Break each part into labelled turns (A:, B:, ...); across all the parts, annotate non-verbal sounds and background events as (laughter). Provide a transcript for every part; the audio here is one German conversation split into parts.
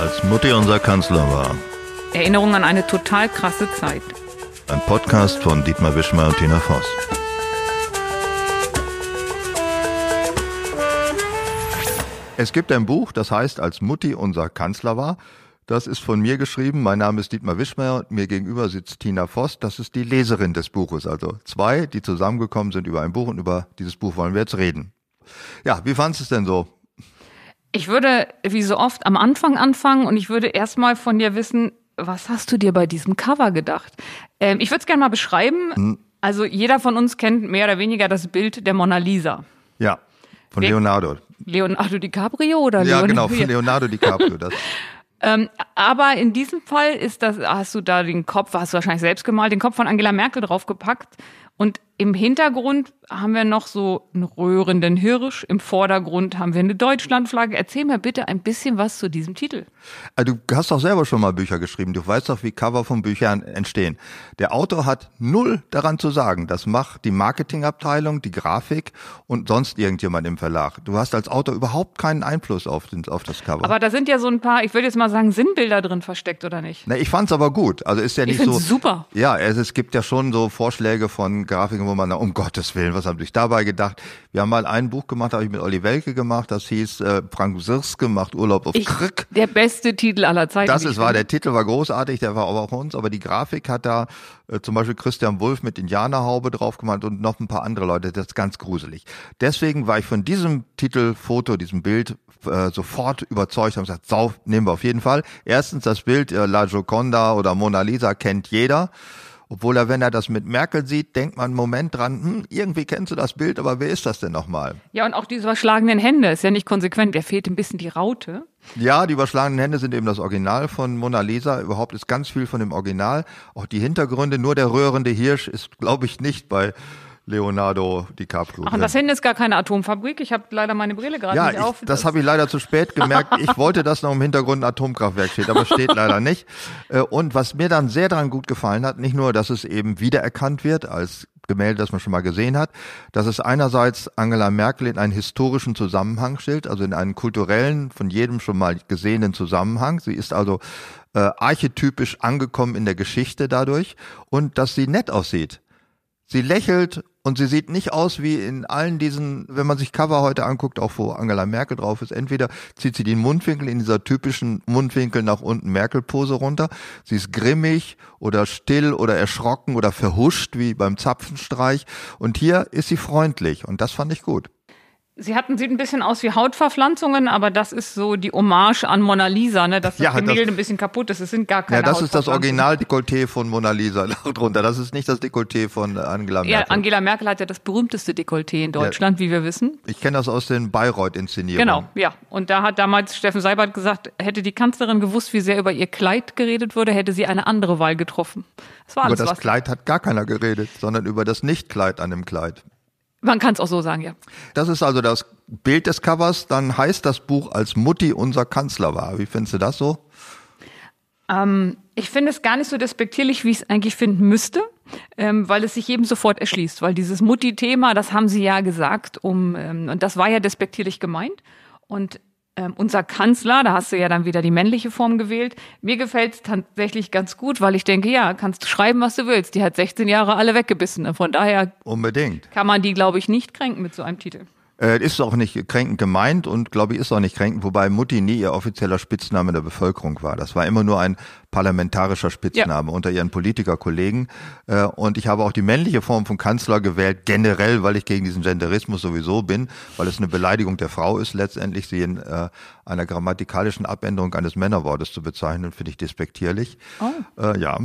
A: Als Mutti unser Kanzler war.
B: Erinnerung an eine total krasse Zeit.
A: Ein Podcast von Dietmar Wischmer und Tina Voss. Es gibt ein Buch, das heißt Als Mutti unser Kanzler war. Das ist von mir geschrieben. Mein Name ist Dietmar Wischmeier und mir gegenüber sitzt Tina Voss. Das ist die Leserin des Buches. Also zwei, die zusammengekommen sind über ein Buch und über dieses Buch wollen wir jetzt reden. Ja, wie fandest du es denn so?
B: Ich würde, wie so oft, am Anfang anfangen und ich würde erstmal von dir wissen, was hast du dir bei diesem Cover gedacht? Ähm, ich würde es gerne mal beschreiben.
A: Hm.
B: Also jeder von uns kennt mehr oder weniger das Bild der Mona Lisa.
A: Ja, von
B: Wer-
A: Leonardo.
B: Leonardo DiCaprio oder
A: Ja,
B: Leonardo?
A: (laughs) genau, von Leonardo DiCaprio. Das,
B: Ähm, aber in diesem Fall ist das, hast du da den Kopf, hast du wahrscheinlich selbst gemalt, den Kopf von Angela Merkel draufgepackt. Und im Hintergrund haben wir noch so einen röhrenden Hirsch. Im Vordergrund haben wir eine Deutschlandflagge. Erzähl mir bitte ein bisschen was zu diesem Titel.
A: also du hast doch selber schon mal Bücher geschrieben. Du weißt doch, wie Cover von Büchern entstehen. Der Autor hat null daran zu sagen. Das macht die Marketingabteilung, die Grafik und sonst irgendjemand im Verlag. Du hast als Autor überhaupt keinen Einfluss auf, den, auf das Cover.
B: Aber da sind ja so ein paar, ich würde jetzt mal sagen, Sinnbilder drin versteckt, oder nicht?
A: Na, ich fand's aber gut. Also ist ja nicht
B: find's
A: so.
B: super.
A: Ja, es, es gibt ja schon so Vorschläge von Grafiken, wo man, na, um Gottes Willen, was haben sich dabei gedacht? Wir haben mal ein Buch gemacht, habe ich mit Olli Welke gemacht, das hieß äh, Frank Sirske macht Urlaub auf
B: Ich,
A: Krück.
B: der beste Titel aller Zeiten.
A: Das
B: wie ich
A: ist, war
B: finde.
A: der Titel, war großartig, der war aber auch uns, aber die Grafik hat da äh, zum Beispiel Christian Wulff mit Indianerhaube drauf gemacht und noch ein paar andere Leute, das ist ganz gruselig. Deswegen war ich von diesem Titelfoto, diesem Bild äh, sofort überzeugt, haben gesagt, sau, nehmen wir auf jeden Fall. Erstens das Bild äh, La Gioconda oder Mona Lisa kennt jeder. Obwohl er, wenn er das mit Merkel sieht, denkt man einen Moment dran, hm, irgendwie kennst du das Bild, aber wer ist das denn nochmal?
B: Ja, und auch diese verschlagenen Hände ist ja nicht konsequent. Der fehlt ein bisschen die Raute.
A: Ja, die überschlagenen Hände sind eben das Original von Mona Lisa. Überhaupt ist ganz viel von dem Original. Auch die Hintergründe, nur der röhrende Hirsch ist, glaube ich, nicht bei Leonardo DiCaprio.
B: Ach, und das Hände ist gar keine Atomfabrik. Ich habe leider meine Brille gerade
A: ja,
B: nicht auf.
A: ich, das habe ich leider zu spät gemerkt. Ich wollte, dass noch im Hintergrund ein Atomkraftwerk steht, aber steht leider nicht. Äh, Und was mir dann sehr daran gut gefallen hat, nicht nur, dass es eben wiedererkannt wird als Gemälde, das man schon mal gesehen hat, dass es einerseits Angela Merkel in einen historischen Zusammenhang stellt, also in einen kulturellen, von jedem schon mal gesehenen Zusammenhang. Sie ist also äh, archetypisch angekommen in der Geschichte dadurch und dass sie nett aussieht. Sie lächelt und sie sieht nicht aus wie in allen diesen, wenn man sich Cover heute anguckt, auch wo Angela Merkel drauf ist. Entweder zieht sie den Mundwinkel in dieser typischen Mundwinkel nach unten Merkel-Pose runter. Sie ist grimmig oder still oder erschrocken oder verhuscht wie beim Zapfenstreich. Und hier ist sie freundlich und das fand ich gut.
B: Sie hatten, sieht ein bisschen aus wie Hautverpflanzungen, aber das ist so die Hommage an Mona Lisa, ne? dass das
A: Ja, das-
B: Gemälde ein bisschen kaputt ist. Es sind gar keine
A: Ja, das ist das
B: Hautverpflanzungen.
A: Original-Dekolleté von Mona Lisa (laughs) darunter. Das ist nicht das Dekolleté von Angela
B: Ja,
A: Merkel.
B: Angela Merkel hat ja das berühmteste Dekolleté in Deutschland, wie wir wissen.
A: ich kenne das aus den Bayreuth-Inszenierungen.
B: Genau, ja. Und da hat damals Steffen Seibert gesagt, hätte die Kanzlerin gewusst, wie sehr über ihr Kleid geredet wurde, hätte sie eine andere Wahl getroffen. Das war
A: Über
B: alles
A: das
B: was.
A: Kleid hat gar keiner geredet, sondern über das Nicht-Kleid an dem Kleid.
B: Man kann es auch so sagen, ja.
A: Das ist also das Bild des Covers. Dann heißt das Buch als Mutti unser Kanzler war. Wie findest du das so?
B: Ähm, Ich finde es gar nicht so despektierlich, wie ich es eigentlich finden müsste, ähm, weil es sich jedem sofort erschließt. Weil dieses Mutti-Thema, das haben sie ja gesagt, um ähm, und das war ja despektierlich gemeint. Und ähm, unser Kanzler, da hast du ja dann wieder die männliche Form gewählt. Mir gefällt es tatsächlich ganz gut, weil ich denke, ja, kannst schreiben, was du willst. Die hat 16 Jahre alle weggebissen. Von daher
A: Unbedingt.
B: kann man die, glaube ich, nicht kränken mit so einem Titel.
A: Äh, ist auch nicht kränkend gemeint und glaube ich ist auch nicht kränkend, wobei Mutti nie ihr offizieller Spitzname der Bevölkerung war. Das war immer nur ein parlamentarischer Spitzname unter ihren Politikerkollegen. Äh, und ich habe auch die männliche Form von Kanzler gewählt, generell, weil ich gegen diesen Genderismus sowieso bin, weil es eine Beleidigung der Frau ist, letztendlich sie in äh, einer grammatikalischen Abänderung eines Männerwortes zu bezeichnen, finde ich despektierlich. Äh, ja,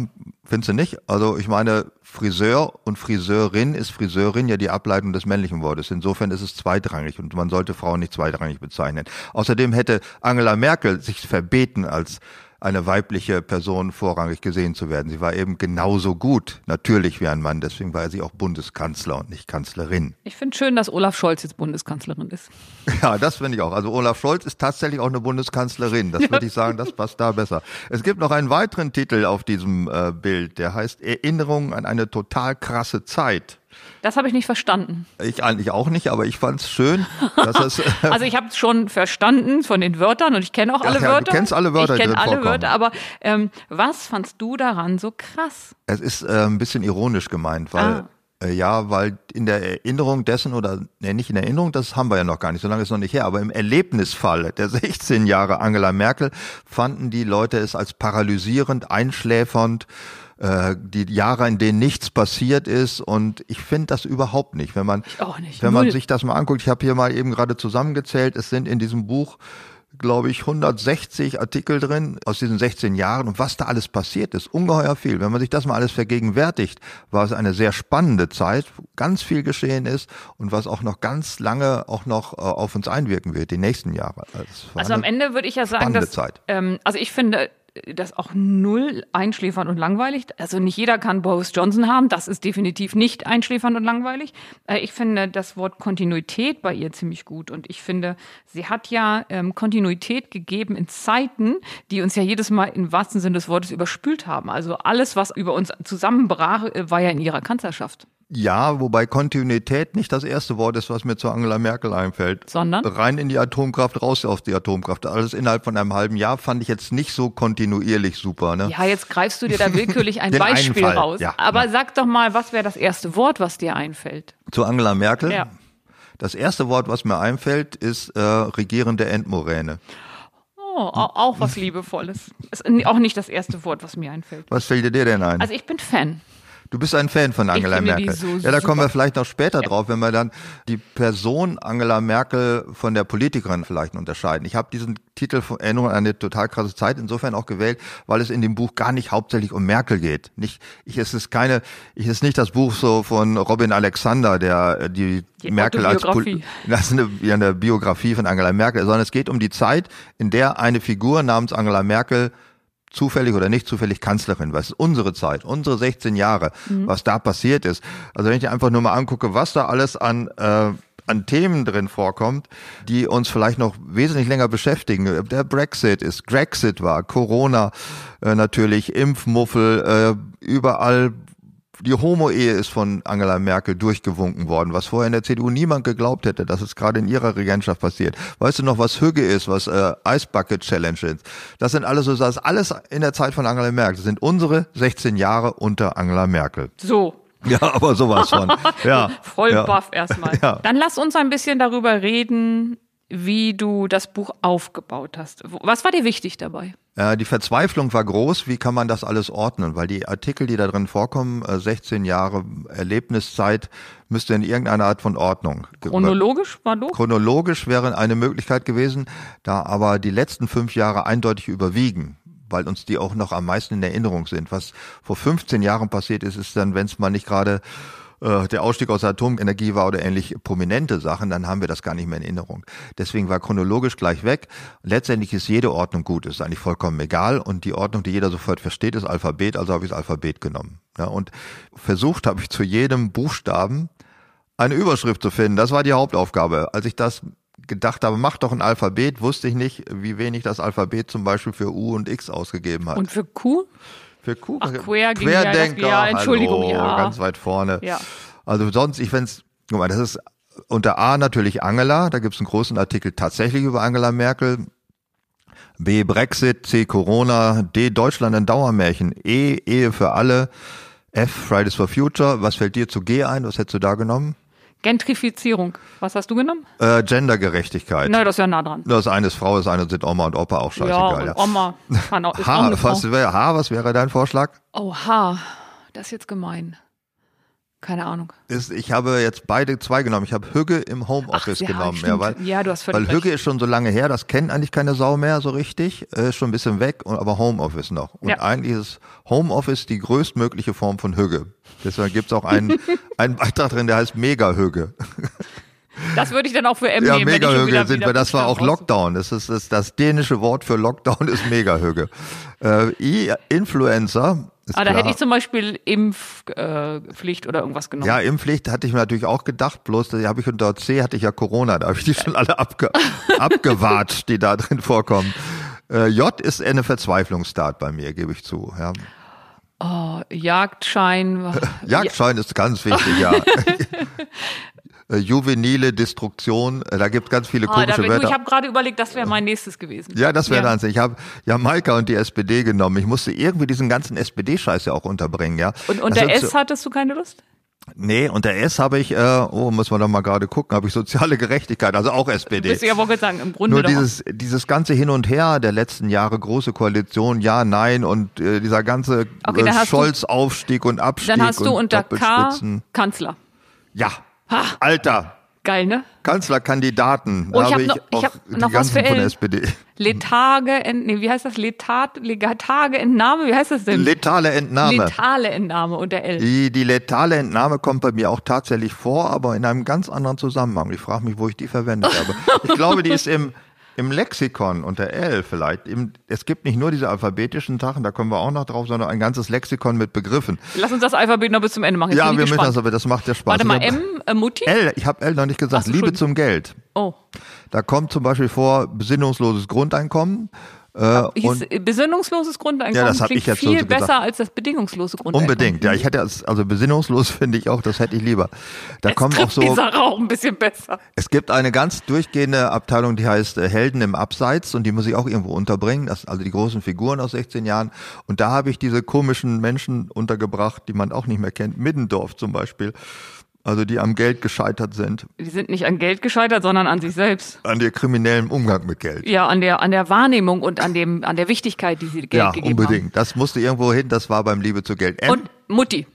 A: findest du nicht? Also ich meine, Friseur und Friseurin ist Friseurin ja die Ableitung des männlichen Wortes. Insofern ist es zweitrangig und man sollte Frauen nicht zweitrangig bezeichnen. Außerdem hätte Angela Merkel sich verbeten, als eine weibliche Person vorrangig gesehen zu werden. Sie war eben genauso gut, natürlich wie ein Mann. Deswegen war sie auch Bundeskanzler und nicht Kanzlerin. (laughs)
B: Ich finde schön, dass Olaf Scholz jetzt Bundeskanzlerin ist.
A: Ja, das finde ich auch. Also Olaf Scholz ist tatsächlich auch eine Bundeskanzlerin. Das würde ich sagen, das passt da besser. Es gibt noch einen weiteren Titel auf diesem äh, Bild, der heißt Erinnerungen an eine total krasse Zeit.
B: Das habe ich nicht verstanden.
A: Ich eigentlich auch nicht, aber ich fand es schön, dass es. (laughs)
B: also ich habe es schon verstanden von den Wörtern und ich kenne auch alle
A: ja,
B: Wörter.
A: Du kennst alle Wörter,
B: ich
A: die
B: kenne
A: drin
B: alle
A: vorkommen.
B: Wörter, aber ähm, was fandst du daran so krass?
A: Es ist äh, ein bisschen ironisch gemeint, weil
B: Ah.
A: äh, ja, weil in der Erinnerung dessen oder nee, nicht in der Erinnerung, das haben wir ja noch gar nicht, so lange ist es noch nicht her, aber im Erlebnisfall der 16 Jahre Angela Merkel fanden die Leute es als paralysierend, einschläfernd, äh, die Jahre, in denen nichts passiert ist und ich finde das überhaupt nicht, wenn man
B: auch nicht.
A: wenn man
B: Null.
A: sich das mal anguckt, ich habe hier mal eben gerade zusammengezählt, es sind in diesem Buch glaube ich, 160 Artikel drin aus diesen 16 Jahren und was da alles passiert ist, ungeheuer viel. Wenn man sich das mal alles vergegenwärtigt, war es eine sehr spannende Zeit, wo ganz viel geschehen ist und was auch noch ganz lange auch noch äh, auf uns einwirken wird, die nächsten Jahre. Es war
B: Also am
A: eine-
B: Ende würde ich ja sagen,
A: spannende
B: dass
A: Zeit.
B: Ähm, also ich finde das auch null einschläfernd und langweilig. Also nicht jeder kann Boris Johnson haben. Das ist definitiv nicht einschläfernd und langweilig. Äh, ich finde das Wort Kontinuität bei ihr ziemlich gut. Und ich finde, sie hat ja ähm, Kontinuität gegeben in Zeiten, die uns ja jedes Mal im wahrsten Sinne des Wortes überspült haben. Also alles, was über uns zusammenbrach, äh, war ja in ihrer Kanzlerschaft.
A: Ja, wobei Kontinuität nicht das erste Wort ist, was mir zu Angela Merkel einfällt.
B: Sondern?
A: Rein in die Atomkraft, raus aus die Atomkraft. Alles innerhalb von einem halben Jahr fand ich jetzt nicht so kontinuierlich super. Ne?
B: Ja, jetzt greifst du
A: (laughs)
B: dir da willkürlich ein
A: Den einen
B: Beispiel
A: Fall,
B: raus.
A: ja.
B: Aber sag doch mal, was wäre das erste Wort, was dir einfällt?
A: Zu Angela Merkel.
B: Ja.
A: Das erste Wort, was mir einfällt, ist äh, regierende Endmoräne.
B: Oh, au- auch was Liebevolles. Ist n- auch nicht das erste Wort, was mir einfällt.
A: Was fällt dir denn ein?
B: Also ich bin Fan.
A: du bist ein Fan von Angela
B: finde die
A: Merkel.
B: so
A: ja, da kommen
B: super.
A: wir vielleicht noch später drauf, wenn wir dann die Person Angela Merkel von der Politikerin vielleicht unterscheiden. Ich habe diesen Titel von Erinnerung an eine total krasse Zeit insofern auch gewählt, weil es in dem Buch gar nicht hauptsächlich um Merkel geht. Nicht, ich, es ist keine, ich es ist nicht das Buch so von Robin Alexander, der äh, die,
B: Die
A: Merkel als Pol-
B: Autobiografie.
A: (laughs) Das ist eine, ja, eine Biografie von Angela Merkel, sondern es geht um die Zeit, in der eine Figur namens Angela Merkel zufällig oder nicht zufällig Kanzlerin, was ist unsere Zeit, unsere 16 Jahre, was da passiert ist. Also wenn ich einfach nur mal angucke, was da alles an äh, an Themen drin vorkommt, die uns vielleicht noch wesentlich länger beschäftigen. Der Brexit ist, Grexit war, Corona äh, natürlich, Impfmuffel, äh, überall die Homo-Ehe ist von Angela Merkel durchgewunken worden, was vorher in der CDU niemand geglaubt hätte, dass es gerade in ihrer Regentschaft passiert. Weißt du noch, was Hüge ist, was äh, Ice Bucket Challenge ist? Das sind alles so, das ist alles in der Zeit von Angela Merkel. Das sind unsere 16 Jahre unter Angela Merkel.
B: So,
A: Ja, aber sowas von. Ja,
B: (laughs) voll
A: ja.
B: buff erstmal.
A: (laughs) Ja.
B: Dann lass uns ein bisschen darüber reden, wie du das Buch aufgebaut hast. Wo- Was war dir wichtig dabei?
A: Äh, die Verzweiflung war groß, wie kann man das alles ordnen? Weil die Artikel, die da drin vorkommen, äh, 16 Jahre Erlebniszeit, müsste in irgendeiner Art von Ordnung. ge-
B: Chronologisch war doof?
A: Chronologisch wäre eine Möglichkeit gewesen, da aber die letzten fünf Jahre eindeutig überwiegen, weil uns die auch noch am meisten in Erinnerung sind. Was vor 15 Jahren passiert ist, ist dann, wenn es mal nicht gerade äh, der Ausstieg aus der Atomenergie war oder ähnlich prominente Sachen, dann haben wir das gar nicht mehr in Erinnerung. Deswegen war chronologisch gleich weg. Letztendlich ist jede Ordnung gut, ist eigentlich vollkommen egal. Und die Ordnung, die jeder sofort versteht, ist Alphabet, also habe ich das Alphabet genommen. Ja, und versucht habe ich zu jedem Buchstaben eine Überschrift zu finden. Das war die Hauptaufgabe. Als ich das gedacht habe, mach doch ein Alphabet, wusste ich nicht, wie wenig das Alphabet zum Beispiel für U und X ausgegeben hat.
B: Und für Q?
A: für Q,
B: Ach, quer ging ja das-
A: Querdenker,
B: ja, Entschuldigung,
A: hallo,
B: ja.
A: ganz weit vorne.
B: Ja.
A: Also sonst, ich find's, guck mal, das ist unter A natürlich Angela, da gibt's einen großen Artikel tatsächlich über Angela Merkel. B Brexit, C Corona, D Deutschland ein Dauermärchen, E Ehe für alle, F Fridays for Future. Was fällt dir zu G ein? Was hättest du da genommen?
B: Gentrifizierung. Was hast du genommen?
A: Äh, Gendergerechtigkeit.
B: Na, das ist ja nah dran.
A: Das eine ist Frau, das andere sind Oma und Opa, auch scheißegal.
B: ja,
A: Ja,
B: und Oma.
A: (laughs)
B: Kann auch, ist auch eine
A: H,
B: Frau.
A: was, wär, H, was wäre dein Vorschlag?
B: Oh, Haar. Das ist jetzt gemein. Keine Ahnung.
A: Ist, ich habe jetzt beide zwei genommen. Ich habe Hügge im Homeoffice
B: ja,
A: genommen.
B: stimmt.
A: Ja, weil,
B: Ja, du hast völlig
A: Weil
B: recht.
A: Hügge ist schon so lange her, das kennt eigentlich keine Sau mehr so richtig. Äh, Ist schon ein bisschen weg, und- aber Homeoffice noch. Und
B: Ja.
A: eigentlich ist Homeoffice die größtmögliche Form von Hügge. Deswegen gibt's auch
B: (laughs)
A: einen, einen Beitrag drin, der heißt Mega-Hügge.
B: Das würde ich dann auch für M
A: Ja,
B: nehmen. wenn ich schon
A: Megahöge
B: wieder-
A: sind
B: wieder
A: wir. Das war auch
B: Buchstaben raus-
A: Lockdown. Das ist das, das dänische Wort für Lockdown ist Megahöge. Äh, I Influencer. Ist
B: Ah, da
A: klar.
B: hätte ich zum Beispiel Impfpflicht äh, Pflicht oder irgendwas genommen.
A: ja, Impfpflicht hatte ich mir natürlich auch gedacht, bloß da habe ich unter C hatte ich ja Corona, da habe ich die schon alle
B: (laughs)
A: abge abgewatscht, die da drin vorkommen. Äh, J ist eine Verzweiflungstat bei mir, gebe ich zu. Ja.
B: Oh,
A: (laughs)
B: Jagdschein.
A: Jagdschein ist ganz wichtig,
B: (laughs)
A: ja. Äh, Juvenile Destruktion, äh, da gibt ganz viele
B: Ah, da,
A: komische
B: du,
A: Wörter.
B: ich habe gerade überlegt, das wäre mein nächstes gewesen.
A: Ja, das wäre
B: Ja.
A: Wahnsinn. Ich habe Jamaika und die SPD genommen. Ich musste irgendwie diesen ganzen SPD-Scheiß ja auch unterbringen, ja.
B: Und
A: Das
B: unter
A: sind
B: S
A: Also so-
B: hattest du keine Lust?
A: Nee, unter S habe ich, äh, oh, muss man doch mal gerade gucken, habe ich soziale Gerechtigkeit, also auch SPD.
B: Bist du ja wohl sagen, im Grunde
A: Nur
B: doch.
A: dieses, dieses ganze Hin und Her der letzten Jahre, große Koalition, ja, nein und äh, dieser ganze
B: Okay, dann
A: äh,
B: hast du-
A: Scholz-Aufstieg und Abstieg
B: Dann hast du
A: und
B: unter K
A: Doppelspitzen.
B: Kanzler.
A: Ja, Alter,
B: Geil,
A: Hm.
B: ne?
A: Kanzlerkandidaten,
B: Oh,
A: da
B: ich hab
A: habe ich,
B: noch- ich
A: auch
B: hab
A: die
B: noch was
A: ganzen
B: für
A: von der
B: Ellen.
A: SPD.
B: Letage, Ent, nee, wie heißt das? Letat, Legatage, Entnahme, wie heißt das denn?
A: Letale Entnahme.
B: Letale Entnahme unter L.
A: Die, die letale Entnahme kommt bei mir auch tatsächlich vor, aber in einem ganz anderen Zusammenhang. Ich frage mich, wo ich die verwendet habe. Ich glaube, die ist im, im Lexikon unter L vielleicht. Im, es gibt nicht nur diese alphabetischen Sachen, da kommen wir auch noch drauf, sondern ein ganzes Lexikon mit Begriffen.
B: Lass uns das Alphabet noch bis zum Ende machen. Jetzt
A: ja,
B: bin
A: wir
B: ich
A: müssen
B: gespannt.
A: das, aber das macht ja Spaß.
B: Warte mal,
A: ich hab,
B: M, äh, Mutti?
A: L, ich habe L noch nicht gesagt.
B: Ach so,
A: Liebe zum
B: Entschuldigung.
A: Geld.
B: Oh.
A: Da kommt zum Beispiel vor besinnungsloses Grundeinkommen. Äh,
B: Hieß,
A: und
B: äh, besinnungsloses Grundeinkommen
A: Ja, das hab
B: klingt
A: ich jetzt so
B: viel
A: gesagt.
B: besser als das bedingungslose Grundeinkommen.
A: unbedingt.
B: (laughs)
A: Ja, ich hätte als, also besinnungslos (laughs) finde ich auch, das hätte ich lieber. Da kommen auch
B: Trifft
A: so
B: die Sache auch ein bisschen besser.
A: Es gibt eine ganz durchgehende Abteilung, die heißt äh, Helden im Abseits und die muss ich auch irgendwo unterbringen. Das, also die großen Figuren aus 16 Jahren. Und da habe ich diese komischen Menschen untergebracht, die man auch nicht mehr kennt. Middendorf zum Beispiel. Also die am Geld gescheitert sind,
B: Die sind nicht an Geld gescheitert, sondern an sich selbst.
A: an der kriminellen Umgang mit Geld.
B: Ja, an der, an der Wahrnehmung und an, dem, an der Wichtigkeit, die sie Geld
A: ja,
B: gegeben
A: unbedingt. Das musste irgendwo hin, das war beim Liebe zu Geld. M.
B: haben. Und Mutti.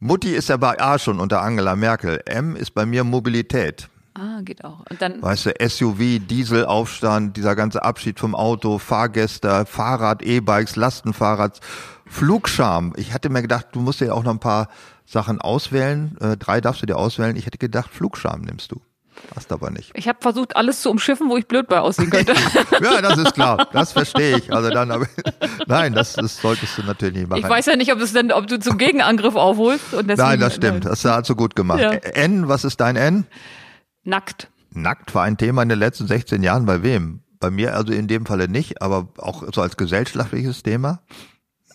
A: Mutti ist ja bei A schon unter Angela Merkel. M ist bei mir Mobilität.
B: Ah, geht auch. Und dann
A: Weißt du, SUV, Dieselaufstand, dieser ganze Abschied vom Auto, Fahrgäste, Fahrrad, E-Bikes, Lastenfahrrad, Flugscham. Ich hatte mir gedacht, du musst dir auch noch ein paar Sachen auswählen. Äh, drei darfst du dir auswählen. Ich hätte gedacht, Flugscham nimmst du. Hast aber nicht.
B: (laughs) Ich habe versucht, alles zu umschiffen, wo ich blöd bei aussehen könnte.
A: (laughs) Ja, das ist klar. Das verstehe ich. Also dann, aber, nein, das, das solltest du natürlich nicht machen.
B: Ich weiß ja nicht, ob, es denn, ob du zum Gegenangriff aufholst. Und deswegen, äh,
A: nein, das stimmt. Das hast du gut gemacht.
B: Ja.
A: N, was ist dein N?
B: Nackt.
A: Nackt war ein Thema in den letzten 16 Jahren bei wem? Bei mir also in dem Falle nicht, aber auch so als gesellschaftliches Thema.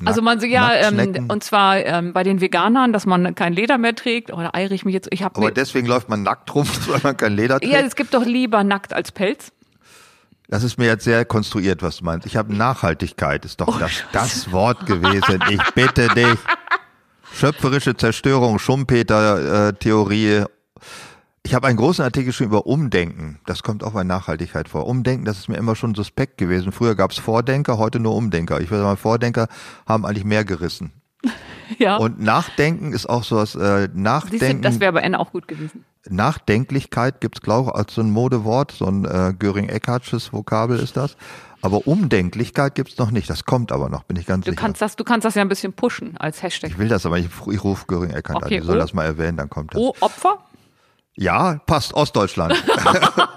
B: Also man sieht ja, ähm,
A: Nacktschnecken.
B: und zwar ähm, bei den Veganern, dass man kein Leder mehr trägt. Oder eiere ich mich jetzt? Ich habe
A: Aber
B: mir,
A: deswegen läuft man nackt rum, (laughs) weil man kein Leder trägt.
B: ja, es gibt doch lieber nackt als Pelz.
A: Das ist mir jetzt sehr konstruiert, was du meinst. Ich habe Nachhaltigkeit, ist doch das, das Wort gewesen. Ich bitte dich. Schöpferische Zerstörung, Schumpeter-Theorie. Ich habe einen großen Artikel geschrieben über Umdenken. Das kommt auch bei Nachhaltigkeit vor. Umdenken, das ist mir immer schon suspekt gewesen. Früher gab es Vordenker, heute nur Umdenker. Ich würde sagen, Vordenker haben eigentlich mehr gerissen.
B: (laughs) Ja,
A: Und Nachdenken ist auch sowas. Äh,
B: Siehst du,
A: Nachdenken
B: das wäre bei N auch gut gewesen.
A: Nachdenklichkeit gibt's glaube ich, als so ein Modewort, so ein äh, Göring-Eckardsches Vokabel ist das. Aber Umdenklichkeit gibt's noch nicht. Das kommt aber noch, bin ich ganz
B: Du
A: sicher.
B: kannst, das, du kannst das ja ein bisschen pushen als Hashtag.
A: ich will das aber nicht. Ich, ich rufe Göring-Eckhardt
B: Okay,
A: an. Die soll
B: oh.
A: das mal erwähnen, dann kommt das.
B: Oh, Opfer?
A: Ja, passt,
B: (laughs)
A: Ostdeutschland.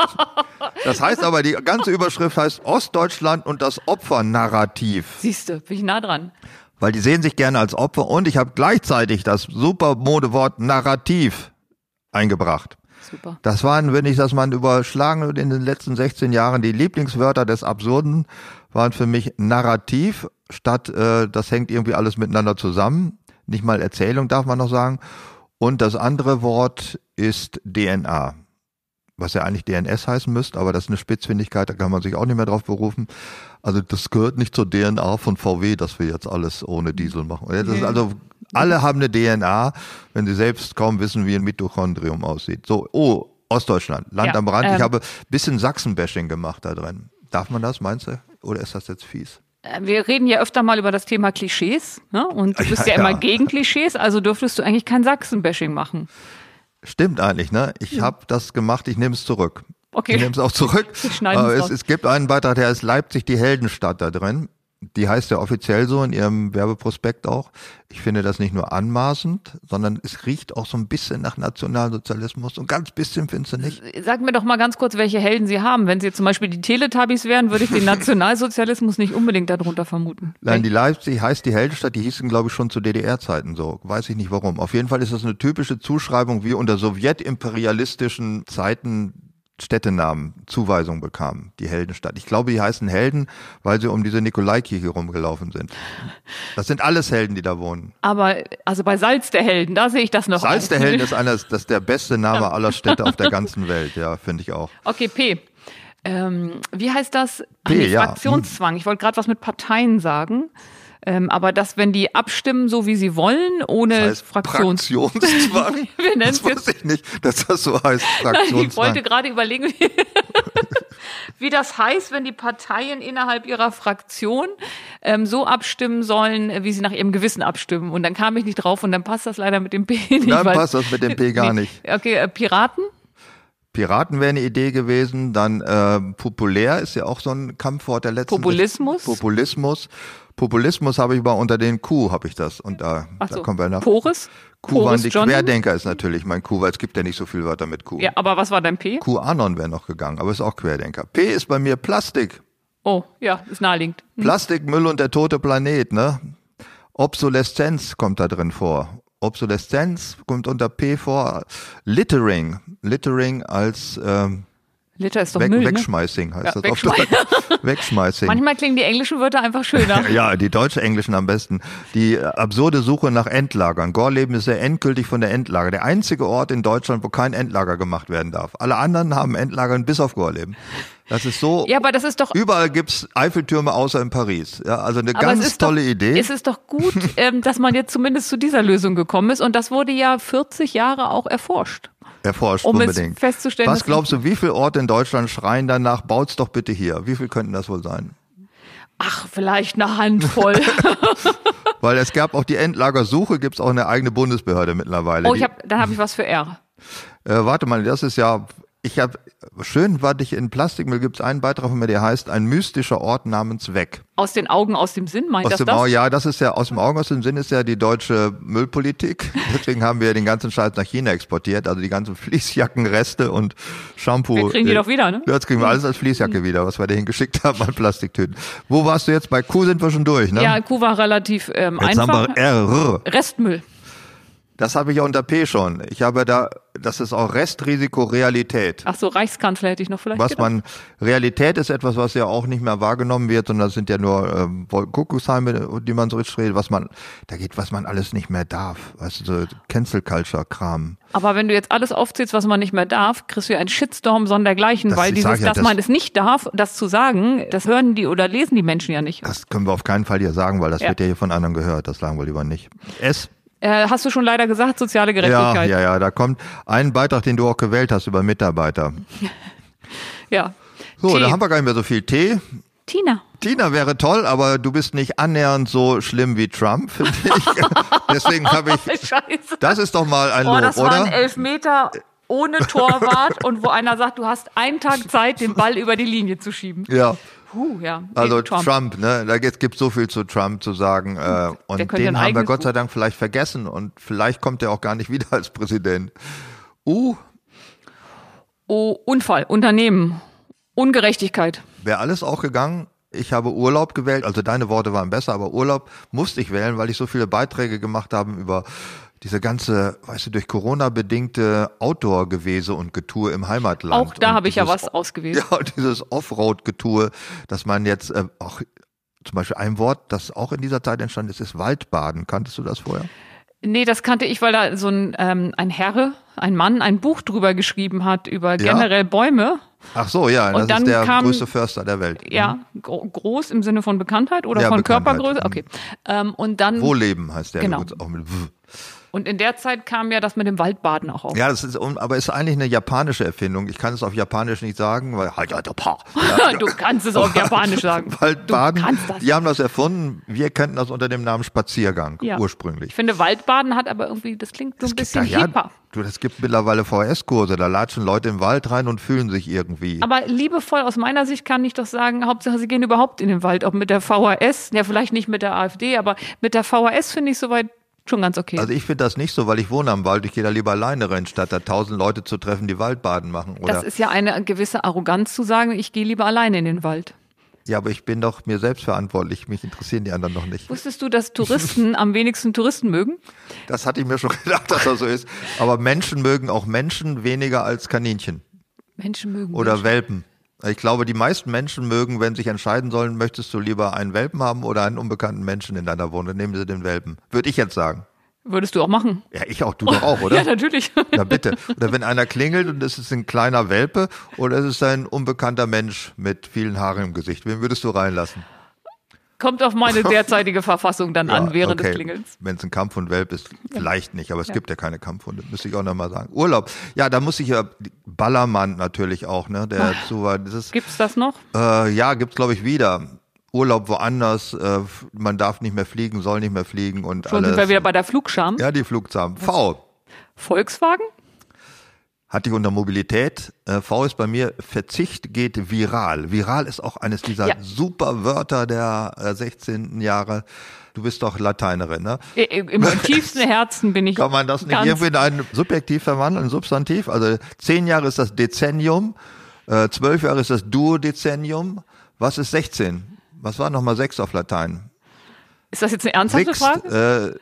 A: (laughs) das heißt aber, die ganze Überschrift heißt Ostdeutschland und das Opfernarrativ.
B: Siehst du, bin ich nah dran.
A: Weil die sehen sich gerne als Opfer und ich habe gleichzeitig das super Modewort Narrativ eingebracht.
B: Super.
A: Das waren, wenn ich das mal überschlagen würde, in den letzten 16 Jahren die Lieblingswörter des Absurden waren für mich Narrativ statt äh, das hängt irgendwie alles miteinander zusammen. Nicht mal Erzählung darf man noch sagen. Und das andere Wort ist DNA, was ja eigentlich DNS heißen müsste, aber das ist eine Spitzfindigkeit, da kann man sich auch nicht mehr drauf berufen. Also das gehört nicht zur DNA von VW, dass wir jetzt alles ohne Diesel machen. Das ist also alle haben eine DNA, wenn sie selbst kaum wissen, wie ein Mitochondrium aussieht. So, oh, Ostdeutschland, Land
B: Ja,
A: am Rand. ich
B: ähm.
A: habe ein bisschen Sachsen-Bashing gemacht da drin. Darf man das, meinst du? Oder ist das jetzt fies?
B: Äh, Wir reden ja öfter mal über das Thema Klischees. Ne? Und du bist
A: Ja,
B: ja,
A: ja.
B: immer gegen Klischees, also dürftest du eigentlich kein Sachsen-Bashing machen.
A: Stimmt eigentlich, ne? Ich habe das gemacht, ich nehme es zurück.
B: Hm. Okay.
A: Ich nehme es auch
B: (laughs)
A: zurück.
B: schneiden
A: Aber
B: es
A: es,
B: raus.
A: es gibt einen Beitrag, der heißt Leipzig, die Heldenstadt da drin. Die heißt ja offiziell so in ihrem Werbeprospekt auch. Ich finde das nicht nur anmaßend, sondern es riecht auch so ein bisschen nach Nationalsozialismus und ganz bisschen findest du nicht.
B: Sag mir doch mal ganz kurz, welche Helden sie haben. Wenn sie jetzt zum Beispiel die Teletubbies wären, würde ich den Nationalsozialismus nicht unbedingt darunter vermuten.
A: Nein, die Leipzig heißt die Heldenstadt, die hießen glaube ich schon zu DDR-Zeiten so. Weiß ich nicht warum. Auf jeden Fall ist das eine typische Zuschreibung wie unter sowjetimperialistischen Zeiten Städtenamen Zuweisung bekamen, die Heldenstadt. Ich glaube, die heißen Helden, weil sie um diese Nikolaikirche rumgelaufen sind. Das sind alles Helden, die da wohnen.
B: Aber also bei Salz der Helden, da sehe ich das noch.
A: Salz der Helden ist einer, das ist der beste Name aller Städte auf der ganzen Welt, ja, finde ich auch.
B: Okay, P. Ähm, wie heißt das? P, nee, ja. Fraktionszwang. Ich wollte gerade was mit Parteien sagen. Ähm, aber dass, wenn die abstimmen, so wie sie wollen, ohne das heißt Äh, Fraktions (laughs)
A: Fraktionszwang.
B: Wir nennen
A: das weiß ich nicht, dass das so heißt. Fraktionszwang. Nein,
B: (laughs) ich wollte gerade überlegen, wie, (laughs) wie, das heißt, wenn die Parteien innerhalb ihrer Fraktion ähm, so abstimmen sollen, wie sie nach ihrem Gewissen abstimmen. Und dann kam ich nicht drauf und dann passt das leider mit dem P nicht.
A: Dann passt das mit dem P gar nicht.
B: Okay, äh, Piraten?
A: Piraten wäre eine Idee gewesen, dann äh, populär ist ja auch so ein Kampfwort der letzten.
B: Populismus.
A: Populismus. Populismus habe ich mal unter den Q habe ich das und da,
B: Ach so.
A: da kommen wir nach.
B: Poris?
A: Q Poris waren die Johnson? Querdenker ist natürlich mein Q, weil es gibt ja nicht so viele Wörter mit Q.
B: Ja, aber was war dein P?
A: Q Anon wäre noch gegangen, aber ist auch Querdenker. P ist bei mir Plastik.
B: Oh, ja, ist naheliegend.
A: Hm. Plastik, Müll und der tote Planet, ne? Obsoleszenz kommt da drin vor. Obsoleszenz kommt unter P vor. Littering. Littering als ähm,
B: Litter ist doch Weg, Müll,
A: Wegschmeißing
B: ne?
A: heißt
B: ja,
A: das.
B: Wegschmei
A: (laughs) Wegschmeißing.
B: Manchmal klingen die englischen Wörter einfach
A: (laughs)
B: schöner.
A: ja, die deutsch-englischen am besten. Die äh, absurde Suche nach Endlagern. Gorleben ist ja endgültig von der Endlager. Der einzige Ort in Deutschland, wo kein Endlager gemacht werden darf. Alle anderen haben Endlagern bis auf Gorleben. Das ist so.
B: Ja, aber das ist doch.
A: Überall gibt's Eiffeltürme außer in Paris. Ja, also eine ganz tolle
B: doch,
A: Idee.
B: Es ist
A: (laughs)
B: doch gut, ähm, dass man jetzt zumindest zu dieser Lösung gekommen ist. Und das wurde ja 40 Jahre auch erforscht.
A: Erforscht,
B: um
A: unbedingt.
B: Es festzustellen,
A: Was glaubst du, wie viele Orte in Deutschland schreien danach, baut's doch bitte hier? Wie viel könnten das wohl
B: (laughs)
A: sein?
B: Ach, vielleicht eine Handvoll.
A: (laughs) Weil es gab auch die Endlagersuche, gibt's auch eine eigene Bundesbehörde mittlerweile.
B: Oh, ich hab, dann habe ich was für R.
A: Äh, warte mal, das ist ja ich habe schön war dich in Plastikmüll gibt es einen Beitrag von mir, der heißt ein mystischer Ort namens Weg.
B: Aus den Augen, aus dem Sinn meint
A: aus
B: das
A: dem
B: das?
A: Auge, ja, das ist ja aus dem Augen, aus dem Sinn ist ja die deutsche Müllpolitik. (laughs) Deswegen haben wir den ganzen Scheiß nach China exportiert, also die ganzen Fließjackenreste und Shampoo. Wir
B: kriegen die doch wieder, ne? Mhm.
A: Ja, Jetzt kriegen wir alles als Fließjacke wieder, was wir dahin geschickt haben an Plastiktüten. Wo warst du jetzt? Bei Q sind wir schon durch, ne?
B: Ja, Q war relativ ähm,
A: jetzt
B: einfach.
A: Haben wir R.
B: Restmüll.
A: Das habe ich ja unter P schon. Ich habe da, das ist auch Restrisiko Realität.
B: Ach so, Reichskanzler hätte ich noch vielleicht.
A: Was
B: gedacht.
A: man, Realität ist etwas, was ja auch nicht mehr wahrgenommen wird, sondern das sind ja nur ähm, Kuckucksheime, die man so richtig redet, was man, da geht, was man alles nicht mehr darf. Weißt du, so Cancel Culture Kram.
B: Aber wenn du jetzt alles aufzählst, was man nicht mehr darf, kriegst du ja einen Shitstorm sondergleichen,
A: Das-
B: weil
A: ich
B: dieses,
A: sag ja,
B: dass
A: das-
B: man es nicht darf, das zu sagen, das hören die oder lesen die Menschen ja nicht.
A: Das können wir auf keinen Fall hier sagen, weil das
B: Ja.
A: wird ja hier von anderen gehört. Das sagen wir lieber nicht. S.
B: Äh, hast du schon leider gesagt, soziale
A: Ja,
B: Gerechtigkeit.
A: ja, ja, da kommt ein Beitrag, den du auch gewählt hast über Mitarbeiter.
B: ja.
A: So,
B: T.
A: da haben wir gar nicht mehr so viel T.
B: Tina. (laughs)
A: Tina wäre toll, aber du bist nicht annähernd so schlimm wie Trump, finde
B: (laughs)
A: ich. Deswegen habe ich.
B: Scheiße.
A: Das ist doch mal ein
B: Oh,
A: Lob,
B: das waren
A: oder?
B: elf Meter ohne Torwart und wo einer sagt, du hast einen Tag Zeit, den Ball über die Linie zu schieben.
A: Ja,
B: Puh, ja.
A: also
B: Eben
A: Trump, ne? Da gibt es so viel zu Trump zu sagen. Äh,
B: Hm. der
A: und
B: könnte ein
A: den haben wir
B: eigenes
A: Gott sei Dank vielleicht vergessen und vielleicht kommt er auch gar nicht (laughs) wieder als Präsident. Uh,
B: Oh, Unfall, Unternehmen, Ungerechtigkeit.
A: wäre alles auch gegangen. Ich habe Urlaub gewählt, also deine Worte waren besser, aber Urlaub musste ich wählen, weil ich so viele Beiträge gemacht habe über diese ganze, weißt du, durch Corona bedingte Outdoor-Gewese und Getue im Heimatland.
B: Auch da
A: Und
B: habe ich ja
A: dieses-
B: was ausgewählt.
A: (laughs) Ja, und dieses Offroad-Getue, dass man jetzt äh, auch zum Beispiel ein Wort, das auch in dieser Zeit entstanden ist, ist Waldbaden. Kanntest du das vorher?
B: Nee, das kannte ich, weil da so ein, ähm, ein Herr, ein Mann, ein Buch drüber geschrieben hat über
A: Ja.
B: generell Bäume.
A: Ach so, ja,
B: Und
A: das
B: dann
A: ist der
B: kam-
A: größte Förster der Welt.
B: Ja, gro groß im Sinne von Bekanntheit oder
A: Mhm. Ja,
B: von
A: Bekanntheit. Mhm.
B: Körpergröße. Okay. Ähm, und dann
A: Wohlleben heißt der
B: Genau.
A: übrigens auch mit W.
B: und in der Zeit kam ja das mit dem Waldbaden auch auf.
A: Ja, das ist, un- aber ist eigentlich eine japanische Erfindung. Ich kann es auf Japanisch nicht sagen, weil
B: (laughs)
A: halt,
B: Du kannst es auf Japanisch sagen.
A: Waldbaden,
B: (laughs) Du kannst das.
A: die haben das erfunden. Wir kannten das unter dem Namen Spaziergang
B: Ja.
A: ursprünglich.
B: Ich finde, Waldbaden hat aber irgendwie, das klingt so ein bisschen
A: ja,
B: hipper.
A: du, das gibt mittlerweile VHS-Kurse. Da latschen Leute im Wald rein und fühlen sich irgendwie.
B: Aber liebevoll aus meiner Sicht kann ich doch sagen, Hauptsache sie gehen überhaupt in den Wald, ob mit der VHS, ja vielleicht nicht mit der AfD, aber mit der VHS finde ich soweit schon ganz okay.
A: Also ich finde das nicht so, weil ich wohne am Wald. Ich gehe da lieber alleine rein, statt da tausend Leute zu treffen, die Waldbaden machen. Oder
B: das ist ja eine gewisse Arroganz zu sagen, ich gehe lieber alleine in den Wald.
A: ja, aber ich bin doch mir selbst verantwortlich. Mich interessieren die anderen noch nicht.
B: Wusstest du,
A: (laughs)
B: dass Touristen am wenigsten Touristen mögen?
A: Das hatte ich mir schon gedacht, dass das so ist. Aber Menschen mögen auch Menschen weniger als Kaninchen.
B: Menschen mögen
A: oder
B: Menschen.
A: Welpen. Ich glaube, die meisten Menschen mögen, wenn sie sich entscheiden sollen, möchtest du lieber einen Welpen haben oder einen unbekannten Menschen in deiner Wohnung, nehmen sie den Welpen. Würde ich jetzt sagen.
B: Würdest du auch machen?
A: Ja, ich auch, du doch auch,
B: (laughs)
A: oder?
B: Ja, natürlich.
A: Na bitte. Oder wenn einer klingelt und es ist ein kleiner Welpe oder es ist ein unbekannter Mensch mit vielen Haaren im Gesicht, wen würdest du reinlassen?
B: Kommt
A: (laughs)
B: auf meine derzeitige Verfassung dann an während des Klingelns.
A: Wenn es ein Kampfhund Welp ist, vielleicht nicht, aber es gibt ja keine Kampfhunde, müsste ich auch nochmal sagen. Urlaub, ja, da muss ich ja Ballermann natürlich auch, ne? Der zu war. Das ist,
B: Gibt's das noch?
A: äh, ja, gibt's glaube ich wieder. Urlaub woanders, äh, man darf nicht mehr fliegen, soll nicht mehr fliegen und
B: Schon
A: alles.
B: sind wir wieder bei der Flugscham.
A: ja, die Flugzahmen. V.
B: Volkswagen?
A: Hatte ich unter Mobilität. Äh, V ist bei mir, Verzicht geht viral. Viral ist auch eines dieser
B: Ja.
A: super Wörter der äh, 16. Jahre. Du bist doch Lateinerin, ne?
B: Äh, Im
A: (laughs)
B: im tiefsten Herzen bin ich.
A: Kann man das nicht
B: ganz-
A: irgendwie in ein Subjektiv verwandeln, ein Substantiv? Also zehn Jahre ist das Dezennium, äh, zwölf Jahre ist das Duodezennium. Was ist 16? Was war nochmal sechs auf Latein?
B: Ist das jetzt eine ernsthafte
A: Sixt,
B: Frage?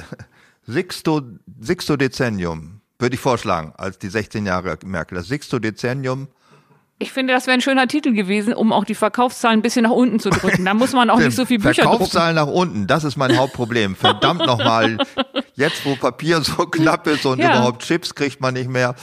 A: äh, (laughs) Sixto, Sixto Dezennium, würde ich vorschlagen, als die 16 Jahre Merkel. Das Sixto Dezennium
B: Ich finde, das wäre ein schöner Titel gewesen, um auch die Verkaufszahlen ein bisschen nach unten zu drücken. Da muss
A: (laughs)
B: man auch nicht so viel Bücher drucken.
A: Verkaufszahlen nach unten, das ist mein Hauptproblem. Verdammt nochmal, jetzt wo Papier so (laughs) knapp ist und
B: Ja.
A: überhaupt Chips kriegt man nicht mehr,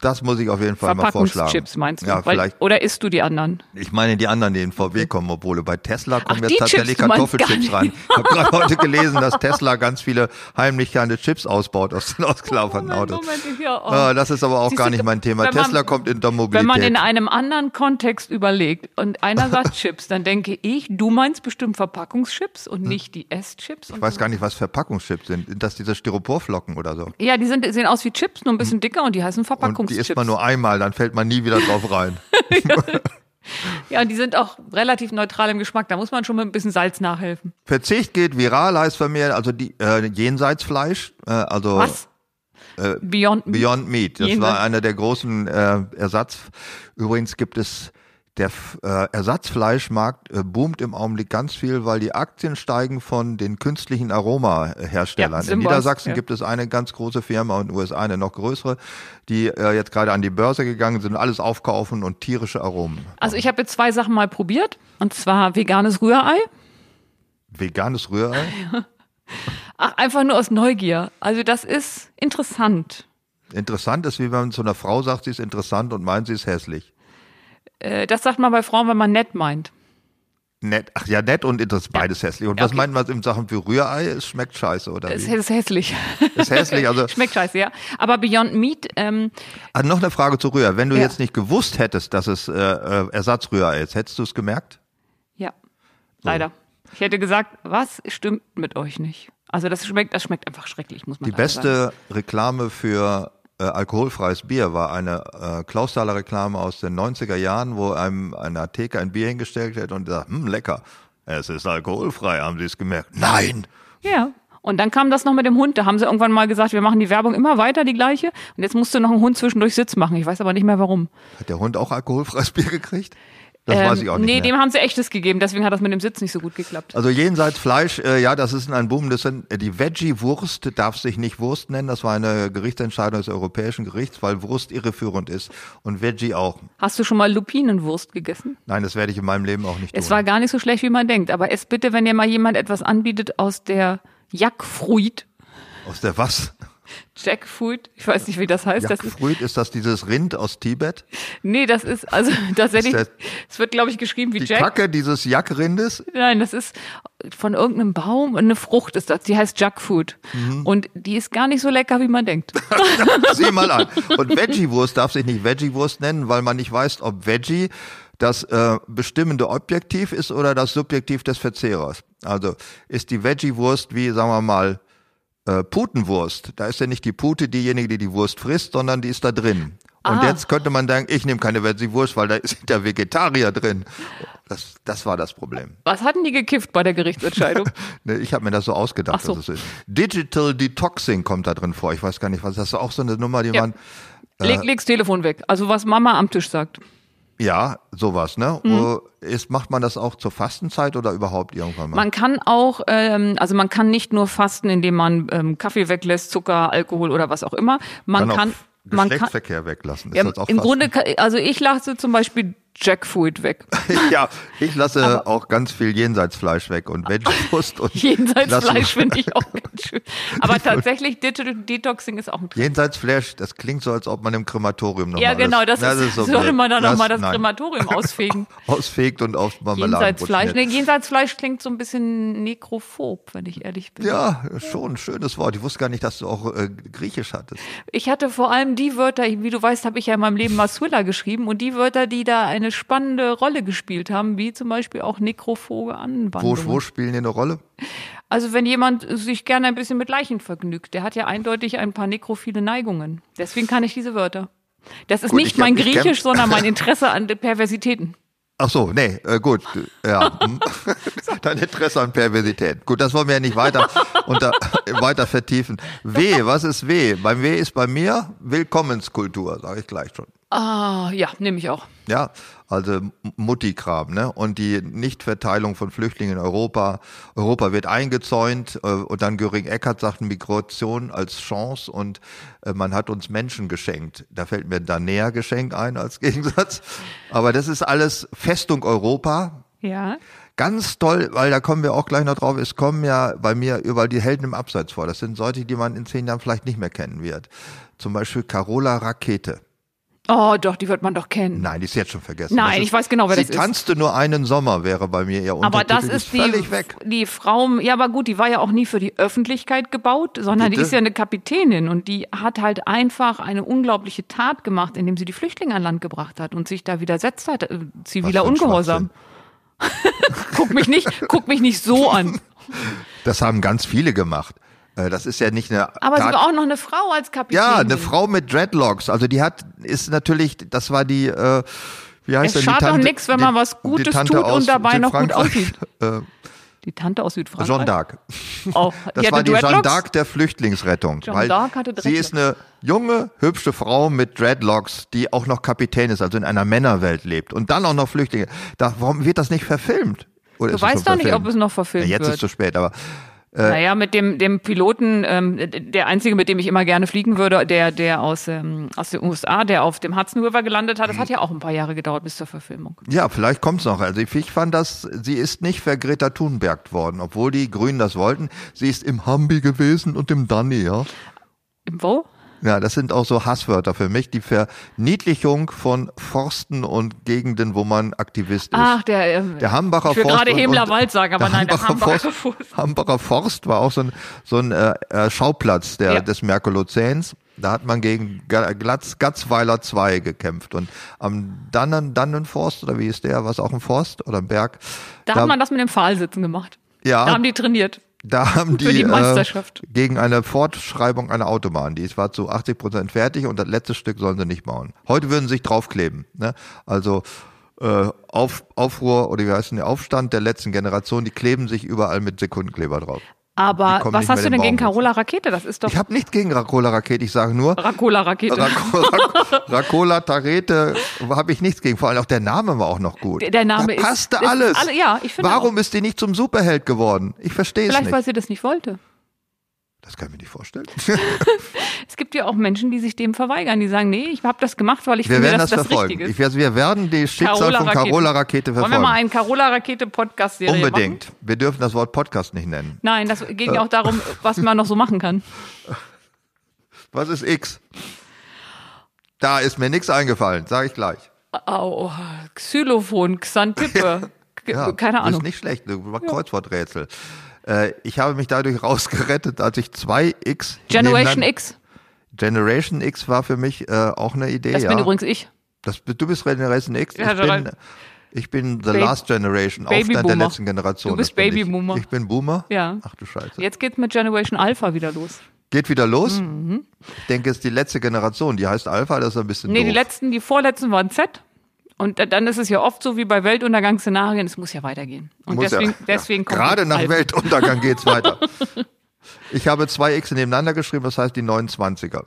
A: das muss ich auf jeden Fall mal vorschlagen.
B: Verpackungschips meinst du?
A: Ja,
B: Weil-
A: vielleicht.
B: Oder isst du die anderen?
A: Ich meine die anderen, die in VW kommen, obwohl bei Tesla kommen
B: Ach,
A: jetzt
B: die
A: tatsächlich
B: Chips, du meinst
A: Kartoffelchips
B: gar
A: rein.
B: nicht.
A: Ich
B: (laughs)
A: habe gerade heute gelesen, dass Tesla ganz viele heimlich kleine Chips ausbaut aus den ausgelauferten Autos.
B: ich, ja, oh.
A: Ah, das ist aber auch
B: Siehst
A: gar
B: du,
A: nicht mein Thema.
B: wenn man-
A: Tesla kommt in der Mobilität.
B: Wenn man in einem anderen Kontext überlegt und
A: (laughs)
B: einer sagt Chips, dann denke ich, du meinst bestimmt Verpackungschips
A: Hm.
B: und nicht die Esschips.
A: ich
B: und
A: weiß
B: so.
A: gar nicht, was Verpackungschips sind. Sind das diese Styroporflocken oder so?
B: Ja, die sind, sehen aus wie Chips, nur ein bisschen dicker und die heißen
A: Hm. Und die
B: Verpackungschips.
A: isst man nur einmal, dann fällt man nie wieder drauf rein.
B: ja, und die sind auch relativ neutral im Geschmack. Da muss man schon mit ein bisschen Salz nachhelfen.
A: Verzicht geht viral, heißt bei mir, also die äh, Jenseitsfleisch, äh, also
B: Was? Beyond,
A: Äh, Beyond Meat. Das
B: Jenseits-
A: war einer der großen äh, Ersatz. Übrigens gibt es der F- äh, Ersatzfleischmarkt äh, boomt im Augenblick ganz viel, weil die Aktien steigen von den künstlichen
B: Ja,
A: Aromaherstellern. in
B: Symbols,
A: Niedersachsen
B: ja.
A: gibt es eine ganz große Firma und in den USA eine noch größere, die äh, jetzt gerade an die Börse gegangen sind, alles aufkaufen und tierische Aromen.
B: Also ich habe jetzt zwei Sachen mal probiert und zwar veganes Rührei.
A: Veganes Rührei.
B: Ach, einfach nur aus Neugier. Also das ist interessant.
A: Interessant ist, wie wenn man zu einer Frau sagt, sie ist interessant und meint, sie ist hässlich.
B: Äh, Das sagt man bei Frauen, wenn man nett meint.
A: Nett, ach ja, nett und interessant, beides hässlich. Und
B: Ja,
A: was
B: okay.
A: meint man in Sachen für Rührei? Es schmeckt scheiße, oder
B: Es
A: wie?
B: ist hässlich.
A: Ist hässlich,
B: (laughs)
A: also-
B: Schmeckt scheiße, ja. Aber Beyond Meat, ähm,
A: Ah, noch eine Frage zu Rührei. Wenn du
B: Ja.
A: jetzt nicht gewusst hättest, dass es äh, äh, Ersatzrührei ist, hättest du es gemerkt?
B: ja,
A: Oh.
B: leider. Ich hätte gesagt, was stimmt mit euch nicht? Also das schmeckt, das schmeckt einfach schrecklich, muss man
A: Die
B: leider sagen.
A: beste Reklame für äh, alkoholfreies Bier war eine äh, Klausthaler Reklame aus den 90er Jahren, wo einem ein Atheker ein Bier hingestellt hat und sagt, hm, lecker. Es ist alkoholfrei, haben sie es gemerkt? Nein!
B: Ja. Und dann kam das noch mit dem Hund. Da haben sie irgendwann mal gesagt, wir machen die Werbung immer weiter, die gleiche. Und jetzt musste noch ein Hund zwischendurch Sitz machen. Ich weiß aber nicht mehr warum.
A: Hat der Hund auch alkoholfreies Bier gekriegt? Das
B: Ähm,
A: weiß ich auch nicht
B: nee,
A: mehr.
B: dem haben sie echtes gegeben. Deswegen hat das mit dem Sitz nicht so gut geklappt.
A: Also jenseits Fleisch, äh, ja, das ist ein Boom. Das sind, äh, die Veggie-Wurst darf sich nicht Wurst nennen. Das war eine Gerichtsentscheidung des Europäischen Gerichts, weil Wurst irreführend ist und Veggie auch.
B: Hast du schon mal Lupinenwurst gegessen?
A: Nein, das werde ich in meinem Leben auch nicht
B: Es
A: tun.
B: war gar nicht so schlecht, wie man denkt. Aber es bitte, wenn dir mal jemand etwas anbietet aus der Jackfruit,
A: Aus der was?
B: Jackfruit, ich weiß nicht, wie das heißt. Das ist,
A: Jackfruit, ist das dieses Rind aus Tibet?
B: nee, das ist, also (laughs) tatsächlich,
A: Ist
B: es wird, glaube ich, geschrieben wie
A: Die
B: Jack.
A: Kacke dieses Jackrindes?
B: Nein, das ist von irgendeinem Baum, eine Frucht ist das, die heißt Jackfruit.
A: Mhm.
B: Und die ist gar nicht so lecker, wie man
A: (laughs)
B: denkt.
A: Sieh mal an. Und Veggie-Wurst darf sich nicht Veggie-Wurst nennen, weil man nicht weiß, ob Veggie das äh, bestimmende Objektiv ist oder das Subjektiv des Verzehrers. Also ist die Veggie-Wurst wie, sagen wir mal, äh, Putenwurst. Da ist ja nicht die Pute diejenige, die die Wurst frisst, sondern die ist da drin. Und
B: Ah.
A: jetzt könnte man denken, ich nehme keine Veggie-Wurst, weil da ist (laughs) der Vegetarier drin. Das, das war das Problem.
B: Was hatten die gekifft bei
A: (laughs)
B: der Gerichtsentscheidung?
A: Ne, Ich habe mir das so ausgedacht,
B: Ach so.
A: dass es ist. Digital Detoxing kommt da drin vor. Ich weiß gar nicht, was das ist. Auch so eine Nummer, die
B: Ja.
A: man
B: Leg, leg's Telefon weg. Also was Mama am Tisch sagt.
A: Ja, sowas, ne?
B: Mhm.
A: Äh, Ist, macht man das auch zur Fastenzeit oder überhaupt irgendwann mal?
B: Man kann auch, ähm, also man kann nicht nur fasten, indem man ähm, Kaffee weglässt, Zucker, Alkohol oder was auch immer. Man
A: Kann auch
B: kann, man kann,
A: Geschlechtsverkehr weglassen. Ist
B: ja,
A: das auch
B: im
A: fast-
B: Grunde, kann- also ich lasse zum Beispiel Jackfruit weg.
A: (laughs) ja, ich lasse auch ganz viel Jenseitsfleisch weg und
B: (laughs)
A: Veggiewurst und
B: Jenseits
A: lasse-
B: Fleisch finde ich auch ganz schön.
A: (laughs)
B: Aber tatsächlich, Digital Detoxing ist auch ein Trend.
A: Jenseitsfleisch, das klingt so, als ob man im Krematorium noch
B: Ja,
A: mal
B: genau, das,
A: Na,
B: ist,
A: so
B: sollte
A: blöd.
B: man dann nochmal das
A: nein. (laughs)
B: Krematorium ausfegen.
A: ausfegt und auf Marmeladen
B: Jenseitsfleisch. Nee,
A: brutzelt.
B: Jenseitsfleisch klingt so ein bisschen nekrophob, wenn ich ehrlich bin.
A: Ja, schon ein schönes Wort. Ich wusste gar nicht, dass du auch äh, Griechisch hattest.
B: Ich hatte vor allem die Wörter, wie du weißt, habe ich ja in meinem Leben mal Thriller geschrieben und die Wörter, die da eine spannende Rolle gespielt haben, wie zum Beispiel auch nekrophobe
A: Wo,
B: Anwandlungen.
A: wo spielen die eine Rolle?
B: Also wenn jemand sich gerne ein bisschen mit Leichen vergnügt, der hat ja eindeutig ein paar nekrophile Neigungen. Deswegen kann ich diese Wörter. Das ist
A: Gut,
B: nicht
A: ich hab-
B: mein
A: ich kenn-
B: Griechisch, sondern
A: (laughs)
B: mein Interesse an den Perversitäten.
A: Ach so, nee, äh, gut, äh, ja. hm. Dein Interesse an Perversität. Gut, das wollen wir ja nicht weiter, unter, weiter vertiefen. W, was ist W? Beim W ist bei mir Willkommenskultur, sage ich gleich schon.
B: Ah, ja, nehme ich auch.
A: Ja, also M- Muttikram, ne? Und die Nichtverteilung von Flüchtlingen in Europa. Europa wird eingezäunt äh, und dann Göring-Eckert sagt Migration als Chance und äh, man hat uns Menschen geschenkt. Da fällt mir dann näher Geschenk ein als Gegensatz. Aber das ist alles Festung Europa.
B: Ja.
A: Ganz toll, weil da kommen wir auch gleich noch drauf. Es kommen ja bei mir überall die Helden im Abseits vor. Das sind solche, die man in zehn Jahren vielleicht nicht mehr kennen wird. Zum Beispiel Carola Rakete.
B: Oh, doch, die wird man doch kennen.
A: Nein, die ist jetzt schon vergessen.
B: Nein,
A: Das
B: ich weiß genau, wer
A: sie
B: das ist.
A: tanzte nur einen Sommer, wäre bei mir ihr
B: Aber
A: Untertitel.
B: das ist die,
A: völlig weg.
B: die Frau, ja, aber gut, die war ja auch nie für die Öffentlichkeit gebaut, sondern die
A: Bitte?
B: ist ja eine Kapitänin und die hat halt einfach eine unglaubliche Tat gemacht, indem sie die Flüchtlinge an Land gebracht hat und sich da widersetzt hat, äh, ziviler
A: Was für ein
B: Ungehorsam. (laughs) guck mich nicht, guck mich nicht so an.
A: Das haben ganz viele gemacht. Äh, Das ist ja nicht eine
B: Aber sie
A: Tat-
B: war auch noch eine Frau als Kapitänin.
A: Ja, eine Frau mit Dreadlocks. Also die hat, ist natürlich, das war die, äh, wie heißt
B: Es
A: denn die
B: schadet doch
A: Tante?
B: nix, wenn man was
A: die
B: Gutes
A: Tante
B: tut und
A: aus
B: dabei noch gut
A: (laughs) Südfrankreich. Äh,
B: Die Tante aus Südfrankreich.
A: Jeanne d'Arc.
B: Oh,
A: Das
B: die
A: war
B: hatte
A: die Jeanne
B: Dreadlocks?
A: d'Arc der Flüchtlingsrettung.
B: Jeanne
A: weil
B: d'Arc hatte
A: sie ist eine junge, hübsche Frau mit Dreadlocks, die auch noch Kapitän ist, also in einer Männerwelt lebt und dann auch noch Flüchtlinge. Da, warum wird das nicht verfilmt? Oder ist
B: Du
A: es schon
B: weißt doch nicht,
A: verfilmt?
B: ob es noch verfilmt
A: Ja, jetzt
B: wird.
A: ist zu spät, aber Äh.
B: Naja, mit dem, dem Piloten, ähm, der einzige, mit dem ich immer gerne fliegen würde, der, der aus, ähm, aus den USA, der auf dem Hudson River gelandet hat, das
A: Mhm.
B: hat ja auch ein paar Jahre gedauert bis zur Verfilmung.
A: ja, vielleicht kommt's noch. Also ich, ich fand das, sie ist nicht für Greta Thunberg worden, obwohl die Grünen das wollten. Sie ist im Hambi gewesen und im Danny, ja.
B: Im Wo?
A: Ja, das sind auch so Hasswörter für mich, die Verniedlichung von Forsten und Gegenden, wo man Aktivist ist.
B: Ach, der, ähm,
A: Der Hambacher
B: Ich will
A: Forst
B: gerade
A: und-
B: Hemler
A: und-
B: Wald sagen, aber
A: der
B: nein, der Hambacher
A: Forst,
B: Forst.
A: Hambacher Forst war auch so ein, so ein äh, äh, Schauplatz der,
B: Ja.
A: des Merkolozäns. Da hat man gegen Ga- Glatz, Gatzweiler 2 gekämpft. Und am Dannen, Dannenforst, oder wie ist der, was auch ein Forst oder ein Berg?
B: da hat man das mit dem Pfahlsitzen gemacht.
A: Ja.
B: Da haben die trainiert.
A: Da haben die,
B: Für die
A: äh,
B: Meisterschaft.
A: gegen eine Fortschreibung einer Autobahn. Die ist- war zu 80 Prozent fertig und das letzte Stück sollen sie nicht bauen. Heute würden sie sich draufkleben. Ne? Also äh, Auf, Aufruhr oder wie heißt denn der Aufstand der letzten Generation, die kleben sich überall mit Sekundenkleber drauf.
B: Aber
A: Die kommen
B: was
A: nicht mehr
B: hast du
A: den
B: denn gegen
A: Baum hoch.
B: Carola Rakete? Das ist doch
A: Ich habe nichts gegen Racola-Rakete, ich sage
B: (laughs)
A: nur,
B: Racola-Rakete.
A: Racola-Tarete habe ich nichts gegen. Vor allem auch der Name war auch noch gut.
B: Der- der Name
A: da
B: ist-
A: passte
B: ist
A: alles.
B: alle- ja, ich finde
A: Warum ist die nicht zum Superheld geworden? Ich verstehe es
B: Vielleicht, weil
A: nicht.
B: sie das nicht wollte.
A: Das kann ich mir nicht
B: (laughs)
A: vorstellen.
B: Es gibt ja auch Menschen, die sich dem verweigern, die sagen, nee, ich habe das gemacht, weil ich
A: Wir
B: finde,
A: werden
B: dass
A: das,
B: das
A: verfolgen.
B: richtig ist.
A: Ich, weiß, wir werden die Schicksal von
B: Carola-Rakete.
A: Carola-Rakete
B: Wollen
A: verfolgen.
B: wir mal einen Carola-Rakete-Podcast-Serie machen?
A: Unbedingt. Wir dürfen das Wort Podcast nicht nennen.
B: Nein, das geht ja auch darum, was man noch so machen kann.
A: Was ist X? Da ist mir nichts eingefallen, sage ich gleich.
B: Au, oh,
A: (laughs)
B: Xylophon, Xantippe, K-
A: Ja,
B: keine
A: das Ist
B: Ahnung.
A: nicht schlecht, das war Kreuzworträtsel. Äh, ich habe mich dadurch (laughs) rausgerettet, als ich zwei X.
B: Generation
A: nebeneinander-
B: X,
A: Generation X war für mich äh, auch eine Idee.
B: das
A: ja.
B: bin übrigens ich.
A: Das, du bist Generation X.
B: Ja,
A: Ich
B: da rein.
A: bin, ich bin The
B: Ba-
A: Last Generation, Aufstand der
B: Babyboomer.
A: letzten Generation.
B: Du bist
A: das bin ich.
B: Babyboomer.
A: Ich bin Boomer.
B: Ja.
A: Ach du Scheiße.
B: Jetzt geht's mit Generation Alpha wieder los.
A: Geht wieder los. Ich denke, es ist die letzte Generation. Die heißt Alpha, das ist ein bisschen
B: Mhm. Nee,
A: doof.
B: die letzten, die vorletzten waren Z. Und da- dann ist es ja oft so wie bei Weltuntergangsszenarien, es muss ja weitergehen. Und
A: Muss ja-
B: deswegen,
A: ja.
B: deswegen kommt
A: Gerade nach
B: Alpha.
A: Weltuntergang
B: (laughs)
A: geht's weiter. Ich habe zwei X nebeneinander geschrieben, das heißt die 29er.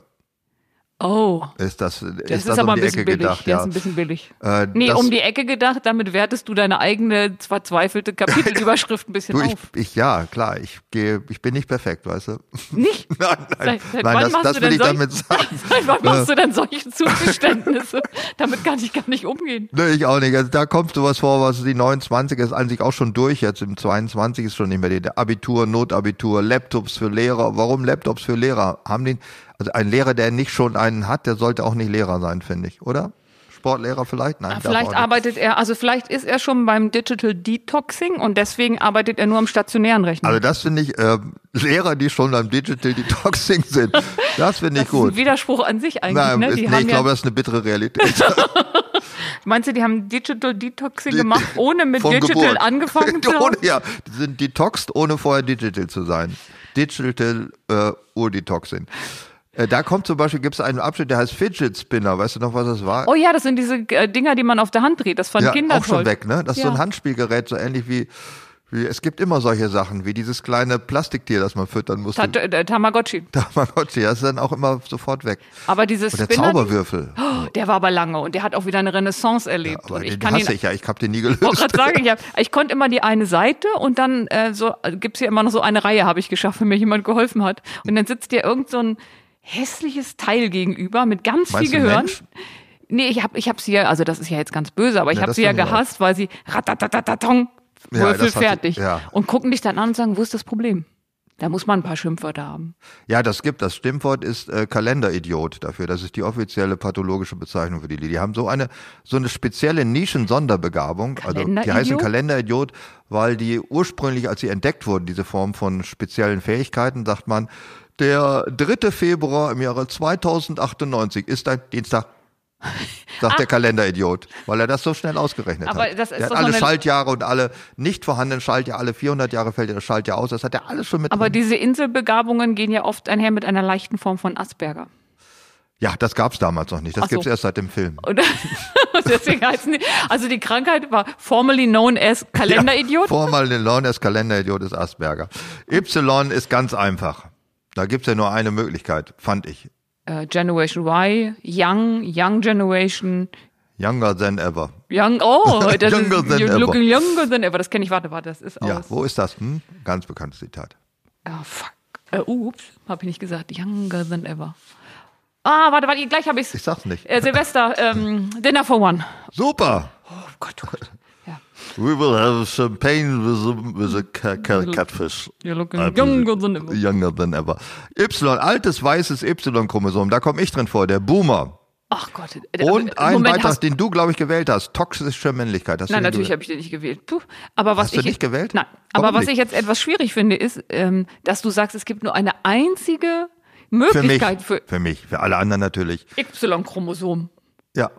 B: Oh.
A: Ist das,
B: Das
A: ist
B: ist,
A: das um
B: aber
A: die
B: ein bisschen
A: Ecke
B: billig.
A: gedacht?
B: Der
A: Ja.
B: ist ein bisschen billig.
A: Äh,
B: Nee,
A: das-
B: um die Ecke gedacht, damit wertest du deine eigene
A: (laughs)
B: verzweifelte Kapitelüberschrift ein bisschen
A: Du, ich,
B: auf.
A: ich, ja, klar, ich gehe, ich bin nicht perfekt, weißt du?
B: Nicht?
A: (laughs) Nein, nein,
B: Seit- seit wann
A: nein das,
B: machst
A: das
B: du
A: will
B: denn
A: ich
B: solche-
A: damit sagen.
B: (laughs) Seit wann machst du denn solche Zugeständnisse? (laughs) damit kann ich gar nicht umgehen.
A: Nee, ich auch nicht. Also da kommt sowas vor, was die 29 ist an sich auch schon durch. Jetzt im 22 ist schon nicht mehr die Abitur, Notabitur, Laptops für Lehrer. Warum Laptops für Lehrer? Haben den, also ein Lehrer, der nicht schon einen hat, der sollte auch nicht Lehrer sein, finde ich, oder? Sportlehrer vielleicht? Nein, darf
B: Ah, Vielleicht
A: auch nicht.
B: arbeitet er, also vielleicht ist er schon beim Digital Detoxing und deswegen arbeitet er nur am stationären Rechner.
A: Also das finde ich, ähm, Lehrer, die schon am Digital Detoxing sind, das finde ich
B: das ist
A: gut.
B: ein Widerspruch an sich eigentlich.
A: Nein,
B: ne?
A: ist,
B: die
A: nee,
B: haben
A: ich
B: ja,
A: glaube, das ist eine bittere Realität.
B: meinst du, die haben Digital Detoxing gemacht, ohne mit
A: von
B: Digital
A: Geburt. (laughs)
B: angefangen zu haben?
A: ohne, Ja, die sind detoxed, ohne vorher digital zu sein. Digital äh, Urdetoxin. Äh, da kommt zum Beispiel, gibt es einen Abschnitt, der heißt Fidget Spinner. Weißt du noch, was das war?
B: Oh ja, das sind diese äh, Dinger, die man auf der Hand dreht. Das fanden
A: ja,
B: Kinder
A: auch schon
B: toll.
A: weg, ne? Das ist so ein
B: Ja.
A: Handspielgerät, so ähnlich wie, wie, es gibt immer solche Sachen, wie dieses kleine Plastiktier, das man füttern musste. (laughs)
B: Tat, äh, Tamagotchi.
A: Tamagotchi, das ist dann auch immer sofort weg.
B: Aber dieses
A: Und der
B: Spinner,
A: Zauberwürfel.
B: oh, der war aber lange und der hat auch wieder eine Renaissance erlebt.
A: Aber
B: und ich
A: den
B: kann ihn
A: hasse ich ja, ich habe den nie
B: wollte
A: gelöst.
B: gerade sagen, ich, hab, ich konnte immer die eine Seite und dann äh, so äh, gibt's hier immer noch so eine Reihe, habe ich geschafft, wenn mir jemand geholfen hat. Und dann sitzt dir irgend so ein hässliches Teil gegenüber mit
A: (laughs)
B: ganz
A: Meinst
B: viel
A: du
B: Gehirn.
A: Mensch?
B: Nee, ich habe ich hab sie ja, also das ist ja jetzt ganz böse, aber ich
A: Ja,
B: hab
A: das
B: habe sie ja
A: fand ich auch.
B: gehasst, weil sie ratatatatong,
A: Ja,
B: Würfel
A: das hat sie-
B: fertig.
A: ja.
B: Und gucken dich dann an und sagen, wo ist das Problem? Da muss man ein paar Schimpfwörter haben.
A: Ja, das gibt. Das Stimmwort ist äh, Kalenderidiot dafür. Das ist die offizielle pathologische Bezeichnung für die Lieder. Die haben so eine so eine spezielle Nischen-Sonderbegabung. Also die
B: Kalenderidiot?
A: heißen Kalenderidiot, weil die ursprünglich, als sie entdeckt wurden, diese Form von speziellen Fähigkeiten, sagt man, der 3. Februar im Jahre 2098 ist ein Dienstag. Sagt der Kalenderidiot, weil er das so schnell ausgerechnet
B: Ah. Aber
A: hat.
B: das ist
A: der hat
B: doch so
A: alle
B: eine-
A: Schaltjahre und alle nicht vorhandenen Schaltjahre, alle 400 Jahre fällt das Schaltjahr aus. Das hat er alles schon mit
B: Aber diese Inselbegabungen gehen ja oft einher mit einer leichten Form von Asperger.
A: Ja, das gab's damals noch nicht. Das
B: Ach so.
A: gibt's erst seit dem Film.
B: (laughs) Und deswegen heißen die, also die Krankheit war formerly known as Kalenderidiot.
A: Formal Lon ist Kalenderidiot ist Asperger. Y ist ganz einfach. Da gibt's ja nur eine Möglichkeit, fand ich.
B: äh, Generation Y, Young, Young Generation,
A: Younger than ever.
B: Young,
A: (laughs)
B: oh, das
A: Younger
B: ist,
A: than
B: you're
A: ever.
B: looking younger than ever, das kenne ich, warte, warte, das ist
A: Ja,
B: aus.
A: wo ist das? Hm? Ganz bekanntes Zitat.
B: Ah, fuck. Äh, ups, habe ich nicht gesagt, younger than ever. Ah, warte, warte, gleich habe ich's.
A: Ich sag's nicht.
B: Äh, Silvester, ähm, Dinner for One.
A: Super!
B: Oh Gott, oh Gott. Ja.
A: We will have champagne with a, with a ca ca catfish.
B: You're looking
A: Also,
B: younger than ever.
A: Younger than ever. Y, altes weißes Y-Chromosom, da komme ich drin vor, der Boomer.
B: Ach Gott.
A: Und ein
B: also, äh, Moment,
A: Beitrag,
B: hast,
A: den du, glaube ich, gewählt hast. Toxische Männlichkeit. Hast du
B: Nein,
A: den
B: natürlich
A: gewählt?
B: habe ich den nicht gewählt. Puh. Aber was
A: Hast du
B: ich,
A: nicht gewählt?
B: Nein. Aber
A: Warum
B: was
A: nicht?
B: ich jetzt etwas schwierig finde, ist, ähm, dass du sagst, es gibt nur eine einzige Möglichkeit
A: für
B: für,
A: mich. Für mich, für alle anderen natürlich.
B: Y-Chromosom.
A: Ja,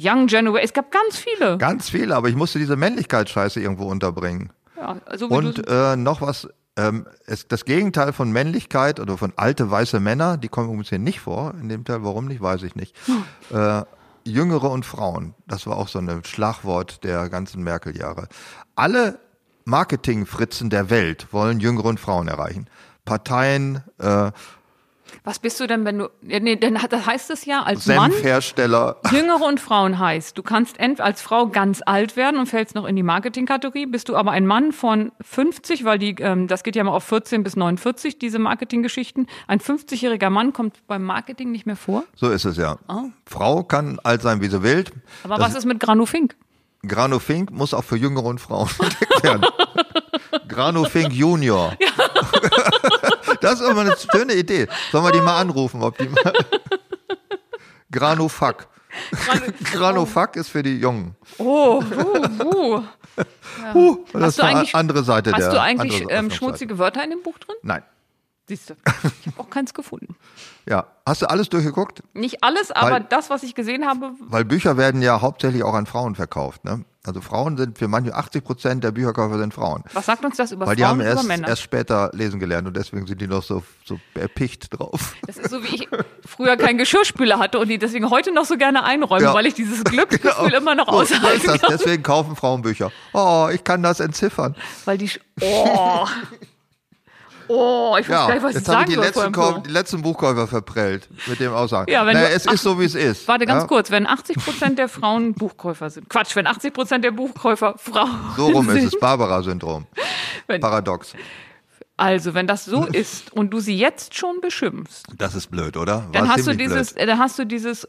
B: Young January. Es gab ganz viele.
A: ganz viel, aber ich musste diese Männlichkeitsscheiße irgendwo unterbringen.
B: Ja, so wie du,
A: Und äh, noch was, ähm, es, das Gegenteil von Männlichkeit oder von alte weiße Männer, die kommen übrigens hier nicht vor, in dem Teil, warum nicht, weiß ich nicht.
B: Hm.
A: Äh, Jüngere und Frauen, das war auch so ein Schlagwort der ganzen Merkel-Jahre. Alle Marketing-Fritzen der Welt wollen Jüngere und Frauen erreichen. Parteien, äh,
B: was bist du denn, wenn du. Ja, nee, dann hat- das heißt es ja als Mann.
A: Senfhersteller,
B: Jüngere und Frauen heißt, du kannst ent als Frau ganz alt werden und fällst noch in die Marketingkategorie. Bist du aber ein Mann von 50, weil die, ähm, das geht ja mal auf 14 bis 49, diese Marketinggeschichten. Ein 50-jähriger Mann kommt beim Marketing nicht mehr vor.
A: So ist es ja. Frau kann alt sein, wie sie will.
B: Ah. Aber was ist mit Granu Fink?
A: Grano Fink muss auch für Jüngere und Frauen (laughs) entdeckt werden. Grano Fink Junior. (laughs) das ist immer eine schöne Idee. Sollen wir die mal anrufen, ob die mal. Grano Fuck. (laughs) Grano Fuck ist für die Jungen.
B: Oh, uh, uh.
A: Huh, das
B: Hast
A: ist
B: du
A: eine
B: eigentlich-
A: andere Seite der
B: Hast du
A: andere
B: eigentlich ähm,
A: Öffnungsseite.
B: schmutzige Wörter in dem Buch drin?
A: Nein.
B: Siehst du, ich habe auch keins gefunden.
A: Ja. Hast du alles durchgeguckt?
B: Nicht alles, aber
A: Weil-
B: das, was ich gesehen habe,
A: Weil Bücher werden ja hauptsächlich auch an Frauen verkauft. Ne? Also Frauen sind für manche 80 Prozent der Bücherkäufer sind Frauen.
B: was sagt uns das über
A: Weil die
B: Frauen
A: haben
B: und über
A: erst,
B: Männer?
A: erst später lesen gelernt und deswegen sind die noch so, so erpicht
B: (laughs)
A: drauf.
B: Das ist so, wie ich früher keinen Geschirrspüler hatte und die deswegen heute noch so gerne einräume,
A: Ja. Genau.
B: weil ich dieses Glücksgefühl immer noch
A: So, so ist
B: aushalten
A: (laughs) das.
B: kann.
A: Deswegen kaufen Frauen Bücher. Oh, ich kann das entziffern.
B: Weil die, Sch- oh. Oh, ich weiß
A: Ja,
B: gar nicht, was ich
A: jetzt
B: sagen
A: haben die
B: soll
A: letzten, Käu-
B: vorhin.
A: die letzten Buchkäufer verprellt mit dem Aussagen.
B: Ja, wenn
A: naja,
B: du-
A: es ist so, wie es ist.
B: Warte ganz
A: ja?
B: kurz, wenn 80 Prozent der Frauen Buchkäufer sind. Quatsch, wenn 80 Prozent der Buchkäufer Frauen
A: So rum
B: sind.
A: ist
B: (laughs)
A: es, Barbara-Syndrom.
B: Wenn-
A: Paradox.
B: Also, wenn
A: (laughs)
B: das so ist und du sie jetzt schon beschimpfst,
A: Das ist blöd, oder? War
B: dann hast du
A: ziemlich
B: dieses,
A: Blöd.
B: äh, dann hast du dieses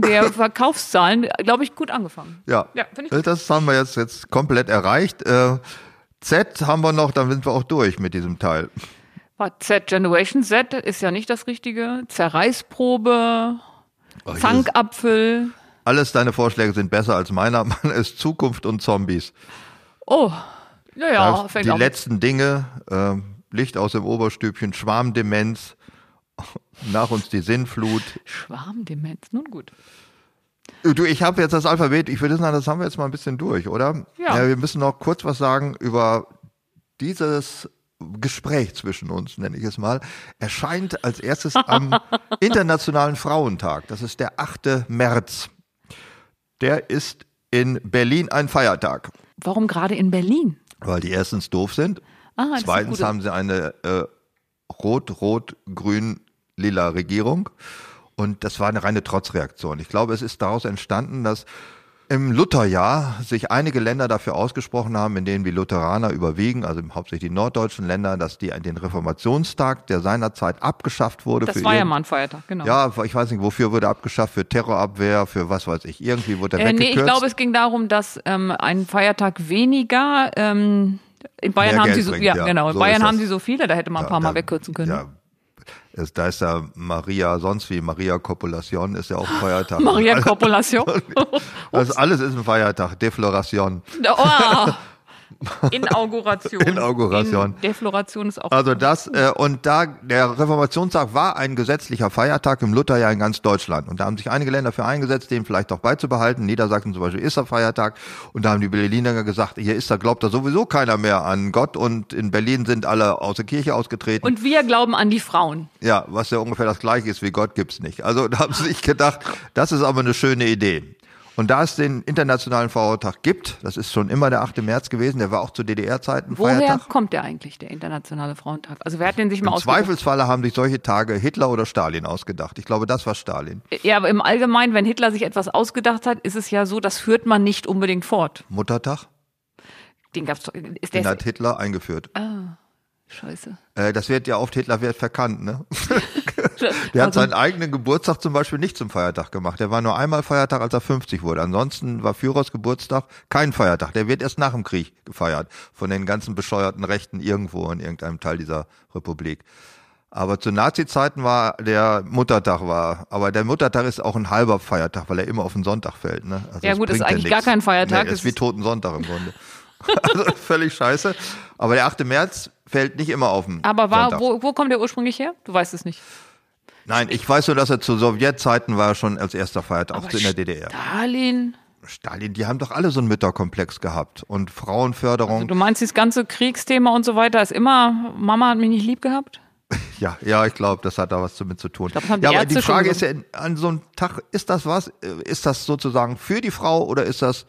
A: (laughs)
B: der Verkaufszahlen, glaube ich, gut angefangen.
A: Ja, Äh,
B: Ja, finde ich.
A: das haben wir jetzt, jetzt komplett erreicht. Äh, Z haben wir noch, dann sind wir auch durch mit diesem Teil.
B: War Z Generation Z ist ja nicht das richtige. Zerreißprobe,
A: Oh,
B: Oh,
A: hier
B: Zankapfel.
A: Alles deine Vorschläge sind besser als meiner. (laughs) Man ist Zukunft und Zombies.
B: Oh, naja,
A: Ja,
B: fängt
A: die
B: auch mit
A: letzten Dinge, ähm, Licht aus dem Oberstübchen, Schwarmdemenz, (laughs) nach uns die Sinnflut.
B: Schwarmdemenz. Nun gut.
A: Du, ich habe jetzt das Alphabet, ich würde sagen, das haben wir jetzt mal ein bisschen durch, oder?
B: Ja.
A: wir müssen noch kurz was sagen über dieses Gespräch zwischen uns, nenne ich es mal, erscheint als erstes am Internationalen Frauentag. Das ist der 8. März. Der ist in Berlin ein Feiertag,
B: Warum gerade in Berlin?
A: weil die erstens doof sind
B: Ah, das ist eine
A: Zweitens
B: gute-
A: haben sie eine äh, rot-rot-grün-lila Regierung. Und das war eine reine Trotzreaktion. Ich glaube, es ist daraus entstanden, dass im Lutherjahr sich einige Länder dafür ausgesprochen haben, in denen die Lutheraner überwiegen, also hauptsächlich die norddeutschen Länder, dass die an den Reformationstag, der seinerzeit abgeschafft wurde,
B: das
A: für
B: war ja
A: irgend-
B: mal ein Feiertag, genau.
A: ja, ich weiß nicht, wofür wurde abgeschafft, für Terrorabwehr, für was weiß ich, irgendwie wurde er
B: Äh, nee,
A: weggekürzt.
B: ich glaube, es ging darum, dass ähm, ein Feiertag weniger. Ähm, in Bayern
A: Mehr
B: haben
A: Geld
B: sie so,
A: bringt,
B: ja,
A: ja.
B: genau. In
A: So ist
B: Bayern
A: das.
B: haben sie so viele, da hätte man ein paar
A: da-
B: Mal wegkürzen können.
A: Ja. Es, da ist ja Maria, sonst wie Maria Kopulation ist ja auch ein Feiertag.
B: (laughs) Ah, Maria
A: also,
B: Korpulation.
A: (laughs) also alles ist ein Feiertag. Defloration.
B: oh, Inauguration.
A: Inauguration.
B: In Defloration ist auch.
A: Also das, äh, und da, der Reformationstag war ein gesetzlicher Feiertag im Lutherjahr in ganz Deutschland. Und da haben sich einige Länder für eingesetzt, den vielleicht auch beizubehalten. Niedersachsen zum Beispiel ist der Feiertag. Und da haben die Berliner gesagt, hier ist da, glaubt da sowieso keiner mehr an Gott. Und in Berlin sind alle aus der Kirche ausgetreten.
B: und wir glauben an die Frauen.
A: Ja, was ja ungefähr das gleiche ist wie Gott gibt's nicht. Also (laughs) da haben sie sich gedacht, das ist aber eine schöne Idee. Und da es den internationalen Feiertag gibt, das ist schon immer der 8. März gewesen, der war auch zu DDR-Zeiten
B: Woher
A: Feiertag.
B: kommt der eigentlich, der internationale Frauentag? Also wer hat den sich mal
A: Im
B: ausgedacht?
A: Zweifelsfalle haben sich solche Tage Hitler oder Stalin ausgedacht. Ich glaube, das war Stalin.
B: Ja, aber im Allgemeinen, wenn Hitler sich etwas ausgedacht hat, ist es ja so, das führt man nicht unbedingt fort.
A: Muttertag,
B: Den gab's doch. Ist
A: den
B: der
A: hat Hitler eingeführt.
B: Scheiße.
A: Äh, das wird ja oft Hitler wird verkannt,
B: (laughs)
A: ne? Der hat
B: Also,
A: seinen eigenen Geburtstag zum Beispiel nicht zum Feiertag gemacht. Der war nur einmal Feiertag, als er 50 wurde. Ansonsten war Führers Geburtstag kein Feiertag. Der wird erst nach dem Krieg gefeiert. Von den ganzen bescheuerten Rechten irgendwo in irgendeinem Teil dieser Republik. Aber zu Nazi-Zeiten war der Muttertag war. Aber der Muttertag ist auch ein halber Feiertag, weil er immer auf den Sonntag fällt. Ne? Also
B: Ja,
A: es
B: gut, ist
A: bringt
B: eigentlich
A: nix.
B: gar kein Feiertag.
A: Nee,
B: Das
A: ist wie
B: ist-
A: Totensonntag im Grunde. also völlig scheiße. Aber der 8. März fällt nicht immer auf den
B: aber
A: Sonntag.
B: war, wo, wo kommt der ursprünglich her? Du weißt es nicht.
A: Nein, ich weiß nur, dass er zu Sowjetzeiten war schon als erster Feiertag, auch in der DDR.
B: Stalin.
A: Stalin, die haben doch alle so einen Mütterkomplex gehabt und Frauenförderung.
B: Also Du meinst, dieses ganze Kriegsthema und so weiter ist immer, Mama hat mich nicht lieb gehabt?
A: ja, ja, ich glaube, das hat da was damit zu tun.
B: glaub, das haben
A: ja,
B: die
A: aber die
B: Ärzte schon
A: Frage ist ja, an so einem Tag, ist das was? Äh, Ist das sozusagen für die Frau oder ist das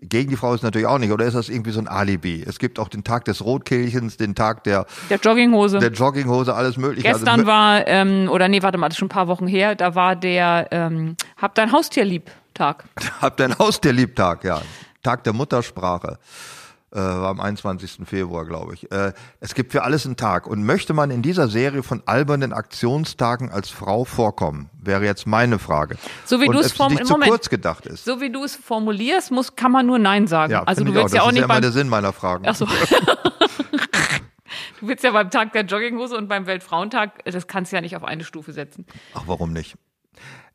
A: gegen die Frau ist natürlich auch nicht, oder ist das irgendwie so ein Alibi? Es gibt auch den Tag des Rotkehlchens, den Tag der,
B: Der Jogginghose.
A: der Jogginghose, alles mögliche.
B: Gestern
A: also,
B: war, ähm, oder nee, warte mal, das ist schon ein paar Wochen her, da war der ähm, Hab dein Haustier lieb Tag.
A: Hab dein Haustierliebtag, ja. Tag der Muttersprache. Äh, war am 21. Februar, glaube ich. Äh, es gibt für alles einen Tag. Und möchte man in dieser Serie von albernen Aktionstagen als Frau vorkommen? Wäre jetzt meine Frage.
B: So wie
A: Und
B: du es
A: ob sie
B: vom-
A: nicht zu
B: Moment.
A: kurz gedacht ist.
B: So wie du es formulierst, muss, kann man nur Nein sagen.
A: ja,
B: also
A: finde
B: du
A: ich
B: willst
A: auch.
B: ja
A: das
B: auch
A: ist
B: nicht
A: ja immer
B: beim,
A: der Sinn meiner Fragen.
B: Ach so. du willst ja beim Tag der Jogginghose und beim Weltfrauentag, das kannst du ja nicht auf eine Stufe setzen.
A: Ach, warum nicht?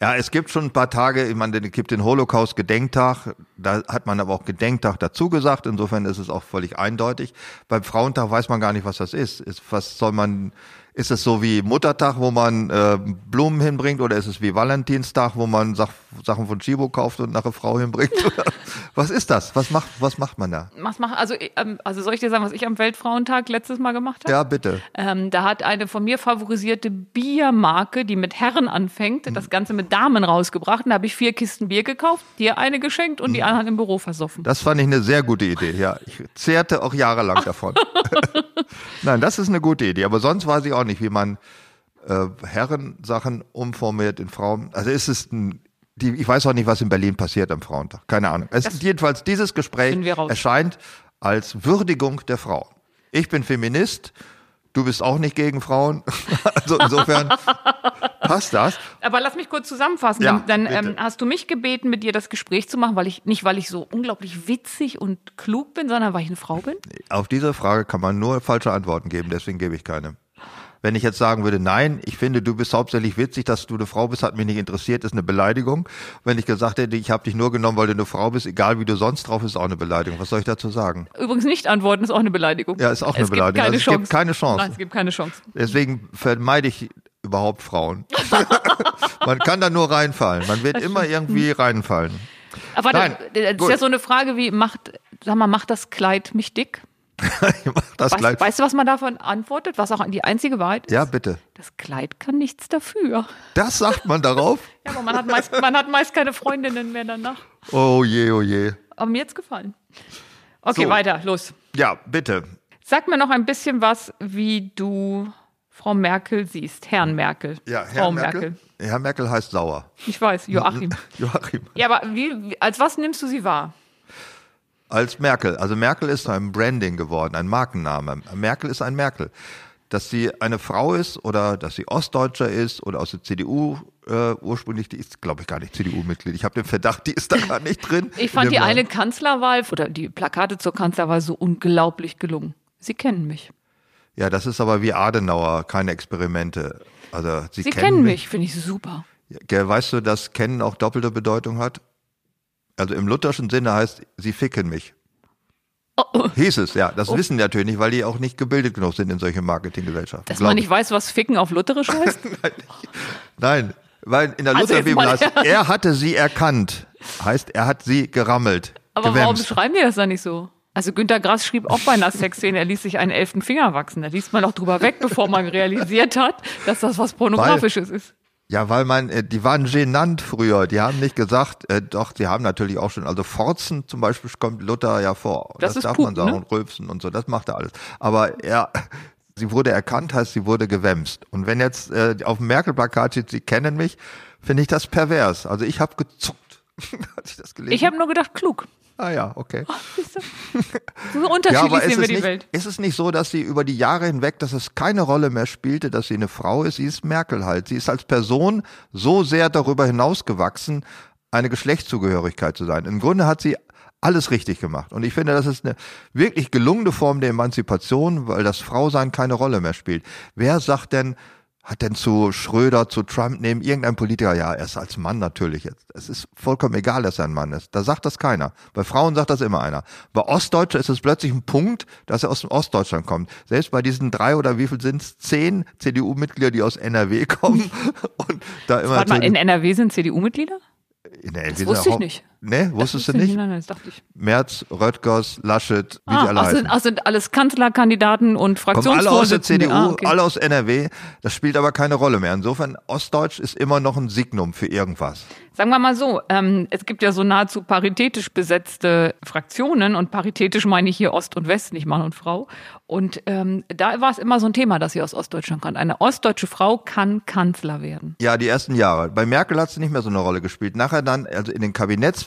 A: Ja, es gibt schon ein paar Tage, ich meine, es gibt den Holocaust-Gedenktag, da hat man aber auch Gedenktag dazu gesagt, insofern ist es auch völlig eindeutig. Beim Frauentag weiß man gar nicht, was das ist. ist was soll man, ist es so wie Muttertag, wo man äh, Blumen hinbringt, oder ist es wie Valentinstag, wo man Sach Sachen von Chibo kauft und nach einer Frau hinbringt? (laughs) was ist das? Was macht, was macht man da?
B: Was mach, also, ähm, also soll ich dir sagen, was ich am Weltfrauentag letztes Mal gemacht habe?
A: Ja, bitte. Mhm.
B: Ähm, da hat eine von mir favorisierte Biermarke, die mit Herren anfängt, das Ganze mit Damen rausgebracht. Und da habe ich vier Kisten Bier gekauft, dir eine geschenkt und
A: Mhm.
B: die anderen im Büro versoffen.
A: Das fand ich eine sehr gute Idee, ja. Ich zehrte auch
B: (laughs)
A: jahrelang davon. (laughs) Nein, das ist eine gute Idee. Aber sonst weiß ich auch nicht, wie man äh, Herrensachen umformiert in Frauen. Also ist es ein die, ich weiß auch nicht, was in Berlin passiert am Frauentag. Keine Ahnung. Es ist jedenfalls dieses Gespräch
B: Finden wir raus.
A: erscheint als Würdigung der Frau. Ich bin Feminist, du bist auch nicht gegen Frauen. (laughs) Also
B: (laughs)
A: insofern passt das.
B: Aber lass mich kurz zusammenfassen.
A: Ja,
B: dann
A: bitte.
B: dann ähm, hast du mich gebeten, mit dir das Gespräch zu machen, weil ich nicht, weil ich so unglaublich witzig und klug bin, sondern weil ich eine Frau bin.
A: Auf diese Frage kann man nur falsche Antworten geben, deswegen gebe ich keine. Wenn ich jetzt sagen würde, nein, ich finde, du bist hauptsächlich witzig, dass du eine Frau bist, hat mich nicht interessiert, ist eine Beleidigung. Wenn ich gesagt hätte, ich habe dich nur genommen, weil du eine Frau bist, egal wie du sonst drauf bist, auch eine Beleidigung. Was soll ich dazu sagen?
B: Übrigens nicht antworten ist auch eine Beleidigung.
A: Ja, ist auch eine
B: es
A: Beleidigung.
B: Gibt keine
A: Also es gibt
B: Chance.
A: keine Chance.
B: Nein, es gibt keine Chance.
A: Deswegen vermeide ich überhaupt Frauen. man kann da nur reinfallen. Man wird immer irgendwie reinfallen.
B: Aber
A: Nein,
B: da, das
A: gut.
B: ist ja so eine Frage wie macht, sag mal, macht das Kleid mich dick?
A: Ich mach das
B: Weißt,
A: gleich.
B: weißt du, was man davon antwortet? Was auch die einzige Wahrheit ist?
A: Ja, bitte.
B: Das Kleid kann nichts dafür.
A: Das sagt man darauf.
B: Ja, aber man hat meist, man hat meist keine Freundinnen mehr danach.
A: Oh je, oh je.
B: Aber mir jetzt gefallen. Okay,
A: So.
B: weiter, los.
A: Ja, bitte.
B: Sag mir noch ein bisschen was, wie du Frau Merkel siehst, Herrn Merkel.
A: Ja,
B: Frau
A: Herr Merkel. Herr Merkel heißt sauer.
B: Ich
A: (laughs)
B: weiß, Joachim.
A: Joachim.
B: ja, aber wie, wie- als was nimmst du sie wahr?
A: Als Merkel. Also Merkel ist ein Branding geworden, ein Markenname. Merkel ist ein Merkel. Dass sie eine Frau ist oder dass sie Ostdeutscher ist oder aus der CDU äh, ursprünglich, die ist, glaube ich, gar nicht CDU-Mitglied. Ich habe den Verdacht, die ist da gar nicht drin.
B: (laughs) Ich fand
A: In
B: die
A: dem
B: eine Kanzlerwahl oder die Plakate zur Kanzlerwahl so unglaublich gelungen. Sie kennen mich.
A: Ja, das ist aber wie Adenauer, keine Experimente. Also sie,
B: Sie kennen mich, finde ich super.
A: mich. Gell, Weißt du, dass kennen auch doppelte Bedeutung hat? Also im lutherschen Sinne heißt, sie ficken mich.
B: Oh, oh,
A: Hieß es, ja. Das wissen die natürlich nicht, weil die auch nicht gebildet genug sind in solche Marketinggesellschaften.
B: dass
A: glaub
B: man
A: ich.
B: nicht weiß, was Ficken auf Lutherisch heißt.
A: Nein, weil in der
B: Also jetzt
A: Lutherbibel
B: mal
A: heißt, er hatte sie erkannt. Heißt, er hat sie gerammelt.
B: Aber warum
A: gewämst.
B: schreiben die das dann nicht so? Also Günter Grass schrieb auch
A: (laughs)
B: bei einer Sexszene, er ließ sich einen elften Finger wachsen. Da liest man auch drüber weg, bevor man realisiert hat, dass das was Pornografisches ist.
A: Ja, weil man, äh, die waren genannt früher. Die haben nicht gesagt, äh, doch, die haben natürlich auch schon, also Forzen zum Beispiel kommt Luther ja vor.
B: Das ist
A: darf man
B: Pupen,
A: sagen
B: ne?
A: und Rülpsen und so, das macht er alles. Aber er, (laughs) sie wurde erkannt, heißt, sie wurde gewämst. Und wenn jetzt äh, auf dem Merkel-Plakat steht, sie kennen mich, finde ich das pervers. Also ich habe gezuckt, (laughs) als ich das gelesen
B: Ich habe nur gedacht, klug.
A: Ah ja, okay.
B: Siehst du? So unterschiedlich sehen wir
A: es
B: die
A: nicht,
B: Welt.
A: ist es nicht so, dass sie über die Jahre hinweg, dass es keine Rolle mehr spielte, dass sie eine Frau ist? Sie ist Merkel halt. Sie ist als Person so sehr darüber hinausgewachsen, eine Geschlechtszugehörigkeit zu sein. Im Grunde hat sie alles richtig gemacht. Und ich finde, das ist eine wirklich gelungene Form der Emanzipation, weil das Frausein keine Rolle mehr spielt. Wer sagt denn, hat denn zu Schröder, zu Trump neben irgendein Politiker, ja, er ist als Mann natürlich jetzt. Es ist vollkommen egal, dass er ein Mann ist. Da sagt das keiner. Bei Frauen sagt das immer einer. Bei Ostdeutschen ist es plötzlich ein Punkt, dass er aus dem Ostdeutschland kommt. Selbst bei diesen drei oder wie viel sind es? Zehn CDU-Mitglieder, die aus NRW (laughs) kommen und da immer
B: Warte mal,
A: so-
B: in NRW sind CDU-Mitglieder?
A: nee, das
B: wusste ich nicht.
A: Nee, wusstest du nicht?
B: Nein, nein, das dachte ich.
A: Merz, Röttgers, Laschet, wie die
B: Ah,
A: alle
B: ach,
A: heißen.
B: sind, ach, sind alles Kanzlerkandidaten und
A: Kommen alle aus der
B: Fraktionsvorsitzende.
A: CDU,
B: ah, okay.
A: alle aus NRW. Das spielt aber keine Rolle mehr. Insofern, Ostdeutsch ist immer noch ein Signum für irgendwas.
B: Sagen wir mal so, ähm, es gibt ja so nahezu paritätisch besetzte Fraktionen und paritätisch meine ich hier Ost und West, nicht Mann und Frau. Und ähm, da war es immer so ein Thema, dass sie aus Ostdeutschland kommt. Eine ostdeutsche Frau kann Kanzler werden.
A: Ja, die ersten Jahre. Bei Merkel hat es nicht mehr so eine Rolle gespielt. Nachher dann, also in den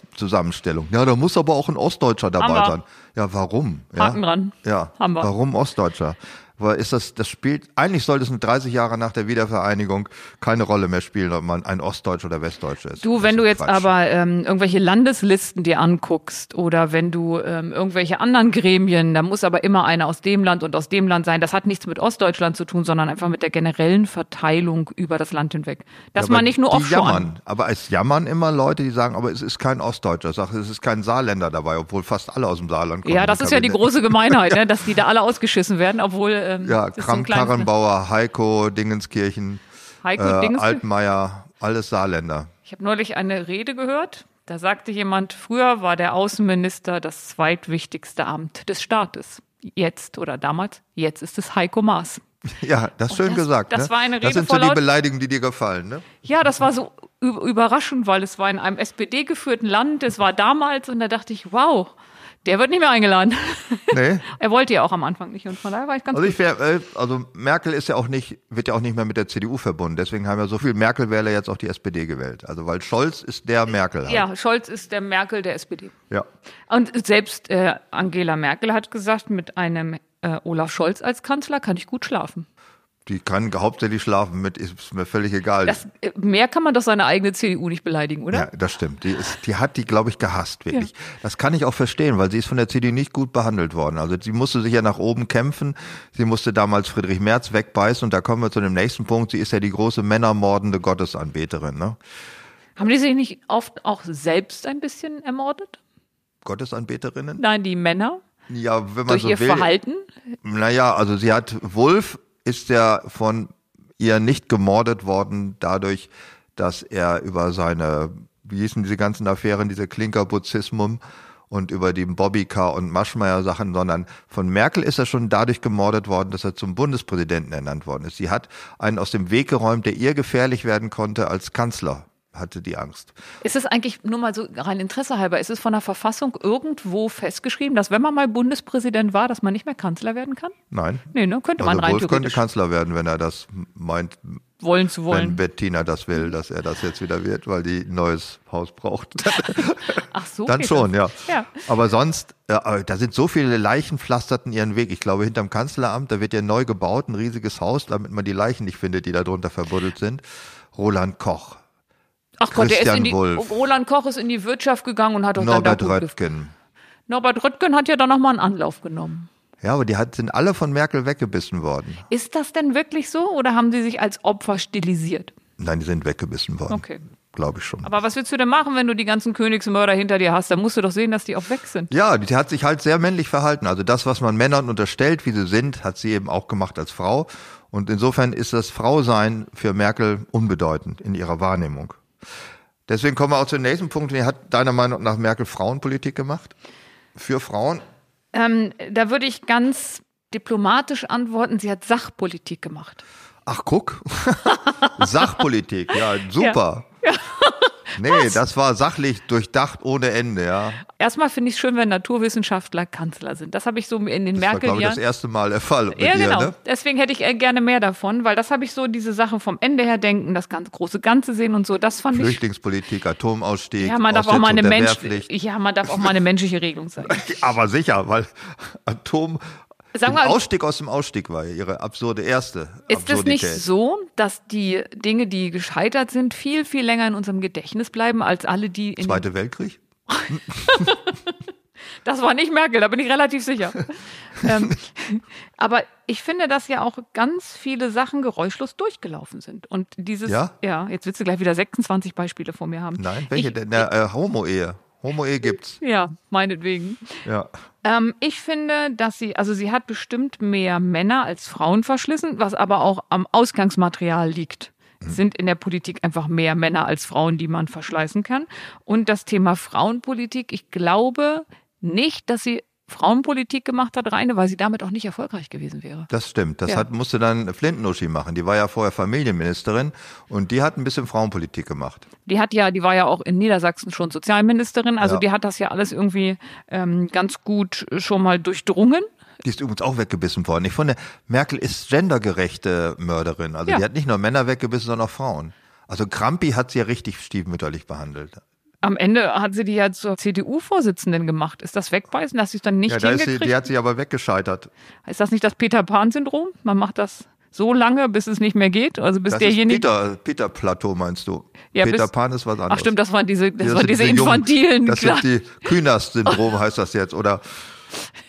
A: Kabinettszusammenstellungen. Ja, da muss aber auch ein Ostdeutscher dabei
B: Haben wir.
A: sein. Ja, warum? Ja.
B: Haken dran.
A: Ja.
B: Haben wir.
A: Warum Ostdeutscher? Weil ist das, das spielt, eigentlich sollte es in 30 Jahre nach der Wiedervereinigung keine Rolle mehr spielen, ob man ein Ostdeutscher oder Westdeutscher ist.
B: Du,
A: Das
B: wenn
A: ist
B: du jetzt
A: Quatsch.
B: aber ähm, irgendwelche Landeslisten dir anguckst oder wenn du ähm, irgendwelche anderen Gremien, da muss aber immer einer aus dem Land und aus dem Land sein. Das hat nichts mit Ostdeutschland zu tun, sondern einfach mit der generellen Verteilung über das Land hinweg. Dass
A: Ja, aber
B: man nicht nur
A: die
B: offshore an-
A: jammern. Aber es jammern immer Leute, die sagen, aber es ist kein Ostdeutscher, sag, es ist kein Saarländer dabei, obwohl fast alle aus dem Saarland kommen.
B: Ja, das
A: im
B: ist ja die
A: Kabinett.
B: große Gemeinheit, ne? dass die
A: (laughs)
B: da alle ausgeschissen werden, obwohl ähm,
A: Ja,
B: es ist
A: Kramp,
B: kleines-
A: Karrenbauer, Heiko, Dingenskirchen,
B: Heiko
A: äh,
B: Dings.
A: Altmaier, alles Saarländer. (laughs)
B: Ich habe neulich eine Rede gehört. Da sagte jemand, früher war der Außenminister das zweitwichtigste Amt des Staates. Jetzt oder damals, jetzt ist es Heiko Maas.
A: Ja, das ist schön
B: das-
A: gesagt.
B: Oh, das
A: ne?
B: war eine
A: Das
B: Rede
A: sind so
B: vor
A: die
B: laut-
A: Beleidigungen, die dir gefallen, ne?
B: Ja, das war so überraschend, weil es war in einem SPD-geführten Land, es war damals und da dachte ich, wow, der wird nicht mehr eingeladen. (laughs)
A: Nee.
B: er wollte ja auch am Anfang nicht und von daher war ich ganz
A: Also ich wäre, also Merkel ist ja auch nicht, wird ja auch nicht mehr mit der CDU verbunden. Deswegen haben ja so viele Merkel-Wähler jetzt auch die SPD gewählt. Also weil Scholz ist der Merkel. Halt.
B: Ja, Scholz ist der Merkel der SPD.
A: Ja.
B: Und selbst äh, Angela Merkel hat gesagt, mit einem äh, Olaf Scholz als Kanzler kann ich gut schlafen.
A: Die kann hauptsächlich schlafen mit, ist mir völlig egal.
B: Das, äh, mehr kann man doch seine eigene CDU nicht beleidigen, oder?
A: Ja, das stimmt. Die, ist, die hat die, glaube ich, gehasst, wirklich. Ja. Das kann ich auch verstehen, weil sie ist von der CDU nicht gut behandelt worden. Also sie musste sich ja nach oben kämpfen. Sie musste damals Friedrich Merz wegbeißen und da kommen wir zu dem nächsten Punkt. Sie ist ja die große männermordende Gottesanbeterin. Ne?
B: Haben die sich nicht oft auch selbst ein bisschen ermordet?
A: Gottesanbeterinnen?
B: Nein, die Männer.
A: Ja, wenn man
B: Durch
A: so
B: ihr
A: will.
B: Verhalten?
A: Naja, also sie hat Wolf ist ja von ihr nicht gemordet worden, dadurch, dass er über seine, wie hießen diese ganzen Affären, diese Klinkerbutzismum und über die Bobbycar und Maschmeyer Sachen, sondern von Merkel ist er schon dadurch gemordet worden, dass er zum Bundespräsidenten ernannt worden ist. Sie hat einen aus dem Weg geräumt, der ihr gefährlich werden konnte als Kanzler hatte die Angst.
B: Ist es eigentlich nur mal so rein Interesse halber, ist es von der Verfassung irgendwo festgeschrieben, dass wenn man mal Bundespräsident war, dass man nicht mehr Kanzler werden kann?
A: Nein.
B: Nee, ne? Könnte man
A: also
B: rein
A: Wolf könnte
B: theoretisch
A: Kanzler werden, wenn er das meint,
B: wollen zu
A: wenn
B: wollen.
A: Bettina das will, dass er das jetzt wieder wird, weil die ein neues Haus braucht.
B: (laughs) Ach so.
A: Dann
B: geht
A: schon, ja.
B: das. Ja.
A: Aber sonst, äh, aber da sind so viele Leichen pflasterten ihren Weg. Ich glaube, hinterm Kanzleramt, da wird ja neu gebaut, ein riesiges Haus, damit man die Leichen nicht findet, die da drunter verbuddelt sind. Roland Koch,
B: Ach Gott, der ist
A: Christian
B: in die,
A: Wolff.
B: Roland Koch ist in die Wirtschaft gegangen und hat doch dann da
A: Norbert
B: gut gef-
A: Röttgen.
B: Norbert Röttgen hat ja dann nochmal einen Anlauf genommen.
A: Ja, aber die hat, sind alle von Merkel weggebissen worden.
B: Ist das denn wirklich so oder haben sie sich als Opfer stilisiert?
A: Nein, die sind weggebissen worden.
B: Okay.
A: Glaube ich schon.
B: Aber was willst du denn machen, wenn du die ganzen Königsmörder hinter dir hast? Dann musst du doch sehen, dass die auch weg sind.
A: Ja, die hat sich halt sehr männlich verhalten. Also das, was man Männern unterstellt, wie sie sind, hat sie eben auch gemacht als Frau. Und insofern ist das Frausein für Merkel unbedeutend in ihrer Wahrnehmung. Deswegen kommen wir auch zum nächsten Punkt. Hat deiner Meinung nach Merkel Frauenpolitik gemacht? Für Frauen?
B: Ähm, da würde ich ganz diplomatisch antworten, sie hat Sachpolitik gemacht.
A: Ach, guck. (laughs) Sachpolitik, ja, super. (laughs) Nee, das war sachlich durchdacht ohne Ende, ja.
B: Erstmal finde ich es schön, wenn Naturwissenschaftler Kanzler sind. Das habe ich so in den
A: Das war, glaube ich, das
B: Merkel-Jahren.
A: erste Mal der Fall mit
B: Ja,
A: ihr,
B: genau.
A: ne?
B: Deswegen hätte ich äh, gerne mehr davon, weil das habe ich so diese Sachen vom Ende her denken, das ganz große Ganze sehen und so. Das fand ich.
A: Flüchtlingspolitik, Atomausstieg,
B: Ja, man darf auch mal eine
A: Aussetzung der
B: Mensch,
A: Wehrpflicht.
B: ja, man darf auch mal eine menschliche Regelung sein.
A: (laughs) Aber sicher, weil Atom
B: Sagen wir
A: im
B: mal-
A: Ausstieg aus dem Ausstieg war ja ihre absurde erste
B: Ist es
A: Absurdität.
B: nicht so, dass die Dinge, die gescheitert sind, viel, viel länger in unserem Gedächtnis bleiben als alle, die in
A: Zweite Weltkrieg?
B: Das war nicht Merkel, da bin ich relativ
A: (laughs)
B: sicher. ähm, aber ich finde, dass ja auch ganz viele Sachen geräuschlos durchgelaufen sind. Und dieses,
A: Ja?
B: jetzt willst du gleich wieder 26 Beispiele vor mir haben.
A: Nein, welche
B: ich,
A: denn? Na, äh, Homo-Ehe. Homo-Ehe gibt's.
B: Ja, meinetwegen.
A: Ja.
B: Ähm, ich finde, dass sie, also sie hat bestimmt mehr Männer als Frauen verschlissen, was aber auch am Ausgangsmaterial liegt. Es Sind in der Politik einfach mehr Männer als Frauen, die man verschleißen kann. Und das Thema Frauenpolitik, ich glaube nicht, dass sie Frauenpolitik gemacht hat, reine, weil sie damit auch nicht erfolgreich gewesen wäre.
A: Das stimmt. Das
B: Ja.
A: hat, musste dann Flintenuschi machen. Die war ja vorher Familienministerin und die hat ein bisschen Frauenpolitik gemacht.
B: Die hat ja, die war ja auch in Niedersachsen schon Sozialministerin, also
A: Ja.
B: die hat das ja alles irgendwie ähm, ganz gut schon mal durchdrungen.
A: Die ist übrigens auch weggebissen worden. Ich finde, Merkel ist gendergerechte Mörderin. Also
B: Ja.
A: die hat nicht nur Männer weggebissen, sondern auch Frauen. Also Krampi hat sie ja richtig stiefmütterlich behandelt.
B: Am Ende hat sie die ja zur CDU-Vorsitzenden gemacht. Ist das Wegbeißen, dass sie es dann nicht
A: Ja, da ist sie,
B: hingekriegt
A: die hat sie aber weggescheitert.
B: Ist das nicht das Peter Pan-Syndrom? Man macht das so lange, bis es nicht mehr geht. Also bis
A: Das ist
B: derjenige.
A: Peter, Peter Plateau meinst du?
B: Ja,
A: Peter
B: bis-
A: Pan ist was anderes.
B: Ach stimmt, das waren diese, das waren
A: sind
B: diese
A: jungen-
B: infantilen,
A: Das
B: klar,
A: sind
B: (laughs)
A: die Kühners-Syndrom heißt das jetzt, oder?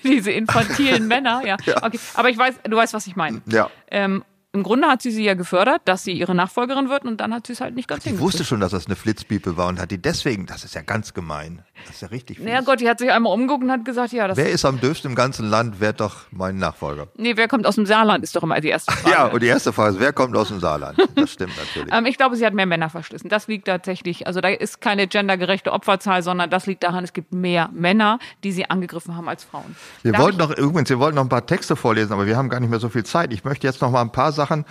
B: diese infantilen Männer,
A: (laughs)
B: ja. Okay. Aber ich weiß, du weißt, was ich meine.
A: Ja.
B: Ähm, Im Grunde hat sie sie ja gefördert, dass sie ihre Nachfolgerin wird und dann hat sie es halt nicht ganz
A: Die wusste schon, dass das eine Flitzpiepe war und hat die deswegen, das ist ja ganz gemein. Das ist ja richtig fies.
B: Na ja, Gott, die hat sich einmal umgeguckt und hat gesagt, ja, das.
A: Wer ist am dürfsten im ganzen Land, wer doch mein Nachfolger?
B: Nee, wer kommt aus dem Saarland, ist doch immer die erste
A: (laughs)
B: Frage.
A: Ja, und die erste Frage ist, wer kommt aus dem Saarland? Das stimmt
B: (laughs)
A: natürlich.
B: Ähm, ich glaube, sie hat mehr Männer verschlissen. Das liegt tatsächlich, also da ist keine gendergerechte Opferzahl, sondern das liegt daran, es gibt mehr Männer, die sie angegriffen haben als Frauen.
A: Wir
B: Darf
A: wollten
B: ich-
A: noch, übrigens, wir wollten noch ein paar Texte vorlesen, aber wir haben gar nicht mehr so viel Zeit. Ich möchte jetzt noch mal ein paar Sachen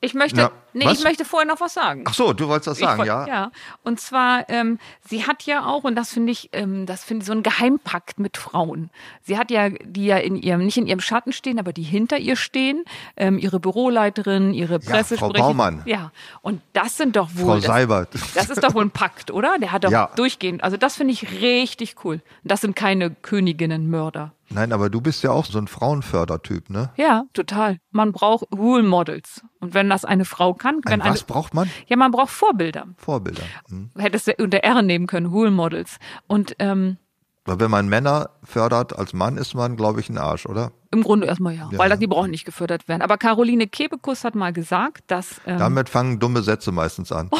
B: Ich möchte
A: Ja.
B: Nee,
A: Was?
B: ich möchte vorher noch was sagen.
A: Ach so, du wolltest das
B: Ich
A: sagen,
B: woll-
A: ja?
B: Ja. Und zwar, ähm, sie hat ja auch, und das finde ich, ähm, das finde ich so ein Geheimpakt mit Frauen. Sie hat ja, die ja in ihrem, nicht in ihrem Schatten stehen, aber die hinter ihr stehen, ähm, ihre Büroleiterin, ihre
A: Frau
B: Pressesprecherin.
A: Baumann.
B: Ja. Und das sind doch wohl.
A: Frau
B: das-
A: Seibert.
B: Das ist doch wohl ein Pakt, oder? Der hat doch
A: Ja.
B: durchgehend. Also das finde ich richtig cool. Das sind keine Königinnenmörder.
A: Nein, aber du bist ja auch so ein Frauenfördertyp, ne?
B: Ja, total. Man braucht Rule Models. Und wenn das eine Frau kann,
A: Ein
B: wenn eine,
A: was braucht man?
B: ja, man braucht Vorbilder.
A: Vorbilder. Hm.
B: hättest du unter R nehmen können, Rule Models. Und ähm,
A: Weil wenn man Männer fördert, als Mann ist man, glaube ich, ein Arsch, oder?
B: im Grunde erstmal ja,
A: Ja,
B: weil
A: ja.
B: die brauchen nicht gefördert werden. Aber Caroline Kebekus hat mal gesagt, dass ähm,
A: Damit fangen dumme Sätze meistens
B: Oh,
A: an.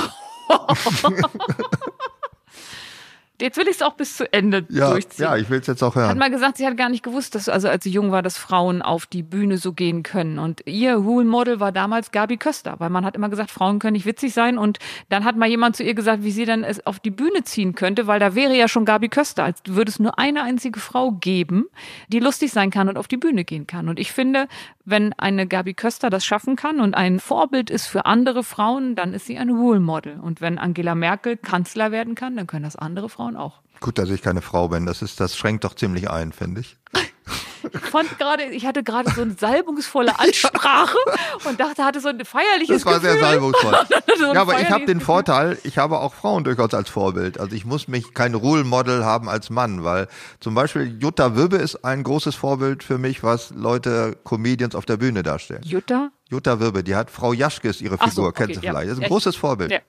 B: jetzt will ich es auch bis zu Ende
A: ja,
B: durchziehen.
A: ja, ich will es jetzt auch
B: hat
A: hören.
B: mal gesagt, sie hat gar nicht gewusst, dass also als sie jung war, dass Frauen auf die Bühne so gehen können. Und ihr Rule Model war damals Gabi Köster, weil man hat immer gesagt, Frauen können nicht witzig sein. Und dann hat mal jemand zu ihr gesagt, wie sie dann es auf die Bühne ziehen könnte, weil da wäre ja schon Gabi Köster, als würde es nur eine einzige Frau geben, die lustig sein kann und auf die Bühne gehen kann. Und ich finde, wenn eine Gabi Köster das schaffen kann und ein Vorbild ist für andere Frauen, dann ist sie ein Rule Model. Und wenn Angela Merkel Kanzler werden kann, dann können das andere Frauen auch.
A: Gut, dass ich keine Frau bin. Das ist, das schränkt doch ziemlich ein, finde ich.
B: fand gerade, ich hatte gerade so eine
A: (laughs)
B: salbungsvolle Ansprache und dachte, hatte so ein feierliches
A: Das war
B: Gefühl.
A: sehr
B: (laughs)
A: salbungsvoll.
B: so ein
A: ja, aber ich habe
B: feierliches
A: den
B: Gefühl.
A: Vorteil, ich habe auch Frauen durchaus als Vorbild. Also ich muss mich kein Rule Model haben als Mann, weil zum Beispiel Jutta Wöbe ist ein großes Vorbild für mich, was Leute Comedians auf der Bühne darstellen.
B: Jutta?
A: Jutta Wöbe, die hat Frau Jaschkes ihre
B: Ach
A: Figur,
B: so, okay,
A: kennst du
B: ja.
A: vielleicht. Das ist ein
B: Ja.
A: großes Vorbild.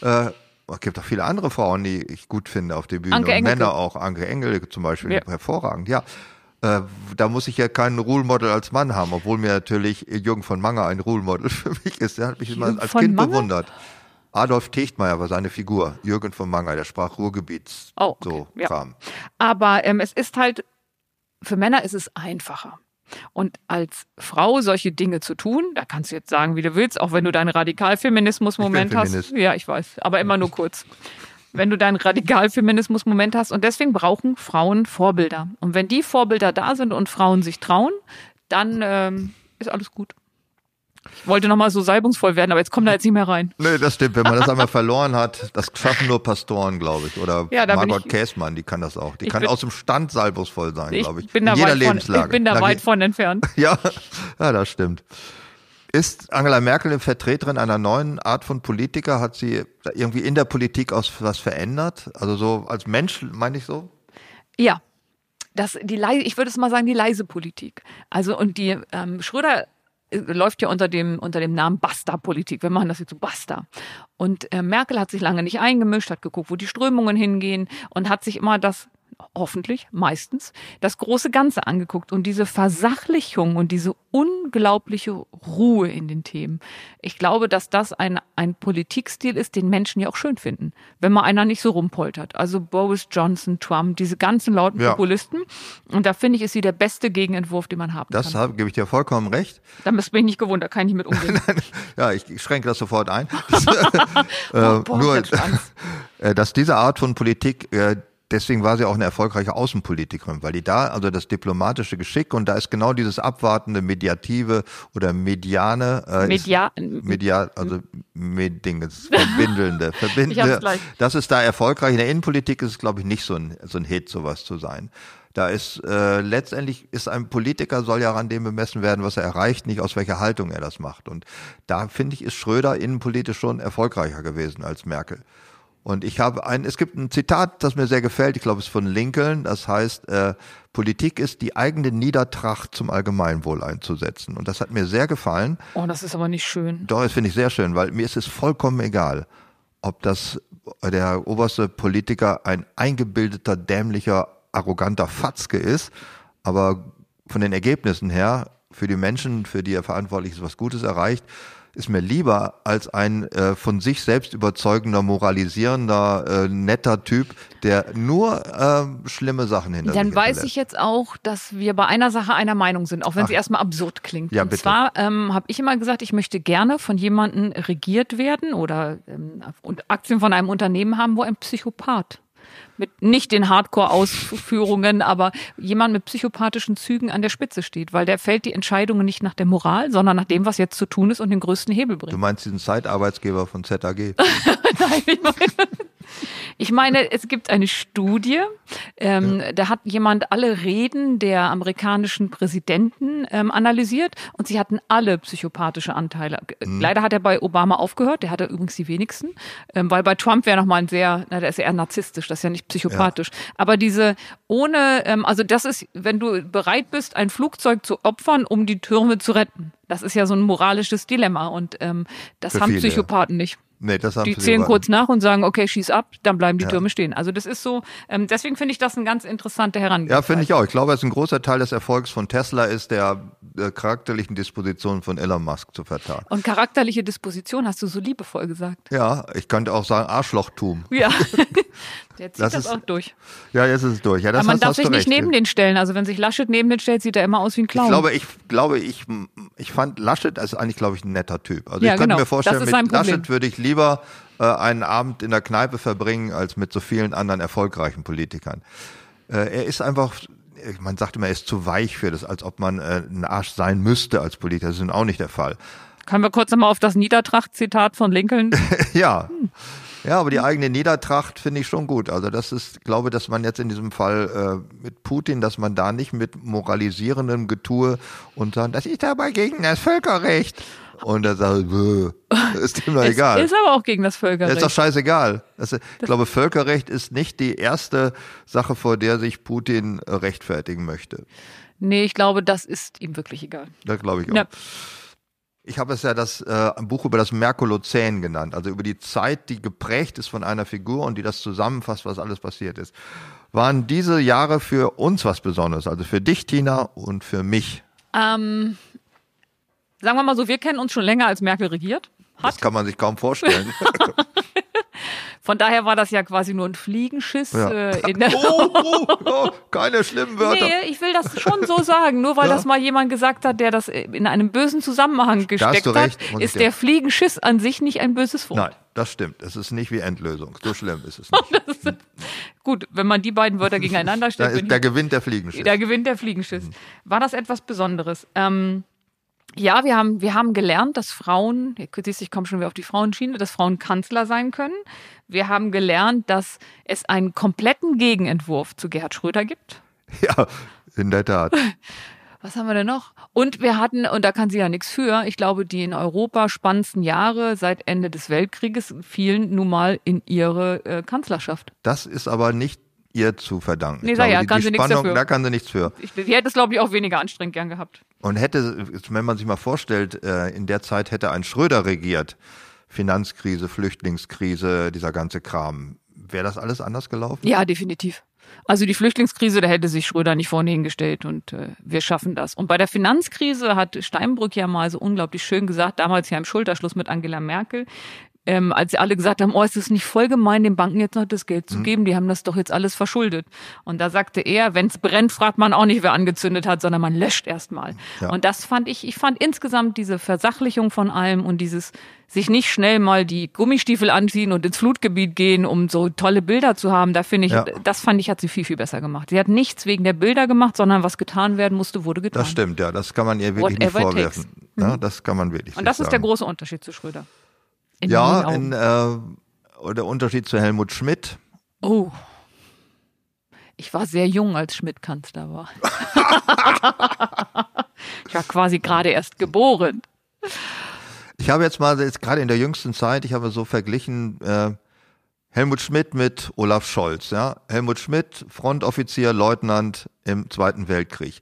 B: Ja.
A: Äh, es gibt auch viele andere Frauen, die ich gut finde auf der Bühne.
B: Anke
A: Und
B: Engelke.
A: Männer auch. Anke Engel zum Beispiel,
B: Ja.
A: hervorragend, ja. Äh, Da muss ich ja keinen Rule Model als Mann haben, obwohl mir natürlich Jürgen von Manger ein Rule Model (laughs) für mich ist. Der hat mich immer
B: Jürgen
A: als
B: von
A: Kind
B: Manger?
A: bewundert. Adolf Techtmeier war seine Figur. Jürgen von Manger, der sprach Ruhrgebiets.
B: Oh, okay,
A: so
B: ja.
A: Kram.
B: Aber ähm, es ist halt, für Männer ist es einfacher. Und als Frau solche Dinge zu tun, da kannst du jetzt sagen, wie du willst, auch wenn du deinen Radikalfeminismus-Moment
A: Ich bin
B: hast.
A: Feminist.
B: Ja, ich weiß, aber immer nur kurz. Wenn du deinen Radikalfeminismus-Moment hast. Und deswegen brauchen Frauen Vorbilder. Und wenn die Vorbilder da sind und Frauen sich trauen, dann ähm, ist alles gut. Ich wollte nochmal so salbungsvoll werden, aber jetzt kommt da jetzt nicht mehr rein.
A: Nee, das stimmt. Wenn man das einmal verloren hat, das schaffen nur Pastoren, glaube ich. Oder
B: Ja, da bin
A: Margot
B: ich-
A: Käßmann, die kann das auch. Die
B: Ich
A: kann
B: bin-
A: aus dem Stand salbungsvoll sein, glaube ich.
B: bin
A: In
B: da,
A: jeder
B: weit von,
A: Lebenslage.
B: ich bin da
A: Na,
B: weit
A: ge- (laughs)
B: von entfernt.
A: Ja, ja, das stimmt. Ist Angela Merkel Vertreterin einer neuen Art von Politiker? Hat sie da irgendwie in der Politik aus was verändert? Also so als Mensch, meine ich so?
B: Ja. Das, die leise, ich würde es mal sagen, die leise Politik. Also und die ähm, Schröder äh, läuft ja unter dem, unter dem Namen Basta-Politik. Wir machen das jetzt so Basta. Und äh, Merkel hat sich lange nicht eingemischt, hat geguckt, wo die Strömungen hingehen und hat sich immer das, hoffentlich meistens, das große Ganze angeguckt. Und diese Versachlichung und diese unglaubliche Ruhe in den Themen. Ich glaube, dass das ein, ein Politikstil ist, den Menschen ja auch schön finden, wenn mal einer nicht so rumpoltert. Also Boris Johnson, Trump, diese ganzen lauten
A: Ja.
B: Populisten. Und da finde ich, ist sie der beste Gegenentwurf, den man haben
A: Das
B: kann.
A: hab, gebe ich dir vollkommen recht. (laughs)
B: Da bist- bin ich nicht gewohnt, da kann ich nicht mit umgehen.
A: Ja, ich schränke das sofort ein. (laughs)
B: Oh,
A: äh, nur, (laughs)
B: jetzt Schwanz.
A: äh, dass diese Art von Politik, äh, deswegen war sie auch eine erfolgreiche Außenpolitikerin, weil die da, also das diplomatische Geschick und da ist genau dieses abwartende, mediative oder mediane, äh,
B: Media-
A: ist, media, also med Dingens, verbindelnde, verbindende,
B: gleich.
A: das ist da erfolgreich. In der Innenpolitik ist es, glaube ich, nicht so ein, so ein Hit, sowas zu sein. Da ist äh, letztendlich ist ein Politiker soll ja an dem bemessen werden, was er erreicht, nicht aus welcher Haltung er das macht. Und da finde ich, ist Schröder innenpolitisch schon erfolgreicher gewesen als Merkel. Und ich habe ein, es gibt ein Zitat, das mir sehr gefällt. Ich glaube, es ist von Lincoln. Das heißt, äh, Politik ist die eigene Niedertracht zum Allgemeinwohl einzusetzen. Und das hat mir sehr gefallen.
B: oh, das ist aber nicht schön.
A: Doch, das finde ich sehr schön, weil mir ist es vollkommen egal, ob das der oberste Politiker ein eingebildeter, dämlicher, arroganter Fatzke ist, aber von den Ergebnissen her, für die Menschen, für die er verantwortlich ist, was Gutes erreicht, ist mir lieber als ein äh, von sich selbst überzeugender, moralisierender, äh, netter Typ, der nur ähm, schlimme Sachen hinter sich
B: Dann weiß
A: hinterlässt.
B: ich jetzt auch, dass wir bei einer Sache einer Meinung sind, auch wenn sie erstmal absurd klingt.
A: Ja,
B: und
A: bitte.
B: zwar ähm, habe ich immer gesagt, ich möchte gerne von jemandem regiert werden oder ähm, und Aktien von einem Unternehmen haben, wo ein Psychopath mit nicht den Hardcore-Ausführungen, (laughs) aber jemand mit psychopathischen Zügen an der Spitze steht, weil der fällt die Entscheidungen nicht nach der Moral, sondern nach dem, was jetzt zu tun ist und den größten Hebel bringt.
A: Du meinst diesen Zeitarbeitsgeber von
B: (laughs)
A: ZAG?
B: Nein, ich meine, ich meine, es gibt eine Studie, ähm, da hat jemand alle Reden der amerikanischen Präsidenten ähm, analysiert und sie hatten alle psychopathische Anteile. Äh,
A: Mhm.
B: Leider hat er bei Obama aufgehört, der hatte übrigens die wenigsten, ähm, weil bei Trump wäre nochmal ein sehr, na, der ist ja eher narzisstisch, das ist ja nicht psychopathisch. Aber diese ohne, ähm, also das ist, wenn du bereit bist, ein Flugzeug zu opfern, um die Türme zu retten. Das ist ja so ein moralisches Dilemma und ähm, das
A: Für
B: haben
A: viele, ja.
B: Psychopathen nicht.
A: Nee, das haben
B: Die
A: sie
B: zählen
A: lieber-
B: kurz nach und sagen, okay, schieß ab, dann bleiben die
A: Ja.
B: Türme stehen. Also das ist so, ähm, deswegen finde ich das eine ganz interessante Herangehensweise.
A: Ja, finde ich auch. Ich glaube, dass ein großer Teil des Erfolgs von Tesla ist der äh, charakterlichen Disposition von Elon Musk zu vertragen.
B: Und charakterliche Disposition hast du so liebevoll gesagt.
A: Ja, ich könnte auch sagen Arschlochtum. (laughs)
B: Ja, der zieht
A: Das
B: das,
A: ist-
B: auch durch.
A: Ja, jetzt ist es durch. Ja, das
B: Aber man
A: hast,
B: darf
A: hast du
B: sich nicht
A: recht.
B: neben den stellen. Also wenn sich Laschet neben den stellt, sieht er immer aus wie ein Clown.
A: Ich glaube, ich glaube, ich, ich fand Laschet ist eigentlich, glaube ich, ein netter Typ. Also
B: Ja,
A: ich könnte
B: genau.
A: mir vorstellen,
B: Das ist
A: mit
B: sein Problem.
A: Laschet würde ich lieber äh, einen Abend in der Kneipe verbringen, als mit so vielen anderen erfolgreichen Politikern. Äh, er ist einfach, man sagt immer, er ist zu weich für das, als ob man äh, ein Arsch sein müsste als Politiker. Das ist nun auch nicht der Fall.
B: Können wir kurz nochmal auf das Niedertracht-Zitat von Lincoln?
A: (laughs) Ja. Ja, aber die eigene Niedertracht finde ich schon gut. Also das ist, glaube, dass man jetzt in diesem Fall äh, mit Putin, dass man da nicht mit moralisierendem Getue und sagen, das ist aber gegen das Völkerrecht. Und er sagt, "Bäh,
B: (laughs)
A: ist dem doch egal.
B: Ist aber auch gegen das
A: Ja,
B: Völkerrecht.
A: Ist doch scheißegal. Das, äh, ich glaube, Völkerrecht ist nicht die erste Sache, vor der sich Putin äh, rechtfertigen möchte.
B: nee, ich glaube, das ist ihm wirklich egal.
A: Das glaube ich auch.
B: Ja.
A: Ich habe es ja das äh, ein Buch über das Merkolozän genannt, also über die Zeit, die geprägt ist von einer Figur und die das zusammenfasst, was alles passiert ist. Waren diese Jahre für uns was Besonderes, also für dich, Tina, und für mich?
B: Ähm, sagen wir mal so, wir kennen uns schon länger, als Merkel regiert.
A: Das kann man sich kaum
B: (laughs)
A: vorstellen.
B: Von daher war das ja quasi nur ein Fliegenschiss.
A: Ja.
B: Äh, in der
A: (laughs) oh, oh, oh, keine schlimmen Wörter.
B: Nee, ich will das schon so sagen. Nur weil
A: Ja.
B: das mal jemand gesagt hat, der das äh, in einem bösen Zusammenhang
A: hast
B: gesteckt
A: du recht, muss
B: hat,
A: ich
B: ist
A: dir-
B: der Fliegenschiss an sich nicht ein böses Wort.
A: Nein, das stimmt. Es ist nicht wie Endlösung. So schlimm ist es
B: (laughs)
A: nicht.
B: Gut, wenn man die beiden Wörter
A: (laughs)
B: gegeneinander
A: Da,
B: stellt,
A: ist,
B: bin
A: da
B: ich,
A: gewinnt der Mhm. Fliegenschiff.
B: da gewinnt der Fliegenschiss. War das etwas Besonderes? Ähm, ja, wir haben, wir haben gelernt, dass Frauen, ihr siehst, ich komme schon wieder auf die Frauenschiene, dass Frauen Kanzler sein können. Wir haben gelernt, dass es einen kompletten Gegenentwurf zu Gerhard Schröder gibt.
A: (laughs) Ja, in der Tat.
B: Was haben wir denn noch? Und wir hatten, und da kann sie ja nichts für, ich glaube, die in Europa spannendsten Jahre seit Ende des Weltkrieges fielen nun mal in ihre äh, Kanzlerschaft.
A: Das ist aber nicht ihr zu verdanken.
B: Nee,
A: Ich
B: sag ja,
A: die,
B: kann
A: die
B: sie nichts
A: Spannung,
B: dafür.
A: da kann sie nichts für.
B: Ich, die hätte es, glaube ich, auch weniger anstrengend gern gehabt.
A: Und hätte, wenn man sich mal vorstellt, äh, in der Zeit hätte ein Schröder regiert, Finanzkrise, Flüchtlingskrise, dieser ganze Kram, wäre das alles anders gelaufen?
B: Ja, definitiv. Also die Flüchtlingskrise, da hätte sich Schröder nicht vorne hingestellt und äh, wir schaffen das. Und bei der Finanzkrise hat Steinbrück ja mal so unglaublich schön gesagt, damals ja im Schulterschluss mit Angela Merkel, ähm, als sie alle gesagt haben, oh, ist es nicht voll gemein, den Banken jetzt noch das Geld zu geben, die haben das doch jetzt alles verschuldet. Und da sagte er, wenn's brennt, fragt man auch nicht, wer angezündet hat, sondern man löscht erstmal.
A: Ja.
B: Und das fand ich, ich fand insgesamt diese Versachlichung von allem und dieses sich nicht schnell mal die Gummistiefel anziehen und ins Flutgebiet gehen, um so tolle Bilder zu haben, da finde ich,
A: Ja.
B: das fand ich, hat sie viel, viel besser gemacht. Sie hat nichts wegen der Bilder gemacht, sondern was getan werden musste, wurde getan.
A: Das stimmt, ja. Das kann man ihr wirklich nicht
B: Whatever it Mhm.
A: vorwerfen. Ja, das kann man wirklich
B: Und
A: nicht
B: das ist der
A: sagen.
B: große Unterschied zu Schröder. In meinen
A: Ja,
B: Augen.
A: in, äh, der Unterschied zu Helmut Schmidt.
B: Oh. Ich war sehr jung, als Schmidt Kanzler
A: (laughs)
B: war. ich war quasi gerade erst geboren.
A: Ich habe jetzt mal, jetzt gerade in der jüngsten Zeit, ich habe so verglichen äh, Helmut Schmidt mit Olaf Scholz. Ja? Helmut Schmidt, Frontoffizier, Leutnant im Zweiten Weltkrieg.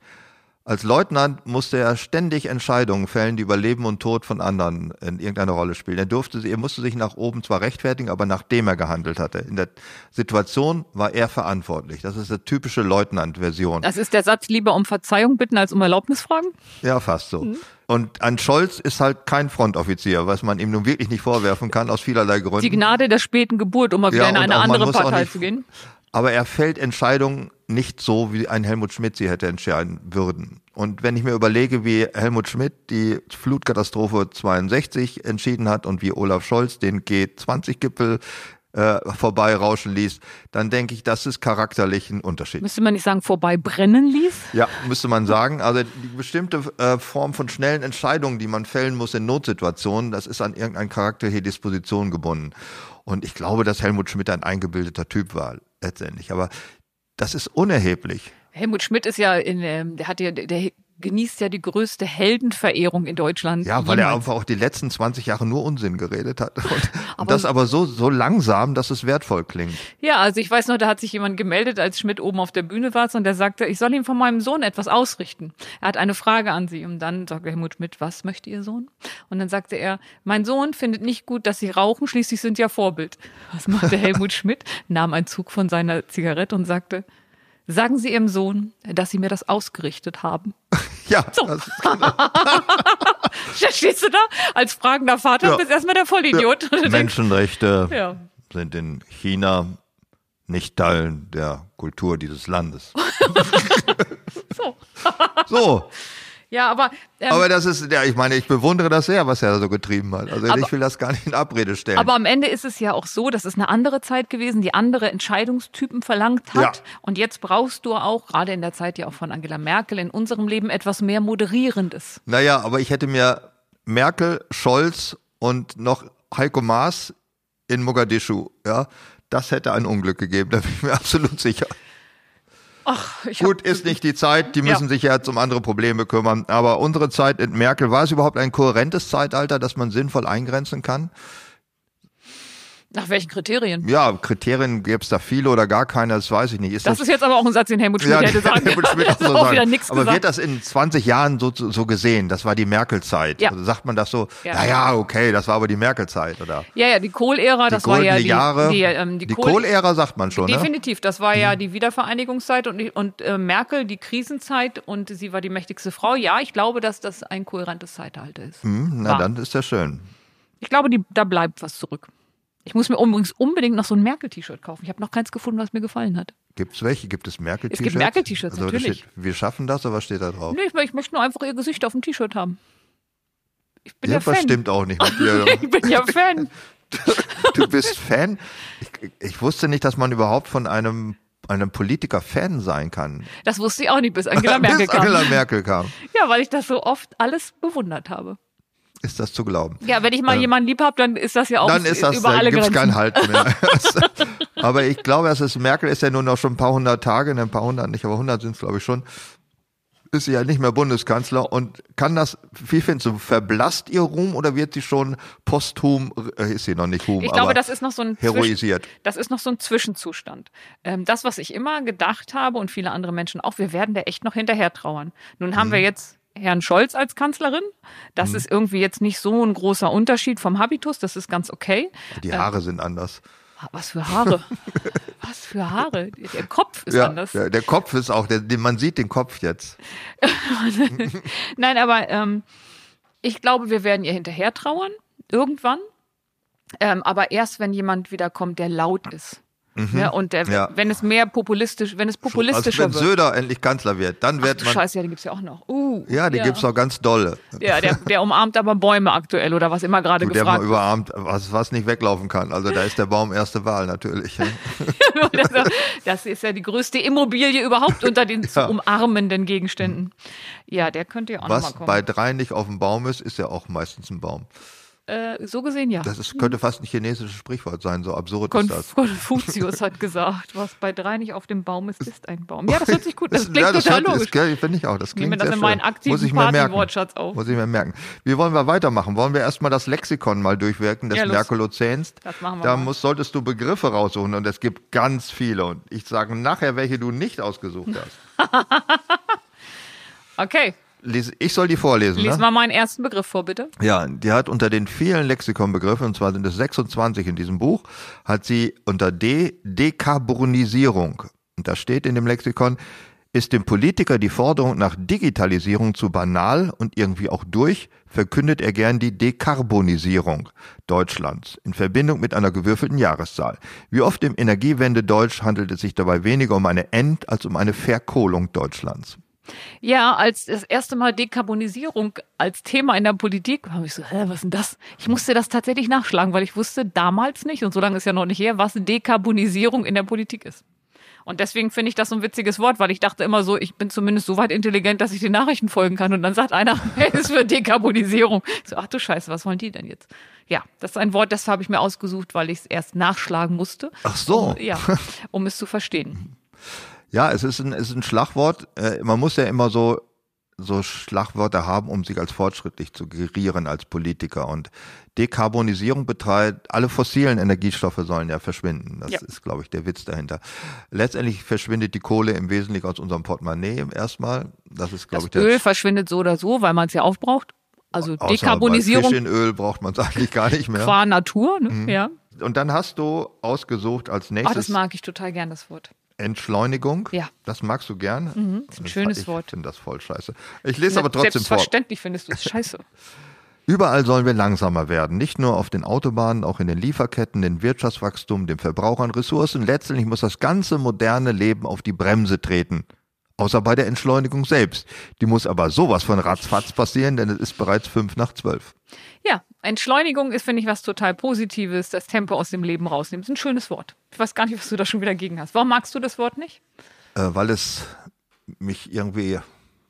A: Als Leutnant musste er ständig Entscheidungen fällen, die über Leben und Tod von anderen in irgendeiner Rolle spielen. Er durfte, sie- er musste sich nach oben zwar rechtfertigen, aber nachdem er gehandelt hatte. In der Situation war er verantwortlich. Das ist eine typische Leutnant-Version.
B: Das ist der Satz, lieber um Verzeihung bitten als um Erlaubnis fragen.
A: Ja, fast
B: Mhm.
A: so. Und an Scholz ist halt kein Frontoffizier, was man ihm nun wirklich nicht vorwerfen kann, aus vielerlei Gründen.
B: Die Gnade der späten Geburt, um mal wieder
A: Mhm. Ja,
B: in
A: und
B: eine
A: auch man
B: andere
A: muss auch
B: Partei
A: nicht-
B: zu gehen.
A: Aber er fällt Entscheidungen nicht so, wie ein Helmut Schmidt sie hätte entscheiden würden. Und wenn ich mir überlege, wie Helmut Schmidt die Flutkatastrophe 62 entschieden hat und wie Olaf Scholz den G20-Gipfel äh, vorbeirauschen ließ, dann denke ich, das ist charakterlich ein Unterschied.
B: Müsste man nicht sagen, vorbei brennen ließ?
A: Ja, müsste man sagen. Also die bestimmte äh, Form von schnellen Entscheidungen, die man fällen muss in Notsituationen, das ist an irgendein Charakter hier Disposition gebunden. Und ich glaube, dass Helmut Schmidt ein eingebildeter Typ war, letztendlich. Aber das ist unerheblich.
B: Helmut Schmidt ist ja in, ähm, der hat ja, der, der genießt ja die größte Heldenverehrung in Deutschland.
A: Ja, weil jemals. er einfach auch die letzten 20 Jahre nur Unsinn geredet hat. Und, (laughs) aber das aber so, so langsam, dass es wertvoll klingt.
B: Ja, also ich weiß noch, da hat sich jemand gemeldet, als Schmidt oben auf der Bühne war und der sagte, ich soll ihm von meinem Sohn etwas ausrichten. Er hat eine Frage an sie und dann sagte Helmut Schmidt, was möchte Ihr Sohn? Und dann sagte er, mein Sohn findet nicht gut, dass Sie rauchen, schließlich sind Sie ja Vorbild. Was machte Helmut Schmidt? Nahm einen Zug von seiner Zigarette und sagte, Sagen Sie Ihrem Sohn, dass Sie mir das ausgerichtet haben. (laughs)
A: Ja.
B: So. Genau. da stehst du da als fragender Vater, ja. bist erstmal der Vollidiot.
A: (laughs)
B: (laughs)
A: Ja. Menschenrechte ja. sind in China nicht Teil der Kultur dieses Landes.
B: so.
A: (laughs) so.
B: Ja, aber.
A: Ähm, aber das ist, ja, ich meine, ich bewundere das sehr, was er so getrieben hat. Also aber, ich will das gar nicht in Abrede stellen.
B: Aber am Ende ist es ja auch so, das ist eine andere Zeit gewesen, die andere Entscheidungstypen verlangt hat. Ja. Und jetzt brauchst du auch, gerade in der Zeit ja auch von Angela Merkel, in unserem Leben etwas mehr Moderierendes.
A: Naja, aber ich hätte mir Merkel, Scholz und noch Heiko Maas in Mogadischu, ja, das hätte ein Unglück gegeben, da bin ich mir (laughs) absolut sicher.
B: Ach,
A: Gut, ist nicht die Zeit, die müssen ja. sich jetzt um andere Probleme kümmern. Aber unsere Zeit in Merkel, war es überhaupt ein kohärentes Zeitalter, das man sinnvoll eingrenzen kann?
B: Nach welchen Kriterien?
A: Ja, Kriterien gäbe es da viele oder gar keine, das weiß ich nicht.
B: Ist
A: (laughs)
B: das, das, ist jetzt aber auch ein Satz, den Helmut Schmidt ja, hätte sagen Helmut Schmidt auch so auch
A: sagen. Aber gesagt. wird das in 20 Jahren so, so gesehen? Das war die Merkel-Zeit. Ja. Also sagt man das so, ja. naja, okay, das war aber die Merkel-Zeit, oder?
B: Ja, ja, die Kohl-Ära, das war ja die,
A: Jahre, die, ähm, die, die Kohl-Ära sagt man schon,
B: Definitiv,
A: ne?
B: das war ja die Wiedervereinigungszeit und, und äh, Merkel die Krisenzeit und sie war die mächtigste Frau. Ja, ich glaube, dass das ein kohärentes Zeitalter ist.
A: Hm, na, war. dann ist das schön.
B: Ich glaube, die, da bleibt was zurück. Ich muss mir übrigens unbedingt noch so ein Merkel-T-Shirt kaufen. Ich habe noch keins gefunden, was mir gefallen hat.
A: Gibt es welche? Gibt es Merkel-T-Shirts?
B: Es gibt Merkel-T-Shirts,
A: also,
B: natürlich.
A: Steht, wir schaffen das, aber was steht da drauf?
B: Nee, ich, ich, möchte nur einfach ihr Gesicht auf dem T-Shirt haben.
A: Ich bin ja, ja Fan. Das stimmt auch nicht mit dir.
B: (laughs)
A: (laughs)
B: ich bin ja Fan.
A: du, bist Fan? Ich, ich wusste nicht, dass man überhaupt von einem einem Politiker Fan sein kann.
B: Das wusste ich auch nicht, bis
A: (laughs)
B: Angela Merkel
A: bis Angela Merkel kam.
B: Ja, weil ich das so oft alles bewundert habe
A: ist das zu glauben.
B: Ja, wenn ich mal äh, jemanden lieb habe, dann ist das ja auch
A: dann ist das, über dann alle gibt's Grenzen. keinen Halt mehr. (laughs) aber ich glaube, es ist Merkel ist ja nur noch schon ein paar hundert Tage, ne, ein paar hundert nicht, aber hundert sind es glaube ich schon. Ist sie ja nicht mehr Bundeskanzler und kann das, wie findest du, verblasst ihr Ruhm oder wird sie schon posthum, äh, ist sie noch nicht Ruhm,
B: ich glaube, das ist noch so ein
A: heroisiert.
B: Zwischen, das ist noch so ein Zwischenzustand. Ähm, das, was ich immer gedacht habe und viele andere Menschen auch, wir werden da echt noch hinterher trauern. Nun haben hm. wir jetzt Herrn Scholz als Kanzlerin. Das hm. ist irgendwie jetzt nicht so ein großer Unterschied vom Habitus, das ist ganz okay.
A: Die Haare äh, sind anders.
B: Was für Haare? was für Haare? Der Kopf ist
A: ja,
B: anders.
A: Ja, der Kopf ist auch, der, man sieht den Kopf jetzt.
B: Nein, aber ähm, ich glaube, wir werden ihr hinterher trauern, irgendwann. Ähm, aber erst, wenn jemand wieder kommt, der laut ist. Mhm. Ja, und der, ja. wenn es mehr populistisch, wenn es populistischer
A: also wenn Söder wird. endlich Kanzler wird, dann wird
B: Ach,
A: man.
B: Äh, Scheiße, ja, den gibt's ja auch noch. Uh,
A: ja, den ja. gibt's auch ganz dolle.
B: Ja, der, der umarmt aber Bäume aktuell oder was immer gerade gefragt.
A: Der mal überarmt, was, was nicht weglaufen kann. Also da ist der Baum erste Wahl natürlich. Ne?
B: Also, das ist ja die größte Immobilie überhaupt
A: (laughs)
B: unter den ja. umarmenden Gegenständen. Ja, der könnte ja auch
A: was
B: noch mal kommen.
A: bei drei nicht auf dem Baum ist, ist ja auch meistens ein Baum
B: Äh, so gesehen ja.
A: Das ist, könnte fast ein chinesisches Sprichwort sein, so absurd ist
B: Konf
A: das.
B: Konfuzius hat gesagt, was bei drei nicht auf dem Baum ist, ist ein Baum. Ja, das hört sich gut, das klingt ja, das total hört,
A: logisch. Ist, finde ich auch, das klingt
B: Nehmen das
A: sehr
B: in meinen
A: schön.
B: aktiven
A: Muss ich mir merken.
B: Wortschatz auf.
A: Muss ich mir merken. Wie wollen wir weitermachen? Wollen wir erstmal das Lexikon mal durchwirken, des ja, Merkolozäns?
B: Das machen wir
A: Da
B: mal.
A: Musst, solltest du Begriffe raussuchen und es gibt ganz viele. Und ich sage nachher, welche du nicht
B: (laughs)
A: ausgesucht hast.
B: okay
A: ich soll die vorlesen.
B: Lies
A: ne?
B: mal meinen ersten Begriff vor, bitte.
A: Ja, die hat unter den vielen Lexikonbegriffen, und zwar sind es 26 in diesem Buch, hat sie unter D Dekarbonisierung. Und da steht in dem Lexikon, ist dem Politiker die Forderung nach Digitalisierung zu banal und irgendwie auch durch, verkündet er gern die Dekarbonisierung Deutschlands in Verbindung mit einer gewürfelten Jahreszahl. Wie oft im Energiewende Deutsch handelt es sich dabei weniger um eine End- als um eine Verkohlung Deutschlands.
B: Ja, als das erste Mal Dekarbonisierung als Thema in der Politik, habe ich so, hä, was ist denn das? Ich musste das tatsächlich nachschlagen, weil ich wusste damals nicht, und so lange ist ja noch nicht her, was Dekarbonisierung in der Politik ist. Und deswegen finde ich das so ein witziges Wort, weil ich dachte immer so, ich bin zumindest so weit intelligent, dass ich den Nachrichten folgen kann. Und dann sagt einer, (laughs) es ist für Dekarbonisierung. Ich so, ach du Scheiße, was wollen die denn jetzt? Ja, das ist ein Wort, das habe ich mir ausgesucht, weil ich es erst nachschlagen musste.
A: Ach so.
B: Um, ja, um es zu verstehen.
A: Ja, es ist ein, es ist ein Schlagwort. Äh, man muss ja immer so, so Schlagwörter haben, um sich als fortschrittlich zu gerieren als Politiker. Und Dekarbonisierung betreibt, alle fossilen Energiestoffe sollen ja verschwinden. Das
B: Ja.
A: ist, glaube ich, der Witz dahinter. Letztendlich verschwindet die Kohle im Wesentlichen aus unserem Portemonnaie erstmal. Das ist, glaube
B: Das
A: ich, der
B: Öl verschwindet so oder so, weil man es ja aufbraucht. Also
A: Außer bei
B: Dekarbonisierung
A: Fisch in Öl braucht man es eigentlich gar nicht mehr.
B: qua Natur, ne?
A: Mhm.
B: ja.
A: Und dann hast du ausgesucht als
B: Ach, Oh, das
A: nächstes
B: mag ich total gern, das Wort.
A: Entschleunigung.
B: Ja. Mhm,
A: Das magst du gern.
B: ist ein schönes
A: ich
B: Wort. Ne,
A: Ich finde das voll scheiße. Ich lese aber trotzdem vor.
B: Selbstverständlich findest du es scheiße.
A: Überall sollen wir langsamer werden. Nicht nur auf den Autobahnen, auch in den Lieferketten, dem Wirtschaftswachstum, den Verbrauchern, Ressourcen. Letztendlich muss das ganze moderne Leben auf die Bremse treten. Außer bei der Entschleunigung selbst. Die muss aber sowas von ratzfatz passieren, denn es ist bereits fünf nach zwölf.
B: Ja, Entschleunigung ist, finde ich, was total Positives, das Tempo aus dem Leben rausnehmen. Ist ein schönes Wort. Ich weiß gar nicht, was du da schon wieder gegen hast. Warum magst du das Wort nicht?
A: Äh, weil es mich irgendwie,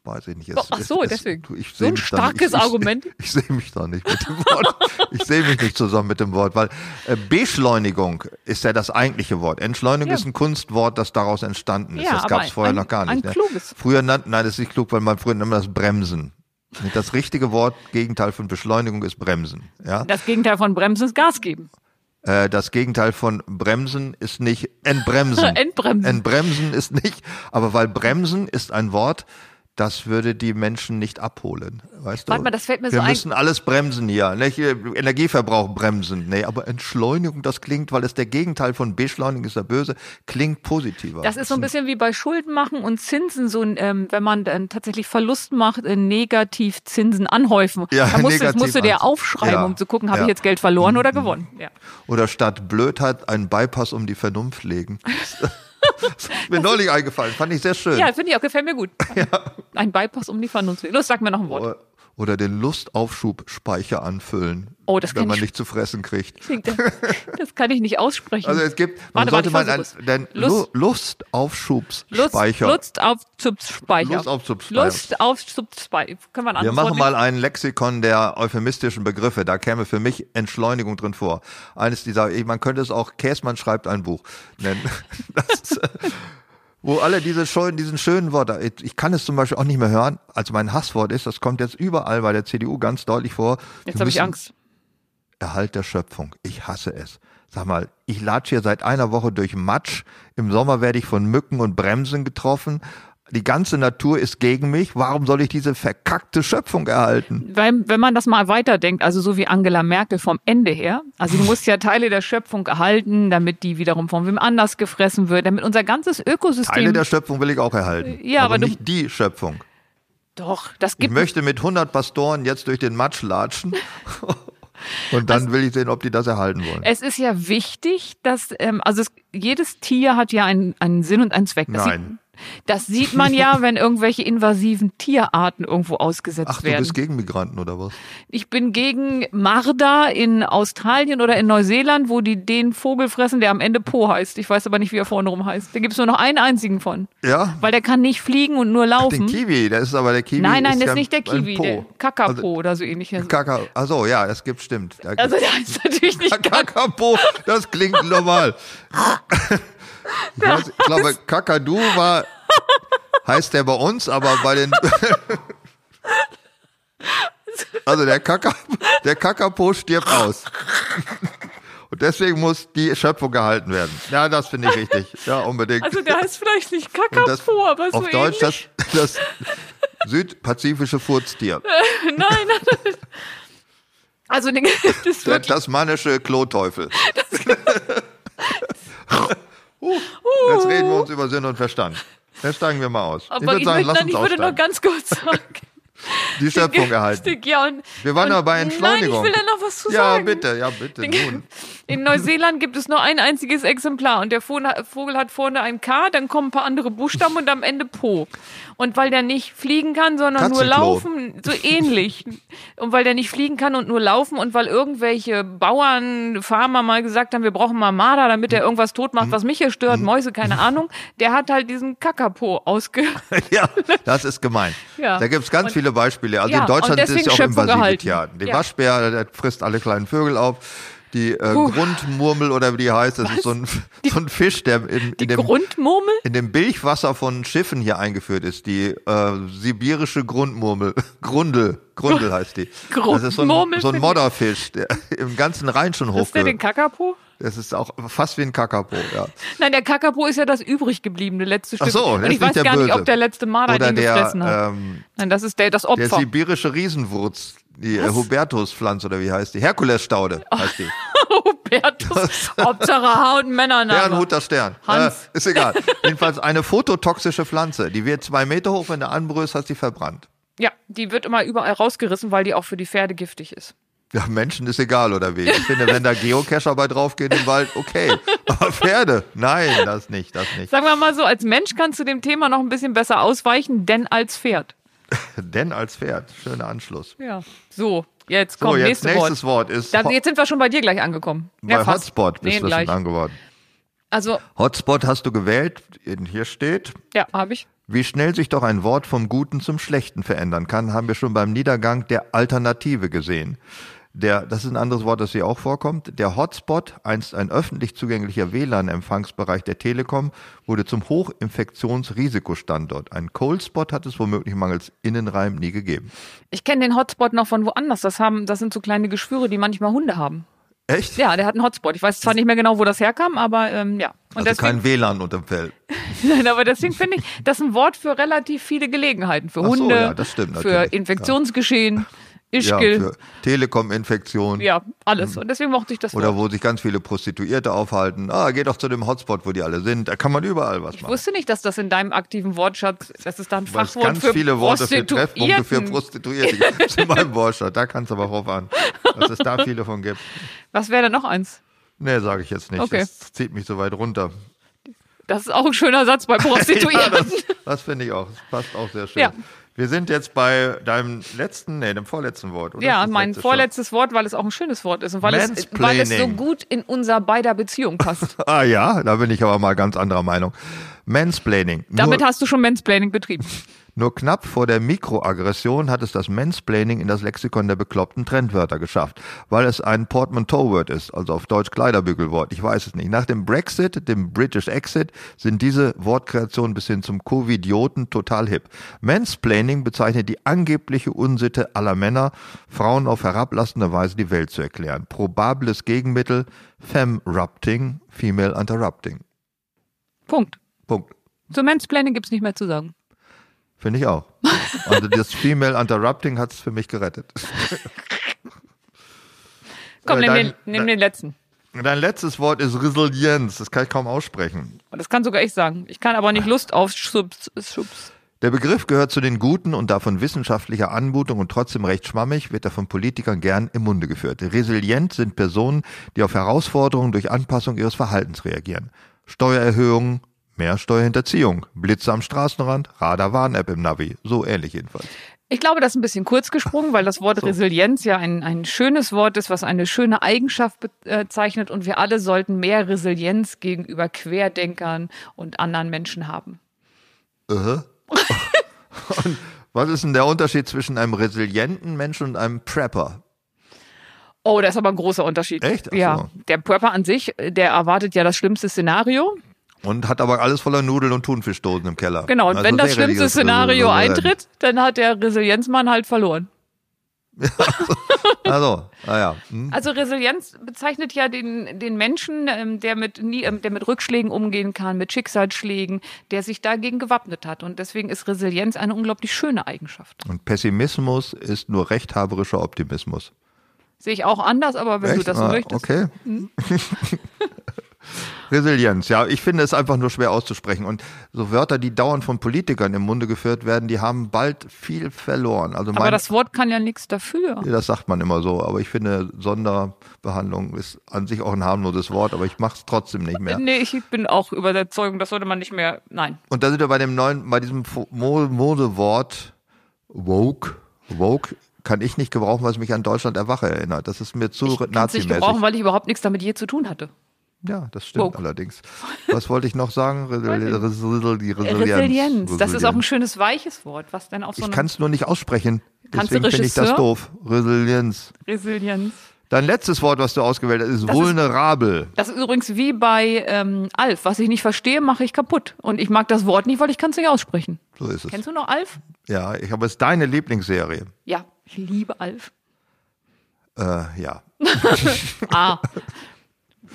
A: weiß ich nicht. Es,
B: Oh, ach so,
A: es, es-
B: deswegen.
A: du, Ich
B: So
A: seh
B: ein
A: mich da nicht.
B: starkes
A: ich, ich,
B: Argument.
A: (laughs) Ich, ich sehe mich da nicht mit dem Wort. ich sehe mich nicht zusammen mit dem Wort, weil äh, Beschleunigung ist ja das eigentliche Wort. Entschleunigung
B: Ja.
A: ist ein Kunstwort, das daraus entstanden ist.
B: Ja,
A: das
B: aber
A: gab es vorher
B: ein-
A: noch gar nicht.
B: ein
A: ne?
B: kluges.
A: Früher nannten, nein, das ist nicht klug, weil man früher nannte das Bremsen. Und Das richtige Wort, Gegenteil von Beschleunigung ist Bremsen. Ja?
B: Das Gegenteil von Bremsen ist Gas geben.
A: Äh, das Gegenteil von Bremsen ist nicht Entbremsen.
B: (laughs) Entbremsen.
A: Entbremsen ist nicht, aber weil Bremsen ist ein Wort, das würde die Menschen nicht abholen. Weißt
B: Warte
A: du?
B: mal, das fällt mir
A: Wir
B: so ein.
A: müssen alles bremsen hier. Nicht? Äh, Energieverbrauch bremsen. Nee, aber Entschleunigung, das klingt, weil es der Gegenteil von Beschleunigung ist der Böse, klingt positiver.
B: Das ist so ein bisschen wie bei Schulden machen und Zinsen, so ein, ähm, wenn man dann tatsächlich Verlust macht, äh, negativ Zinsen anhäufen.
A: Ja,
B: da musst, du- das
A: negativ
B: musst du dir
A: anhäufen.
B: aufschreiben,
A: Ja.
B: um zu gucken, habe
A: Ja. Mhm,
B: ich jetzt Geld verloren oder gewonnen. Ja.
A: Oder statt Blödheit einen Bypass um die Vernunft
B: (laughs)
A: legen. (laughs) das ist mir neulich eingefallen. Fand ich sehr schön.
B: Ja, finde ich auch, gefällt
A: (laughs)
B: mir gut. Ein Bypass um die Vernunft. Los, sag mir noch ein Wort.
A: Oder- Oder den Lustaufschubspeicher anfüllen,
B: Oh, das
A: wenn
B: kenn
A: man
B: ich.
A: nicht zu fressen kriegt.
B: Das kann ich nicht aussprechen.
A: Also es gibt, man
B: Warte,
A: sollte
B: warte,
A: man
B: versuch
A: einen, den
B: es. Lust-
A: Lu-
B: Lust,
A: Lustaufschubspeicher.
B: Lust auf Zupfspeicher.
A: Lust auf Zupfspeicher.
B: Lust auf Zupfspeicher. Können wir ein
A: Wir
B: anderes
A: machen
B: Wort
A: mal ein Lexikon der euphemistischen Begriffe. Da käme für mich Entschleunigung drin vor. Eines dieser, man könnte es auch Käsmann schreibt ein Buch nennen. (laughs) Das ist, äh, wo alle diese schönen, diesen schönen Worte, ich- ich kann es zum Beispiel auch nicht mehr hören, also mein Hasswort ist, das kommt jetzt überall bei der CDU ganz deutlich vor.
B: Jetzt
A: Wir
B: habe ich
A: müssen-
B: Angst.
A: Erhalt der Schöpfung. Ich hasse es. Sag mal, ich latsche hier seit einer Woche durch Matsch. Im Sommer werde ich von Mücken und Bremsen getroffen. Die ganze Natur ist gegen mich. Warum soll ich diese verkackte Schöpfung erhalten?
B: Weil, wenn man das mal weiterdenkt, also so wie Angela Merkel vom Ende her, also
A: (laughs)
B: du musst ja Teile der Schöpfung erhalten, damit die wiederum von wem anders gefressen wird, damit unser ganzes Ökosystem.
A: Eine der Schöpfung will ich auch erhalten.
B: Ja, aber du-
A: nicht die Schöpfung.
B: doch, das
A: Ich
B: gibt
A: möchte mit 100 Pastoren jetzt durch den Matsch latschen. (laughs) Und dann will ich sehen, ob die das erhalten wollen.
B: Es ist ja wichtig, dass, ähm, also es, jedes Tier hat ja einen, einen Sinn und einen Zweck. Das
A: Nein.
B: Sieht, das sieht man ja, wenn irgendwelche invasiven Tierarten irgendwo ausgesetzt
A: Ach, du
B: werden.
A: bist gegen Migranten oder was?
B: Ich bin gegen Marder in Australien oder in Neuseeland, wo die den Vogel fressen, der am Ende Po heißt. Ich weiß aber nicht, wie er vorne rum heißt. Da gibt es nur noch einen einzigen von.
A: Ja?
B: Weil der kann nicht fliegen und nur
A: Den
B: laufen.
A: Kiwi, der ist aber der Kiwi.
B: nein, nein, das
A: ja
B: ist nicht der
A: ein
B: Kiwi,
A: Po.
B: der Kakapo
A: Also,
B: oder so ähnlich.
A: Kaka, ach so, ja, das gibt, stimmt. Da
B: Also der heißt natürlich nicht Kakapo.
A: Kakapo, das klingt
B: (laughs)
A: normal. Ich, weiß, ich glaube, Kakadu war, heißt der bei uns, aber bei den. (laughs) Also der, Kaka, der Kakapo stirbt aus. Und deswegen muss die Schöpfung gehalten werden. Ja, das finde ich richtig. Ja, unbedingt.
B: Also der heißt vielleicht nicht
A: Und das-
B: Kakapo, aber so
A: auf
B: ähnlich.
A: Deutsch das, das südpazifische Furztier.
B: (laughs) Nein, nein. Also den (laughs) gibt es
A: Der
B: wirklich.
A: tasmanische Kloteufel.
B: (laughs)
A: (laughs) uh, jetzt reden wir uns über Sinn und Verstand. Jetzt steigen wir mal aus. ich
B: Aber
A: würde
B: ich,
A: sagen,
B: möchte,
A: lass uns
B: nein, ich würde noch
A: aussteigen.
B: ganz kurz sagen.
A: Die (laughs) Schöpfung
B: Den-
A: erhalten.
B: Ja, und,
A: Wir waren
B: und,
A: aber bei
B: Nein, ich
A: Entschleunigung.
B: will da noch was zu
A: Ja,
B: sagen. (laughs)
A: bitte, ja, bitte.
B: Den-
A: Nun.
B: In Neuseeland gibt es nur ein einziges Exemplar und der Vogel hat vorne ein K, dann kommen ein paar andere Buchstaben und am Ende Po. Und weil der nicht fliegen kann, sondern nur laufen, so ähnlich. Und weil der nicht fliegen kann und nur laufen und weil irgendwelche Bauern, Farmer mal gesagt haben, wir brauchen mal Marder, damit er irgendwas tot macht, was mich hier stört, Mäuse, keine Ahnung, der hat halt diesen Kakapo ausge...
A: ja, das ist gemein. Ja. Da gibt es ganz und, viele Beispiele. Also ja, in Deutschland ist es ja auch invasiv. Ja, der ja. Waschbär, der frisst alle kleinen Vögel auf. Die äh, Puh. Grundmurmel oder wie die heißt, das Was? ist so ein, (laughs) die, so ein Fisch, der in, in, dem,
B: Grundmurmel?
A: in dem Bilchwasser von Schiffen hier eingeführt ist. Die äh, sibirische Grundmurmel, (laughs) Grundel, Grundel heißt
B: (laughs)
A: die.
B: Grundmurmel.
A: Das ist so ein, so ein Modderfisch, der (laughs) im ganzen Rhein schon hochgeht. Ist
B: der den Kakapo?
A: Das ist auch fast wie ein Kakapo, ja.
B: Nein, der Kakapo ist ja das übrig gebliebene letzte Stück.
A: Ach so,
B: Und ich weiß gar
A: Böse.
B: nicht, ob der letzte Marder
A: Oder
B: den
A: der,
B: gefressen hat.
A: Ähm,
B: Nein, das ist der, das Opfer.
A: Der
B: (laughs)
A: sibirische Riesenwurz, die äh, Hubertuspflanze oder wie heißt die? Herkulesstaude
B: Oh,
A: heißt
B: (laughs)
A: die. (laughs)
B: Hubertus, Hauptsache Haar- und Männername.
A: Bernhuter Stern.
B: Hans.
A: Äh, ist egal. Jedenfalls eine fototoxische Pflanze. Die wird zwei Meter hoch, wenn du anbrüllst, hast die verbrannt.
B: Ja, die wird immer überall rausgerissen, weil die auch für die Pferde giftig ist.
A: Ja, Menschen ist egal oder wie. Ich finde, wenn da Geocacher bei draufgehen im Wald, okay. Aber Pferde, nein, das nicht, das nicht.
B: Sagen wir mal so, als Mensch kannst du dem Thema noch ein bisschen besser ausweichen, denn als Pferd.
A: denn als Pferd, schöner Anschluss.
B: Ja, so. Jetzt kommt
A: so, jetzt
B: nächste
A: nächstes Wort. ist.
B: Dann, jetzt sind wir schon bei dir gleich angekommen.
A: bei
B: Ja, fast.
A: Hotspot bist
B: Nee,
A: du
B: gleich.
A: schon dran geworden.
B: Also,
A: Hotspot hast du gewählt. Hier steht,
B: ja, habe ich.
A: wie schnell sich doch ein Wort vom Guten zum Schlechten verändern kann, haben wir schon beim Niedergang der Alternative gesehen. Der, das ist ein anderes Wort, das hier auch vorkommt. Der Hotspot, einst ein öffentlich zugänglicher WLAN-Empfangsbereich der Telekom, wurde zum Hochinfektionsrisikostandort. Ein Coldspot hat es womöglich mangels Innenreim nie gegeben.
B: Ich kenne den Hotspot noch von woanders. Das, haben, das sind so kleine Geschwüre, die manchmal Hunde haben.
A: Echt?
B: Ja, der hat einen Hotspot. Ich weiß zwar nicht mehr genau, wo das herkam, aber ähm, ja. Und
A: also kein WLAN unterm Fell.
B: Nein, (laughs) aber deswegen finde ich, das ist ein Wort für relativ viele Gelegenheiten. Für
A: Ach so,
B: Hunde,
A: ja, das stimmt
B: für
A: natürlich,
B: Infektionsgeschehen,
A: Ja,
B: Ischgl,
A: für Telekom-Infektion.
B: ja, alles. Und deswegen mochte ich das
A: Oder wo
B: Wort.
A: sich ganz viele Prostituierte aufhalten. Ah, geh doch zu dem Hotspot, wo die alle sind. Da kann man überall was
B: Ich
A: machen.
B: wusste nicht, dass das in deinem aktiven Wortschatz, das ist da ein
A: Weil es
B: Fachwort
A: ganz
B: für
A: viele Worte für Treffpunkte für
B: Prostituierten.
A: Prostituierte
B: (laughs)
A: gibt. in meinem Wortschatz. Da kannst du aber drauf an, dass es da viele von gibt.
B: Was wäre denn noch eins?
A: Nee, sage ich jetzt nicht.
B: Okay.
A: Das zieht mich so weit runter.
B: Das ist auch ein schöner Satz bei
A: (laughs) Ja,
B: Prostituierten.
A: das das finde ich auch. Das passt auch sehr schön.
B: Ja.
A: Wir sind jetzt bei deinem letzten, nee, dem vorletzten Wort. Oder?
B: Ja,
A: Das
B: mein
A: letzte schon.
B: vorletztes Wort, weil es auch ein schönes Wort ist und weil es, weil es so
A: Mansplaining.
B: gut in unser beider Beziehung passt.
A: Ah ja, da bin ich aber mal ganz anderer Meinung. Mansplaining.
B: Damit
A: Nur-
B: hast du schon Mansplaining betrieben.
A: Nur knapp vor der Mikroaggression hat es das Mansplaining in das Lexikon der bekloppten Trendwörter geschafft, weil es ein Portmanteau-Word ist, also auf Deutsch Kleiderbügelwort, ich weiß es nicht. Nach dem Brexit, dem British Exit, sind diese Wortkreationen bis hin zum Covidioten total hip. Mansplaining bezeichnet die angebliche Unsitte aller Männer, Frauen auf herablassende Weise die Welt zu erklären. Probables Gegenmittel, Femrupting, Female Interrupting.
B: Punkt.
A: Punkt.
B: Zu Mansplaining gibt's nicht mehr zu sagen.
A: Finde ich auch. Also das Female Interrupting hat es für mich gerettet.
B: Komm,
A: Äh,
B: nimm,
A: dein-
B: den, nimm
A: dein-
B: den letzten.
A: Dein letztes Wort ist Resilienz. Das kann ich kaum aussprechen.
B: Das kann sogar ich sagen. Ich kann
A: Ah.
B: aber nicht Lust auf Schubs. Schubs.
A: Der Begriff gehört zu den guten und davon wissenschaftlicher Anmutung und trotzdem recht schwammig, wird er von Politikern gern im Munde geführt. Resilient sind Personen, die auf Herausforderungen durch Anpassung ihres Verhaltens reagieren. Steuererhöhungen, mehr Steuerhinterziehung, Blitze am Straßenrand, Radar-Warn-App im Navi. So ähnlich jedenfalls.
B: Ich glaube, das ist ein bisschen kurz gesprungen, weil das Wort Resilienz ja ein, ein schönes Wort ist, was eine schöne Eigenschaft bezeichnet und wir alle sollten mehr Resilienz gegenüber Querdenkern und anderen Menschen haben.
A: Aha. und was ist denn der Unterschied zwischen einem resilienten Menschen und einem Prepper?
B: Oh, das ist aber ein großer Unterschied.
A: Echt? Ach so.
B: Ja. Der Prepper an sich, äh, der erwartet ja das schlimmste Szenario.
A: Und hat aber alles voller Nudeln und Thunfischdosen im Keller.
B: Genau. Und
A: Also
B: wenn das
A: wäre
B: schlimmste
A: dieses
B: Szenario
A: Resilient.
B: eintritt, dann hat der Resilienzmann halt verloren.
A: Also, naja. Hm?
B: Also Resilienz bezeichnet ja den, den Menschen, ähm, der mit, nie, ähm, der mit Rückschlägen umgehen kann, mit Schicksalsschlägen, der sich dagegen gewappnet hat. Und deswegen ist Resilienz eine unglaublich schöne Eigenschaft.
A: Und Pessimismus ist nur rechthaberischer Optimismus.
B: Sehe ich auch anders, aber wenn du
A: Echt?
B: das so
A: Ah,
B: möchtest.
A: Okay. (laughs) Resilienz, ja. Ich finde es einfach nur schwer auszusprechen. Und so Wörter, die dauernd von Politikern im Munde geführt werden, die haben bald viel verloren. Also
B: Aber
A: mein-
B: das Wort kann ja nichts dafür.
A: Ja, Das sagt man immer so, aber ich finde, Sonderbehandlung ist an sich auch ein harmloses Wort, aber ich mache es trotzdem nicht mehr.
B: Nee, ich bin auch über der Überzeugung, das sollte man nicht mehr. Nein.
A: Und da sind wir bei dem neuen, bei diesem Fo- Mo- Modewort woke. Woke kann ich nicht gebrauchen, weil es mich an Deutschland erwache erinnert. Das ist mir zu
B: Ich kann es nicht gebrauchen,
A: nazimäßig.
B: weil ich überhaupt nichts damit je zu tun hatte.
A: Ja, das stimmt
B: Woke.
A: allerdings. Was wollte ich noch sagen? Resili- Resili- die Resilienz.
B: Resilienz. Das ist auch ein
A: Resilienz.
B: schönes weiches Wort, was dann auf so
A: Ich
B: eine
A: kann es nur nicht aussprechen.
B: Kannst du
A: Deswegen finde ich das
B: Regisseur?
A: doof. Resilienz.
B: Resilienz.
A: Dein letztes Wort, was du ausgewählt hast, ist
B: Das ist-
A: vulnerabel.
B: Das ist übrigens wie bei ähm, Alf. Was ich nicht verstehe, mache ich kaputt. Und ich mag das Wort nicht, weil ich kann es nicht aussprechen.
A: so ist es.
B: Kennst du noch Alf?
A: Ja, ich habe es ist deine Lieblingsserie.
B: Ja, ich liebe Alf.
A: Äh, ja,
B: Ah.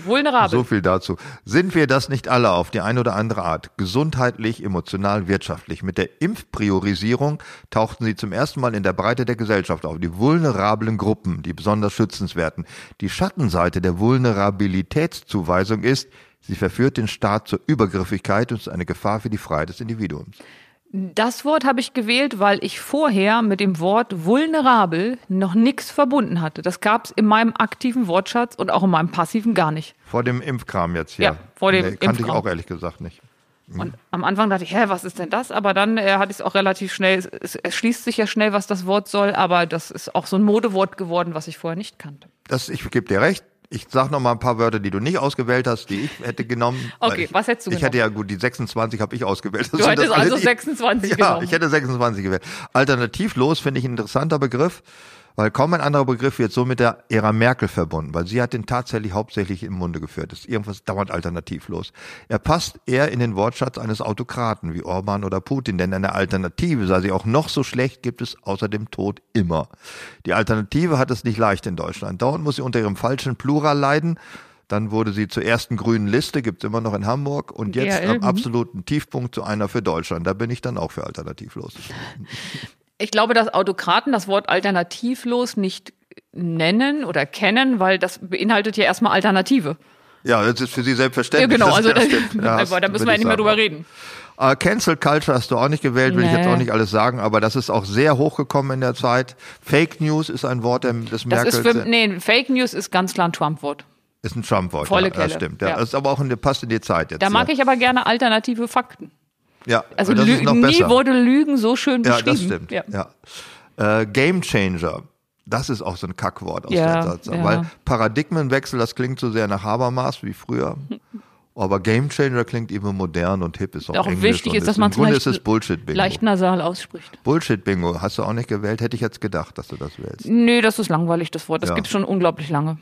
B: Vulnerabel.
A: so viel dazu. Sind wir das nicht alle auf die eine oder andere Art? Gesundheitlich, emotional, wirtschaftlich. Mit der Impfpriorisierung tauchten sie zum ersten Mal in der Breite der Gesellschaft auf. Die vulnerablen Gruppen, die besonders schützenswerten. Die Schattenseite der Vulnerabilitätszuweisung ist, sie verführt den Staat zur Übergriffigkeit und ist eine Gefahr für die Freiheit des Individuums.
B: Das Wort habe ich gewählt, weil ich vorher mit dem Wort vulnerabel noch nichts verbunden hatte. Das gab es in meinem aktiven Wortschatz und auch in meinem passiven gar nicht.
A: Vor dem Impfkram jetzt hier.
B: Ja, vor dem
A: Kannte ich
B: Impfkram.
A: auch ehrlich gesagt nicht. Hm.
B: Und am Anfang dachte ich, hä, was ist denn das? Aber dann äh, hatte ich es auch relativ schnell, es- es, es schließt sich ja schnell, was das Wort soll, aber das ist auch so ein Modewort geworden, was ich vorher nicht kannte.
A: Das, ich gebe dir recht. Ich sag noch mal ein paar Wörter, die du nicht ausgewählt hast, die ich hätte genommen. weil
B: Okay,
A: ich,
B: was hättest du
A: Ich
B: genommen?
A: hätte ja gut, die 26 habe ich ausgewählt.
B: Du hättest also 26
A: ja,
B: genommen.
A: ich hätte 26 gewählt. Alternativlos finde ich ein interessanter Begriff, weil kaum ein anderer Begriff wird so mit der Ära Merkel verbunden, weil sie hat den tatsächlich hauptsächlich im Munde geführt. Das ist irgendwas dauernd alternativlos. Er passt eher in den Wortschatz eines Autokraten wie Orban oder Putin, denn eine Alternative, sei sie auch noch so schlecht, gibt es außer dem Tod immer. Die Alternative hat es nicht leicht in Deutschland. Dauernd muss sie unter ihrem falschen Plural leiden. Dann wurde sie zur ersten grünen Liste, gibt's immer noch in Hamburg. Und jetzt
B: DRL,
A: am
B: mhm.
A: absoluten Tiefpunkt zu einer für Deutschland. Da bin ich dann auch für alternativlos.
B: Ich glaube, dass Autokraten das Wort alternativlos nicht nennen oder kennen, weil das beinhaltet ja erstmal Alternative.
A: Ja, das ist für Sie
B: Ja,
A: selbstverständlich.
B: genau, also da,
A: das
B: (laughs)
A: stimmt. Ja,
B: aber da
A: das
B: müssen
A: will
B: wir ja
A: ich
B: nicht mehr
A: sagen.
B: drüber reden.
A: Äh, Cancel Culture hast du auch nicht gewählt, will ich jetzt
B: Nee.
A: auch nicht alles sagen, aber das ist auch sehr hochgekommen in der Zeit. Fake News ist ein Wort, ähm, das
B: Das
A: Merkel
B: ist
A: ist,
B: für, nee, Fake News ist ganz klar ein Trump-Wort.
A: ein Trump-Wort. ja,
B: Volle
A: das
B: Kelle,
A: stimmt. Ja.
B: ja.
A: Das ist aber auch in, passt in die Zeit jetzt.
B: Da mag
A: ja.
B: ich aber gerne alternative Fakten.
A: Ja,
B: Also
A: das
B: Lü
A: ist noch
B: nie
A: besser.
B: wurde Lügen so schön
A: ja,
B: beschrieben.
A: das stimmt. Ja. Äh, Game Changer. Das ist auch so ein Kackwort aus
B: Ja,
A: der Zeit.
B: ja.
A: Weil Paradigmenwechsel, das klingt so sehr nach Habermas wie
B: (laughs)
A: früher. Aber Game Changer klingt eben modern und hip, ist auch,
B: Auch
A: Englisch.
B: wichtig
A: und
B: ist, dass man
A: Im
B: es
A: Grunde
B: leicht-
A: ist es Bullshit-Bingo.
B: Leicht nasal ausspricht.
A: Bullshit-Bingo. Hast du auch nicht gewählt? Hätte ich jetzt gedacht, dass du das wählst.
B: Nee, das ist langweilig, das Wort. Das
A: Ja.
B: gibt's schon unglaublich lange.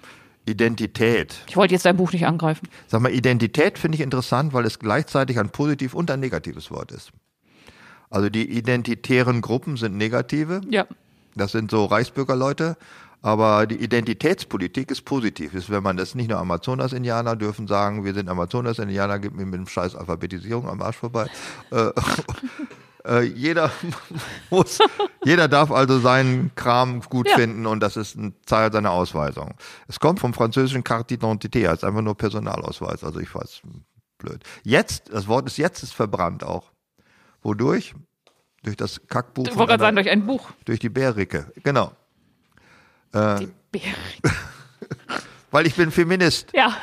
A: Identität.
B: Ich wollte jetzt dein Buch nicht angreifen.
A: Sag mal, Identität finde ich interessant, weil es gleichzeitig ein positiv und ein negatives Wort ist. Also die identitären Gruppen sind negative.
B: Ja.
A: Das sind so Reichsbürgerleute. Aber die Identitätspolitik ist positiv. Ist, wenn man das nicht nur Amazonas-Indianer dürfen sagen, wir sind Amazonas-Indianer, gib mir mit dem Scheiß Alphabetisierung am Arsch vorbei. Äh, (laughs) äh, jeder (laughs) muss, jeder darf also seinen Kram gut
B: Ja.
A: finden und das ist ein Teil seiner Ausweisung. Es kommt vom französischen Carte d'identité, heißt einfach nur Personalausweis. Also ich weiß, blöd. Jetzt, das Wort ist jetzt ist verbrannt auch. Wodurch? Durch das Kackbuch.
B: Ich
A: von
B: wollte gerade
A: einer-
B: sagen, durch ein Buch.
A: durch die Bärricke, genau.
B: Die Bärig.
A: Weil ich bin Feminist.
B: (laughs) Ja,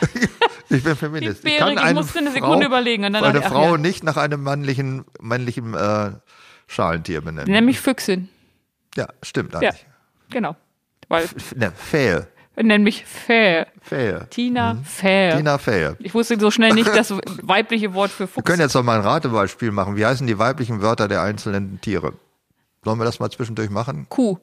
A: Ich bin
B: die
A: Feminist. ich kann
B: Bärig. Ich
A: eine
B: musste eine
A: Frau-
B: Sekunde überlegen. Und dann
A: eine
B: dachte ich, ach
A: Frau
B: Ja.
A: nicht nach einem männlichen, männlichen äh, Schalentier benennen.
B: Nämlich Füchsin.
A: ja, stimmt
B: Ja,
A: eigentlich.
B: genau. Weil,
A: F- Ne, Fähe.
B: nenn mich Fair.
A: Fähe.
B: Tina Fair.
A: Mhm. Tina Fähe.
B: Ich wusste so
A: (laughs)
B: schnell nicht das weibliche Wort für
A: Wir können
B: Fuchs.
A: jetzt noch mal ein Ratebeispiel machen. Wie heißen die weiblichen Wörter der einzelnen Tiere? Sollen wir das mal zwischendurch machen?
B: Kuh.
A: Kuh,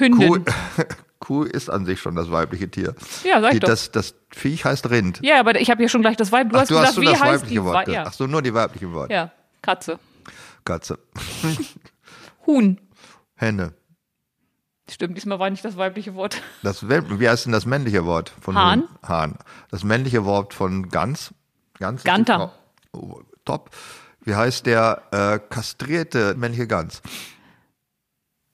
B: Hündin.
A: (laughs) Kuh ist an sich schon das weibliche Tier.
B: Ja, sag
A: die,
B: ich doch.
A: das, das Viech heißt Rind.
B: Ja, aber ich habe ja schon gleich das Weib. Du hast
A: du
B: gesagt,
A: hast nur
B: wie
A: das
B: heißt
A: weibliche
B: die?
A: Wort.
B: Wei- Ja.
A: Ach so, nur die weiblichen Worte.
B: ja, Katze.
A: Katze.
B: Huhn.
A: Henne.
B: Stimmt, diesmal war nicht das weibliche Wort.
A: Das, wel- wie heißt denn das männliche Wort von
B: Hahn?
A: Huhn? Hahn. Das männliche Wort von Gans. Gans ist die
B: Ganter.
A: Frau. Oh, top. Wie heißt der äh, kastrierte männliche Gans?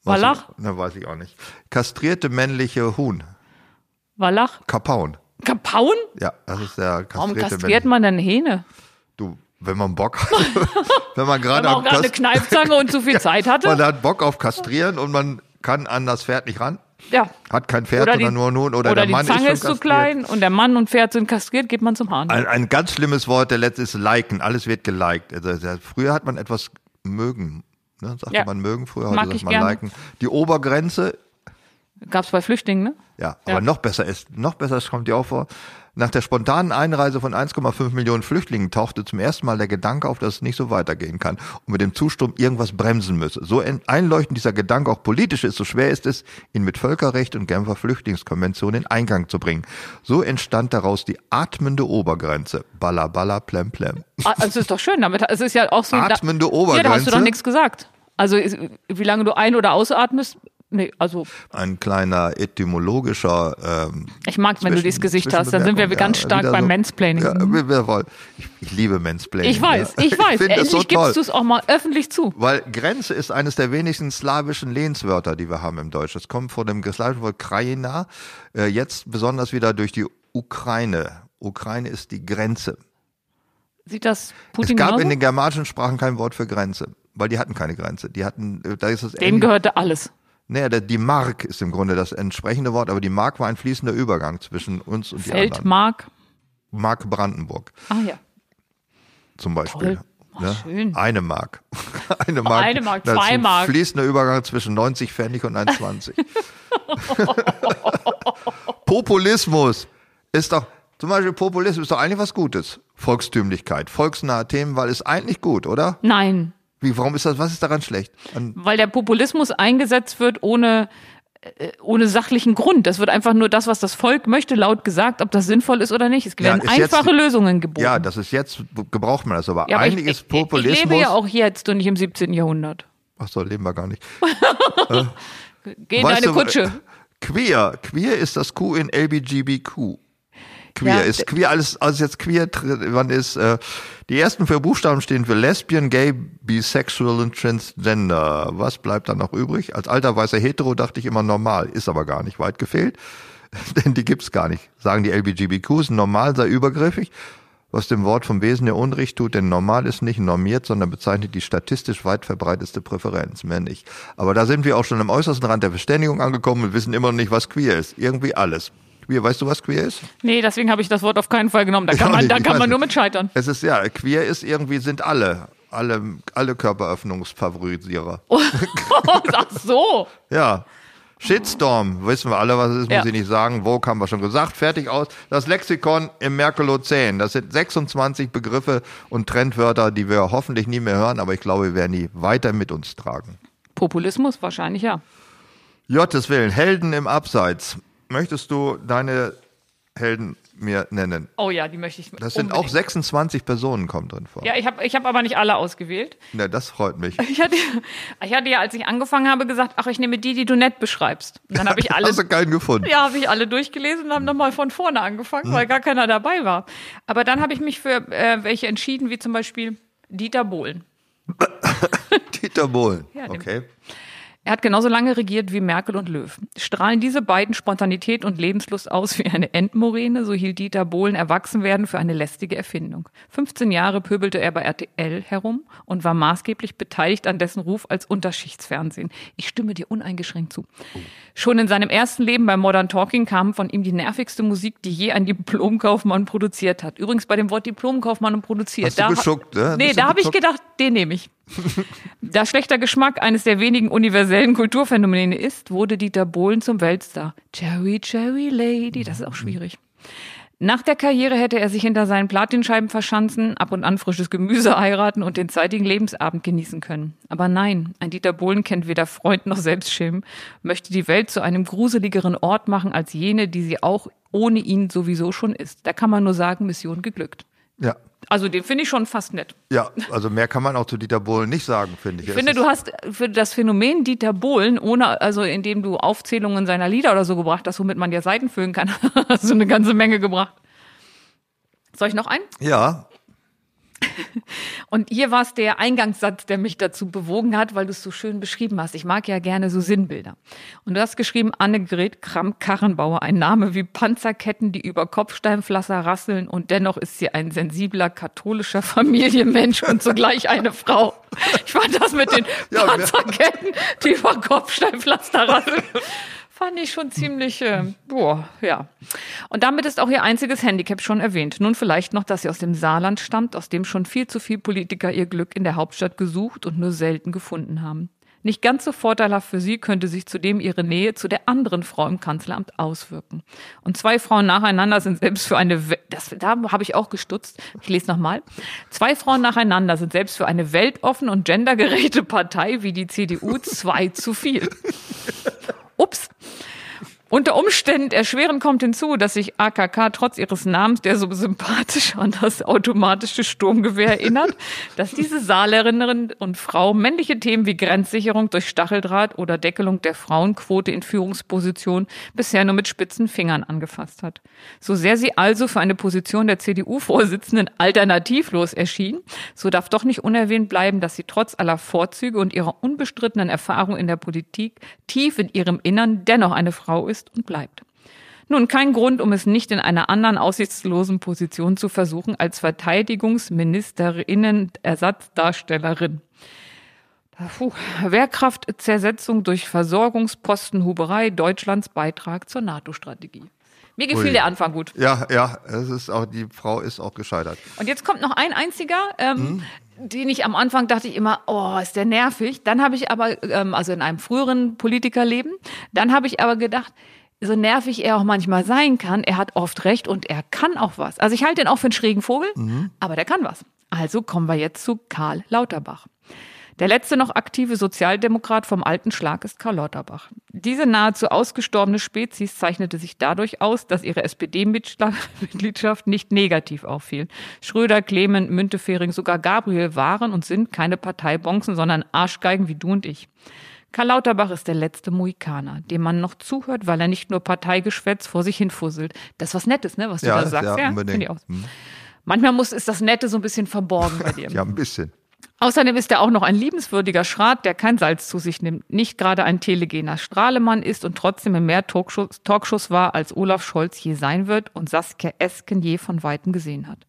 A: Weiß
B: Wallach?
A: ich- Ne, weiß ich auch nicht. Kastrierte männliche Huhn.
B: Wallach.
A: Kapaun.
B: Kapaun. Pauen?
A: Ja, das ist der kastrierte
B: Warum kastriert man denn Hähne?
A: Du, wenn man Bock hat, (laughs) wenn man
B: Wenn
A: gerade
B: man auch
A: am
B: gerade eine
A: Kast-
B: Kneifzange
A: (laughs)
B: und zu viel Zeit hatte?
A: man hat Bock auf Kastrieren und man kann an das Pferd nicht ran.
B: Ja.
A: Hat kein Pferd,
B: Oder die-
A: sondern nur einen Hund oder,
B: Oder
A: der
B: die
A: Mann ist,
B: Zange
A: schon
B: ist zu
A: kastriert.
B: klein und der Mann und Pferd sind kastriert, geht man zum Hahn.
A: Ein, ein ganz schlimmes Wort, der letzte ist liken. Alles wird geliked. Also, sehr- früher hat man etwas mögen. Ne? Sagte
B: Ja.
A: man mögen früher,
B: Mag
A: heute sagt
B: ich
A: man
B: gern.
A: liken. Die Obergrenze,
B: Gab's bei Flüchtlingen, ne?
A: ja,
B: Ja.
A: aber noch besser ist, noch besser, das kommt dir auch vor. Nach der spontanen Einreise von 1,5 Millionen Flüchtlingen tauchte zum ersten Mal der Gedanke auf, dass es nicht so weitergehen kann und mit dem Zustrom irgendwas bremsen müsse. So en- einleuchtend dieser Gedanke auch politisch ist, so schwer ist es, ihn mit Völkerrecht und Genfer Flüchtlingskonvention in Einklang zu bringen. So entstand daraus die atmende Obergrenze. Balla, balla, plem, plem.
B: Ah, also ist doch schön. Damit, es ist ja auch so.
A: Atmende
B: Ja, da hast du
A: Obergrenze.
B: doch nichts gesagt. Also, ist- wie lange du ein- oder ausatmest, nee, also,
A: Ein kleiner etymologischer. Ähm,
B: ich mag, wenn du
A: Zwischen-
B: dieses Gesicht hast, dann sind wir
A: Zwischenbemerkung,
B: ganz
A: ja,
B: stark
A: wieder
B: beim
A: so-
B: Mansplaining.
A: Ja, wir- wir wollen- ich, ich liebe Mansplaining.
B: Ich weiß,
A: ja.
B: ich weiß.
A: finde das
B: Endlich
A: so toll.
B: gibst du es auch mal öffentlich zu.
A: Weil Grenze ist eines der wenigsten slawischen Lehnswörter, die wir haben im Deutsch. Das kommt von dem slawischen Wort Krajina, äh, jetzt besonders wieder durch die Ukraine. Ukraine ist die Grenze.
B: Sieht das
A: Es
B: Putin
A: gab in
B: genauso?
A: den germanischen Sprachen kein Wort für Grenze, weil die hatten keine Grenze. Die hatten, äh, da ist das
B: Dem gehörte alles.
A: Naja, der, die Mark ist im Grunde das entsprechende Wort, aber die Mark war ein fließender Übergang zwischen uns und die anderen.
B: Feldmark.
A: Mark Brandenburg
B: Ah ja.
A: zum Beispiel. ne?
B: Toll. Ach, schön.
A: Eine Mark. (laughs) eine Mark.
B: Eine Mark,
A: Das ist
B: zwei
A: ein
B: Mark.
A: Fließender Übergang zwischen 90 Pfennig und
B: (laughs)
A: 1,20. Populismus ist doch, zum Beispiel Populismus ist doch eigentlich was Gutes. Volkstümlichkeit, volksnahe Themenwahl ist eigentlich gut, oder?
B: Nein,
A: Wie, warum ist das, was ist daran schlecht? An,
B: weil der Populismus eingesetzt wird ohne, äh, ohne sachlichen Grund. Es wird einfach nur das, was das Volk möchte, laut gesagt, ob das sinnvoll ist oder nicht. Es werden
A: ist jetzt
B: einfache
A: die-
B: Lösungen geboten.
A: ja, das ist jetzt, gebraucht man das, aber
B: Ja, aber
A: eigentlich
B: ich,
A: ist
B: ich,
A: Populismus.
B: Ich lebe ja auch jetzt und nicht im 17. Jahrhundert.
A: Ach so, leben wir gar nicht.
B: Geh in
A: Weißt
B: deine
A: du, äh,
B: Kutsche.
A: Queer. Queer ist das Q in LBGBQ. Queer
B: Ja, d-
A: ist queer, alles, alles jetzt queer, tr- wann ist, äh, die ersten vier Buchstaben stehen für Lesbian, Gay, Bisexual und Transgender. Was bleibt dann noch übrig? Als alter weißer Hetero dachte ich immer normal, ist aber gar nicht weit gefehlt, (laughs) denn die gibt's gar nicht. Sagen die LBGBQs, normal sei übergriffig, was dem Wort vom Wesen der Unrecht tut, denn normal ist nicht normiert, sondern bezeichnet die statistisch weit verbreiteste Präferenz, mehr nicht. Aber da sind wir auch schon am äußersten Rand der Verständigung angekommen und wissen immer noch nicht, was queer ist. Irgendwie alles. Queer, weißt du, was queer ist?
B: Nee, deswegen habe ich das Wort auf keinen Fall genommen. Da kann
A: Ja,
B: man,
A: ich-
B: da
A: ich
B: kann
A: weiß
B: man nur
A: nicht.
B: mit scheitern. (laughs)
A: Es ist ja, queer ist irgendwie, sind alle, alle, alle Körperöffnungsfavorisierer.
B: Oh. Ach so.
A: Ja. Shitstorm, wissen wir alle, was es ist,
B: Ja.
A: muss ich nicht sagen. Vogue haben wir schon gesagt, fertig aus. Das Lexikon im Merkelo 10, das sind 26 Begriffe und Trendwörter, die wir hoffentlich nie mehr hören, aber ich glaube, wir werden die weiter mit uns tragen.
B: Populismus wahrscheinlich, ja.
A: Jottes Willen, Helden im Abseits. Möchtest du deine Helden mir nennen?
B: Oh ja, die möchte ich
A: Das sind auch 26 Personen, kommen drin vor.
B: Ja, ich habe ich hab aber nicht alle ausgewählt.
A: Na, das freut mich.
B: Ich hatte, ich hatte ja, als ich angefangen habe, gesagt, ach, ich nehme die, die du nett beschreibst. Und dann habe ich
A: (laughs)
B: alle,
A: Hast du keinen gefunden?
B: ja, habe ich alle durchgelesen und haben nochmal von vorne angefangen,
A: Hm.
B: weil gar keiner dabei war. Aber dann habe ich mich für äh, welche entschieden, wie zum Beispiel Dieter Bohlen.
A: Dieter Bohlen.
B: dem-
A: okay.
B: Er hat genauso lange regiert wie Merkel und Löw. Strahlen diese beiden Spontanität und Lebenslust aus wie eine Endmoräne, so hielt Dieter Bohlen Erwachsenwerden für eine lästige Erfindung. 15 Jahre pöbelte er bei RTL herum und war maßgeblich beteiligt an dessen Ruf als Unterschichtsfernsehen. Ich stimme dir uneingeschränkt zu. Schon in seinem ersten Leben bei Modern Talking kam von ihm die nervigste Musik, die je ein Diplomkaufmann produziert hat. Übrigens bei dem Wort Diplomkaufmann und produziert.
A: Hast du geschuckt, ne?
B: Nee,
A: Bist du
B: da habe ich
A: gezuckt?
B: gedacht, den nehme ich. Da schlechter Geschmack eines der wenigen universellen Kulturphänomene ist, wurde Dieter Bohlen zum Weltstar. Cherry, Cherry Lady, das ist auch schwierig. Nach der Karriere hätte er sich hinter seinen Platinscheiben verschanzen, ab und an frisches Gemüse heiraten und den zeitigen Lebensabend genießen können. Aber nein, ein Dieter Bohlen kennt weder Freund noch Selbstschirm, möchte die Welt zu einem gruseligeren Ort machen als jene, die sie auch ohne ihn sowieso schon ist. Da kann man nur sagen, Mission geglückt.
A: Ja.
B: Also den finde ich schon fast nett.
A: Ja, also mehr kann man auch zu Dieter Bohlen nicht sagen, finde ich.
B: Ich finde, du hast für das Phänomen Dieter Bohlen, ohne, also indem du Aufzählungen seiner Lieder oder so gebracht hast, womit man ja Seiten füllen kann, (laughs) hast du eine ganze Menge gebracht. Soll ich noch einen?
A: Ja.
B: Und hier war es der Eingangssatz, der mich dazu bewogen hat, weil du es so schön beschrieben hast. Ich mag ja gerne so Sinnbilder. Und du hast geschrieben, Annegret Kramp-Karrenbauer, ein Name wie Panzerketten, die über Kopfsteinpflaster rasseln und dennoch ist sie ein sensibler katholischer Familienmensch und zugleich eine Frau. Ich fand das mit den
A: Ja, wir-
B: Panzerketten, die über Kopfsteinpflaster rasseln. Fand ich schon ziemlich, äh, boah, ja. Und damit ist auch ihr einziges Handicap schon erwähnt. Nun vielleicht noch, dass sie aus dem Saarland stammt, aus dem schon viel zu viel Politiker ihr Glück in der Hauptstadt gesucht und nur selten gefunden haben. Nicht ganz so vorteilhaft für sie könnte sich zudem ihre Nähe zu der anderen Frau im Kanzleramt auswirken. Und zwei Frauen nacheinander sind selbst für eine, We das, da habe ich auch gestutzt. Ich lese nochmal. Zwei Frauen nacheinander sind selbst für eine weltoffene und gendergerechte Partei wie die CDU zwei zu viel. Ups. Unter Umständen erschwerend kommt hinzu, dass sich AKK trotz ihres Namens, der so sympathisch an das automatische Sturmgewehr erinnert, dass diese Saarlerinnen und Frau männliche Themen wie Grenzsicherung durch Stacheldraht oder Deckelung der Frauenquote in Führungspositionen bisher nur mit spitzen Fingern angefasst hat. So sehr sie also für eine Position der CDU-Vorsitzenden alternativlos erschien, so darf doch nicht unerwähnt bleiben, dass sie trotz aller Vorzüge und ihrer unbestrittenen Erfahrung in der Politik tief in ihrem Innern dennoch eine Frau ist und bleibt. Nun, kein Grund, um es nicht in einer anderen aussichtslosen Position zu versuchen, als Verteidigungsministerinnen-Ersatzdarstellerin. Puh. Wehrkraft, Zersetzung durch Versorgungsposten, Huberei, Deutschlands Beitrag zur NATO-Strategie. Mir gefiel
A: Ui.
B: der Anfang gut.
A: Ja, ja, es ist auch, die Frau ist auch gescheitert.
B: Und jetzt kommt noch ein einziger, ähm, den ich am Anfang dachte ich immer, oh, ist der nervig. Dann habe ich aber, ähm, also in einem früheren Politikerleben, dann habe ich aber gedacht, so nervig er auch manchmal sein kann, er hat oft recht und er kann auch was. Also ich halte ihn auch für einen schrägen Vogel, aber der kann was. Also kommen wir jetzt zu Karl Lauterbach. Der letzte noch aktive Sozialdemokrat vom alten Schlag ist Karl Lauterbach. Diese nahezu ausgestorbene Spezies zeichnete sich dadurch aus, dass ihre SPD-Mitgliedschaft nicht negativ auffiel. Schröder, Clement, Müntefering, sogar Gabriel waren und sind keine Parteibonzen, sondern Arschgeigen wie du und ich. Karl Lauterbach ist der letzte Mohikaner, dem man noch zuhört, weil er nicht nur Parteigeschwätz vor sich hin fusselt. Das ist was Nettes, ne, was du da sagst. finde ich auch.
A: Hm,
B: Manchmal muss, ist das Nette so ein bisschen verborgen bei (laughs) dir. ne?
A: Ja, ein bisschen.
B: Außerdem ist er auch noch ein liebenswürdiger Schrat, der kein Salz zu sich nimmt, nicht gerade ein telegener Strahlemann ist und trotzdem in mehr Talkshows, Talkshows war, als Olaf Scholz je sein wird und Saskia Esken je von Weitem gesehen hat.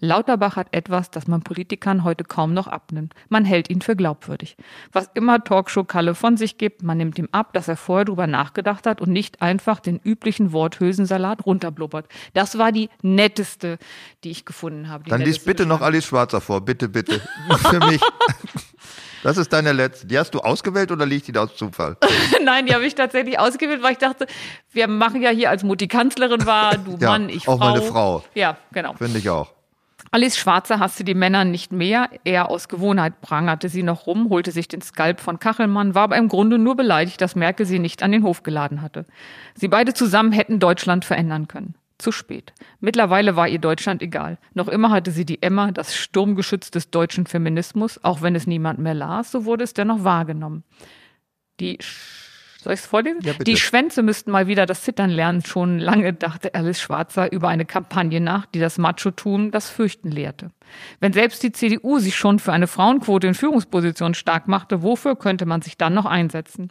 B: Lauterbach hat etwas, das man Politikern heute kaum noch abnimmt. Man hält ihn für glaubwürdig. Was immer Talkshow-Kalle von sich gibt, man nimmt ihm ab, dass er vorher drüber nachgedacht hat und nicht einfach den üblichen Worthülsensalat runterblubbert. Das war die netteste, die ich gefunden habe. die
A: Dann lies
B: netteste
A: bitte noch
B: Beschreibung.
A: Alice Schwarzer vor, bitte, bitte. (laughs) Für
B: (laughs)
A: mich. Das ist deine letzte. Die hast du ausgewählt oder liegt die da aus Zufall?
B: (laughs) Nein, die habe ich tatsächlich ausgewählt, weil ich dachte, wir machen ja hier als Mutti Kanzlerin war, du
A: (laughs) Ja,
B: Mann, ich
A: auch
B: Frau.
A: mal eine Frau.
B: Ja, genau.
A: Finde ich auch.
B: Alice Schwarzer hasste die Männer nicht mehr, eher aus Gewohnheit prangerte sie noch rum, holte sich den Skalp von Kachelmann, war aber im Grunde nur beleidigt, dass Merkel sie nicht an den Hof geladen hatte. Sie beide zusammen hätten Deutschland verändern können. Zu spät. Mittlerweile war ihr Deutschland egal. Noch immer hatte sie die Emma, das Sturmgeschütz des deutschen Feminismus, auch wenn es niemand mehr las, so wurde es dennoch wahrgenommen. Die Sch- soll ich es vorlesen?
A: Ja, bitte.
B: Die Schwänze müssten mal wieder das Zittern lernen. Schon lange dachte Alice Schwarzer über eine Kampagne nach, die das Macho-Tum das Fürchten lehrte. Wenn selbst die CDU sich schon für eine Frauenquote in Führungspositionen stark machte, wofür könnte man sich dann noch einsetzen?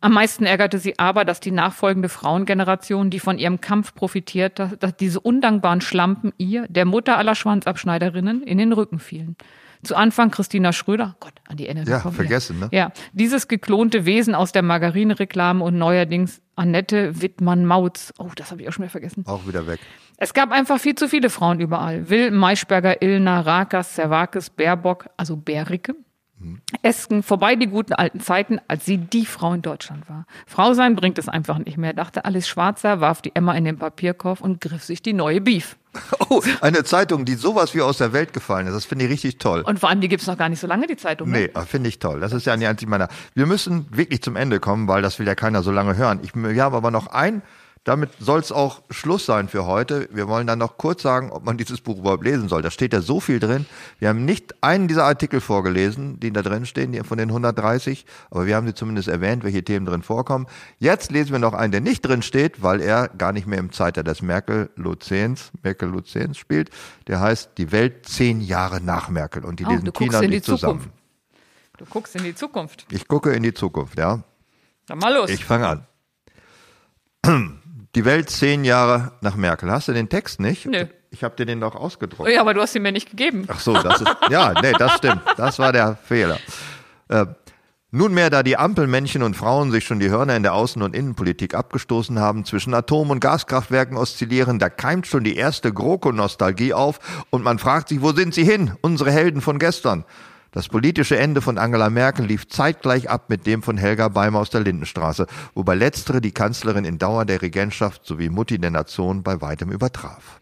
B: Am meisten ärgerte sie aber, dass die nachfolgende Frauengeneration, die von ihrem Kampf profitiert, dass, dass diese undankbaren Schlampen ihr, der Mutter aller Schwanzabschneiderinnen, in den Rücken fielen. Zu Anfang Christina Schröder, oh Gott, an die Ende.
A: Ja,
B: kommen wir.
A: vergessen, ne?
B: Ja, dieses geklonte Wesen aus der Margarine-Reklame und neuerdings Annette Wittmann-Mautz. Oh, das habe ich auch schon wieder vergessen.
A: Auch wieder weg.
B: Es gab einfach viel zu viele Frauen überall. Will, Maischberger, Illner, Rakas, Servakis, Baerbock, also Bärricke.
A: Mhm.
B: Esken, vorbei die guten alten Zeiten, als sie die Frau in Deutschland war. Frau sein bringt es einfach nicht mehr, dachte Alice Schwarzer, warf die Emma in den Papierkorb und griff sich die neue Beef.
A: (laughs) Oh, eine Zeitung, die sowas wie aus der Welt gefallen ist. Das finde ich richtig toll.
B: Und vor allem, die gibt's noch gar nicht so lange, die Zeitung. Ne?
A: Nee, aber finde ich toll. Das ist ja die einzige meiner. Wir müssen wirklich zum Ende kommen, weil das will ja keiner so lange hören. Ich, wir haben aber noch ein Damit soll es auch Schluss sein für heute. Wir wollen dann noch kurz sagen, ob man dieses Buch überhaupt lesen soll. Da steht ja so viel drin. Wir haben nicht einen dieser Artikel vorgelesen, die da drin stehen, die von den 130, aber wir haben sie zumindest erwähnt, welche Themen drin vorkommen. Jetzt lesen wir noch einen, der nicht drin steht, weil er gar nicht mehr im Zeitalter des Merkel-Luzens, Merkel-Luzens spielt. Der heißt Die Welt zehn Jahre nach Merkel und die
B: Oh,
A: lesen
B: du
A: Tina
B: guckst in
A: und
B: die
A: ich zusammen.
B: Zukunft. Du guckst in die Zukunft.
A: Ich gucke in die Zukunft, ja.
B: Dann mal los.
A: Ich fange an. Die Welt zehn Jahre nach Merkel. Hast du den Text nicht?
B: Nö.
A: Ich habe dir den doch ausgedruckt.
B: ja, aber du hast ihn mir nicht gegeben.
A: Ach so, das ist. Ja, nee, das stimmt. Das war der Fehler. Äh, nunmehr, da die Ampelmännchen und Frauen sich schon die Hörner in der Außen- und Innenpolitik abgestoßen haben, zwischen Atom- und Gaskraftwerken oszillieren, da keimt schon die erste GroKo-Nostalgie auf und man fragt sich, wo sind sie hin? Unsere Helden von gestern. Das politische Ende von Angela Merkel lief zeitgleich ab mit dem von Helga Beimer aus der Lindenstraße, wobei letztere die Kanzlerin in Dauer der Regentschaft sowie Mutti der Nation bei weitem übertraf.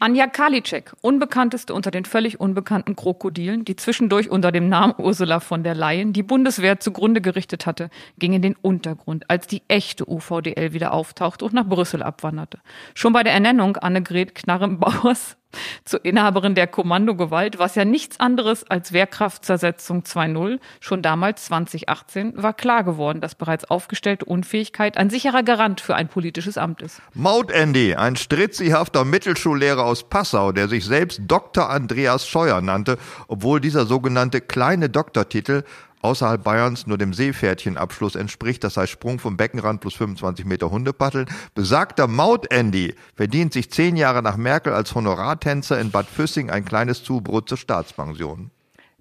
B: Anja Karliczek, unbekannteste unter den völlig unbekannten Krokodilen, die zwischendurch unter dem Namen Ursula von der Leyen die Bundeswehr zugrunde gerichtet hatte, ging in den Untergrund, als die echte UVDL wieder auftauchte und nach Brüssel abwanderte. Schon bei der Ernennung Annegret Knarrenbauers (laughs) zur Inhaberin der Kommandogewalt, was ja nichts anderes als Wehrkraftzersetzung 2.0, schon damals 2018, war klar geworden, dass bereits aufgestellte Unfähigkeit ein sicherer Garant für ein politisches Amt ist.
A: Maut Andy, ein stritzihafter Mittelschullehrer aus Passau, der sich selbst Dr. Andreas Scheuer nannte, obwohl dieser sogenannte kleine Doktortitel außerhalb Bayerns nur dem Seepferdchenabschluss entspricht, das heißt Sprung vom Beckenrand plus 25 Meter Hundepaddeln. Besagter Maut Andy verdient sich zehn Jahre nach Merkel als Honorartänzer in Bad Füssing ein kleines Zubrot zur Staatspension.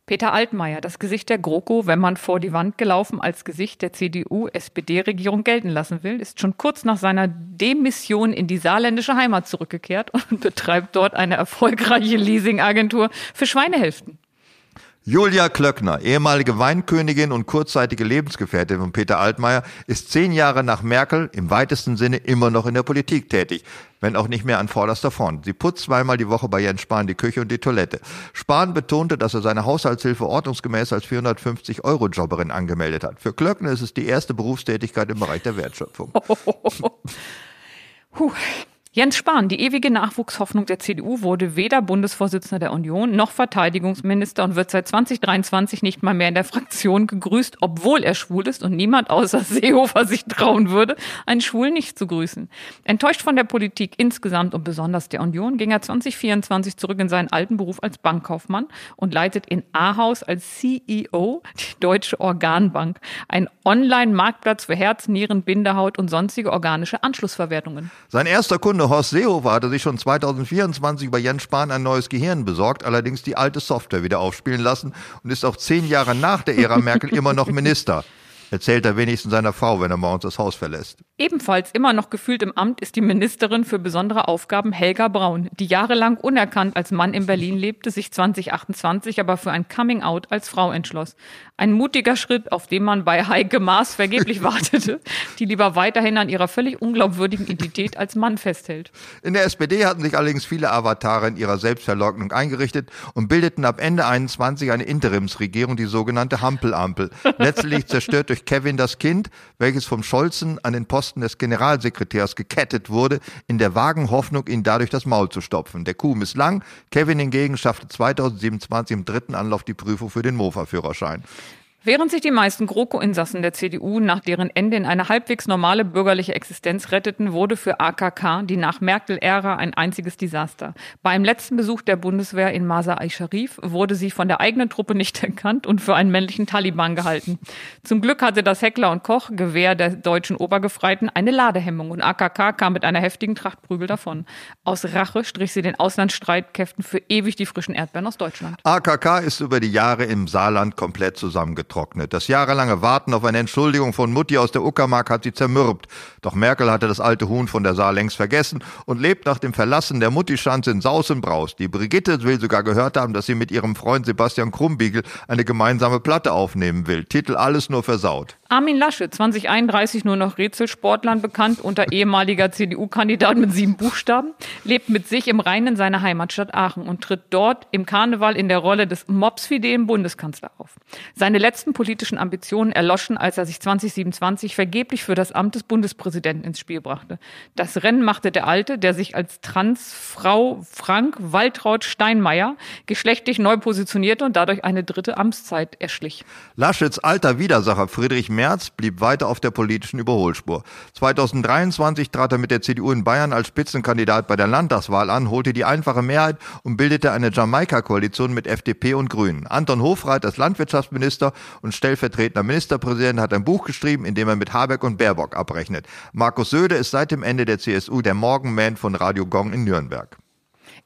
B: Peter Altmaier, das Gesicht der GroKo, wenn man vor die Wand gelaufen als Gesicht der CDU-SPD-Regierung gelten lassen will, ist schon kurz nach seiner Demission in die saarländische Heimat zurückgekehrt und (laughs) betreibt dort eine erfolgreiche Leasingagentur für Schweinehälften.
A: Julia Klöckner, ehemalige Weinkönigin und kurzzeitige Lebensgefährtin von Peter Altmaier, ist zehn Jahre nach Merkel im weitesten Sinne immer noch in der Politik tätig, wenn auch nicht mehr an vorderster Front. Sie putzt zweimal die Woche bei Jens Spahn die Küche und die Toilette. Spahn betonte, dass er seine Haushaltshilfe ordnungsgemäß als 450-Euro-Jobberin angemeldet hat. Für Klöckner ist es die erste Berufstätigkeit im Bereich der Wertschöpfung.
B: Puh. Jens Spahn, die ewige Nachwuchshoffnung der CDU, wurde weder Bundesvorsitzender der Union noch Verteidigungsminister und wird seit 2023 nicht mal mehr in der Fraktion gegrüßt, obwohl er schwul ist und niemand außer (laughs) Seehofer sich trauen würde, einen Schwulen nicht zu grüßen. Enttäuscht von der Politik insgesamt und besonders der Union, ging er 2024 zurück in seinen alten Beruf als Bankkaufmann und leitet in Ahaus als CEO die Deutsche Organbank, einen Online-Marktplatz für Herz, Nieren, Bindehaut und sonstige organische Anschlussverwertungen.
A: Sein erster Kunde Horst Seehofer hatte sich schon 2024 über Jens Spahn ein neues Gehirn besorgt, allerdings die alte Software wieder aufspielen lassen und ist auch zehn Jahre nach der Ära Merkel immer noch Minister. Erzählt er wenigstens seiner Frau, wenn er morgens das Haus verlässt.
B: Ebenfalls immer noch gefühlt im Amt ist die Ministerin für besondere Aufgaben Helga Braun, die jahrelang unerkannt als Mann in Berlin lebte, sich 2028 aber für ein Coming-out als Frau entschloss. Ein mutiger Schritt, auf den man bei Heike Maas vergeblich (laughs) wartete, die lieber weiterhin an ihrer völlig unglaubwürdigen Identität als Mann festhält.
A: In der SPD hatten sich allerdings viele Avatare in ihrer Selbstverleugnung eingerichtet und bildeten ab Ende 21 eine Interimsregierung, die sogenannte Hampel-Ampel. Letztlich zerstört durch Kevin das Kind, welches vom Scholzen an den Posten des Generalsekretärs gekettet wurde, in der vagen Hoffnung, ihn dadurch das Maul zu stopfen. Der Kuh misslang. Kevin hingegen schaffte 2027 im dritten Anlauf die Prüfung für den Mofa-Führerschein.
B: Während sich die meisten GroKo-Insassen der CDU nach deren Ende in eine halbwegs normale bürgerliche Existenz retteten, wurde für AKK die nach Merkel-Ära ein einziges Desaster. Beim letzten Besuch der Bundeswehr in Masar al-Sharif wurde sie von der eigenen Truppe nicht (laughs) erkannt und für einen männlichen Taliban gehalten. Zum Glück hatte das Heckler und Koch Gewehr der deutschen Obergefreiten eine Ladehemmung und AKK kam mit einer heftigen Tracht Prügel davon. Aus Rache strich sie den Auslandsstreitkräften für ewig die frischen Erdbeeren aus Deutschland.
A: AKK ist über die Jahre im Saarland komplett zusammengetrocknet. Das jahrelange Warten auf eine Entschuldigung von Mutti aus der Uckermark hat sie zermürbt. Doch Merkel hatte das alte Huhn von der Saar längst vergessen und lebt nach dem Verlassen der Mutti-Schanze in Sausenbraus. Die Brigitte will sogar gehört haben, dass sie mit ihrem Freund Sebastian Krumbiegel eine gemeinsame Platte aufnehmen will. Titel Alles nur versaut.
B: Armin Lasche, 2031 nur noch Rätselsportlern bekannt, unter ehemaliger CDU-Kandidat mit sieben Buchstaben, lebt mit sich im Rhein in seiner Heimatstadt Aachen und tritt dort im Karneval in der Rolle des mobsfidelen Bundeskanzler auf. Seine letzten politischen Ambitionen erloschen, als er sich 2027 vergeblich für das Amt des Bundespräsidenten ins Spiel brachte. Das Rennen machte der Alte, der sich als Transfrau Frank Waltraud Steinmeier geschlechtlich neu positionierte und dadurch eine dritte Amtszeit erschlich.
A: Laschets alter Widersacher Friedrich Merz Merz blieb weiter auf der politischen Überholspur. 2023 trat er mit der CDU in Bayern als Spitzenkandidat bei der Landtagswahl an, holte die einfache Mehrheit und bildete eine Jamaika-Koalition mit FDP und Grünen. Anton Hofreit als Landwirtschaftsminister und stellvertretender Ministerpräsident hat ein Buch geschrieben, in dem er mit Habeck und Baerbock abrechnet. Markus Söder ist seit dem Ende der CSU der Morgenman von Radio Gong in Nürnberg.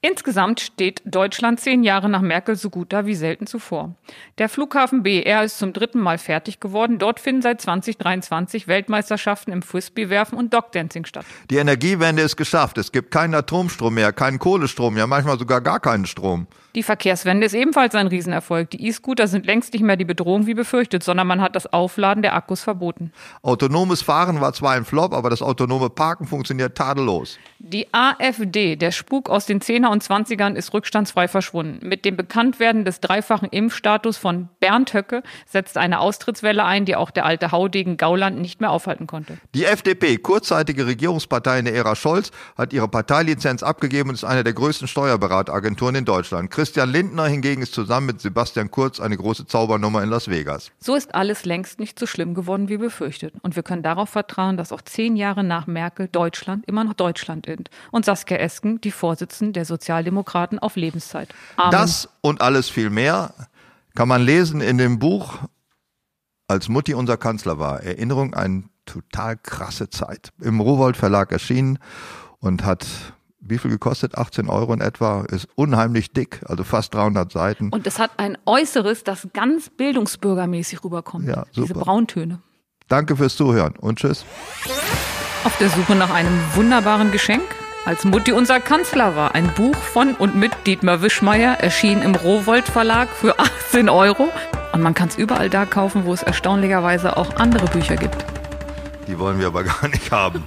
B: Insgesamt steht Deutschland zehn Jahre nach Merkel so gut da wie selten zuvor. Der Flughafen BER ist zum dritten Mal fertig geworden. Dort finden seit 2023 Weltmeisterschaften im Frisbee-Werfen und Dogdancing statt.
A: Die Energiewende ist geschafft. Es gibt keinen Atomstrom mehr, keinen Kohlestrom, ja manchmal sogar gar keinen Strom.
B: Die Verkehrswende ist ebenfalls ein Riesenerfolg. Die E-Scooter sind längst nicht mehr die Bedrohung wie befürchtet, sondern man hat das Aufladen der Akkus verboten.
A: Autonomes Fahren war zwar ein Flop, aber das autonome Parken funktioniert tadellos.
B: Die AfD, der Spuk aus den 10er und 20ern ist rückstandsfrei verschwunden. Mit dem Bekanntwerden des dreifachen Impfstatus von Bernd Höcke setzt eine Austrittswelle ein, die auch der alte Haudegen Gauland nicht mehr aufhalten konnte.
A: Die FDP, kurzzeitige Regierungspartei in der Ära Scholz, hat ihre Parteilizenz abgegeben und ist eine der größten Steuerberatagenturen in Deutschland. Christian Lindner hingegen ist zusammen mit Sebastian Kurz eine große Zaubernummer in Las Vegas.
B: So ist alles längst nicht so schlimm geworden wie befürchtet. Und wir können darauf vertrauen, dass auch zehn Jahre nach Merkel Deutschland immer noch Deutschland ist. Und Saskia Esken, die Vorsitzende der Sozialdemokraten auf Lebenszeit.
A: Amen. Das und alles viel mehr kann man lesen in dem Buch, als Mutti unser Kanzler war. Erinnerung an total krasse Zeit. Im Rowold Verlag erschienen und hat wie viel gekostet? 18 Euro in etwa. Ist unheimlich dick, also fast 300 Seiten.
B: Und es hat ein Äußeres, das ganz bildungsbürgermäßig rüberkommt. Ja, super. Diese Brauntöne.
A: Danke fürs Zuhören und tschüss.
B: Auf der Suche nach einem wunderbaren Geschenk? Als Mutti unser Kanzler war, ein Buch von und mit Dietmar Wischmeier, erschien im Rowold Verlag für 18 Euro. Und man kann es überall da kaufen, wo es erstaunlicherweise auch andere Bücher gibt.
A: Die wollen wir aber (laughs) gar nicht haben.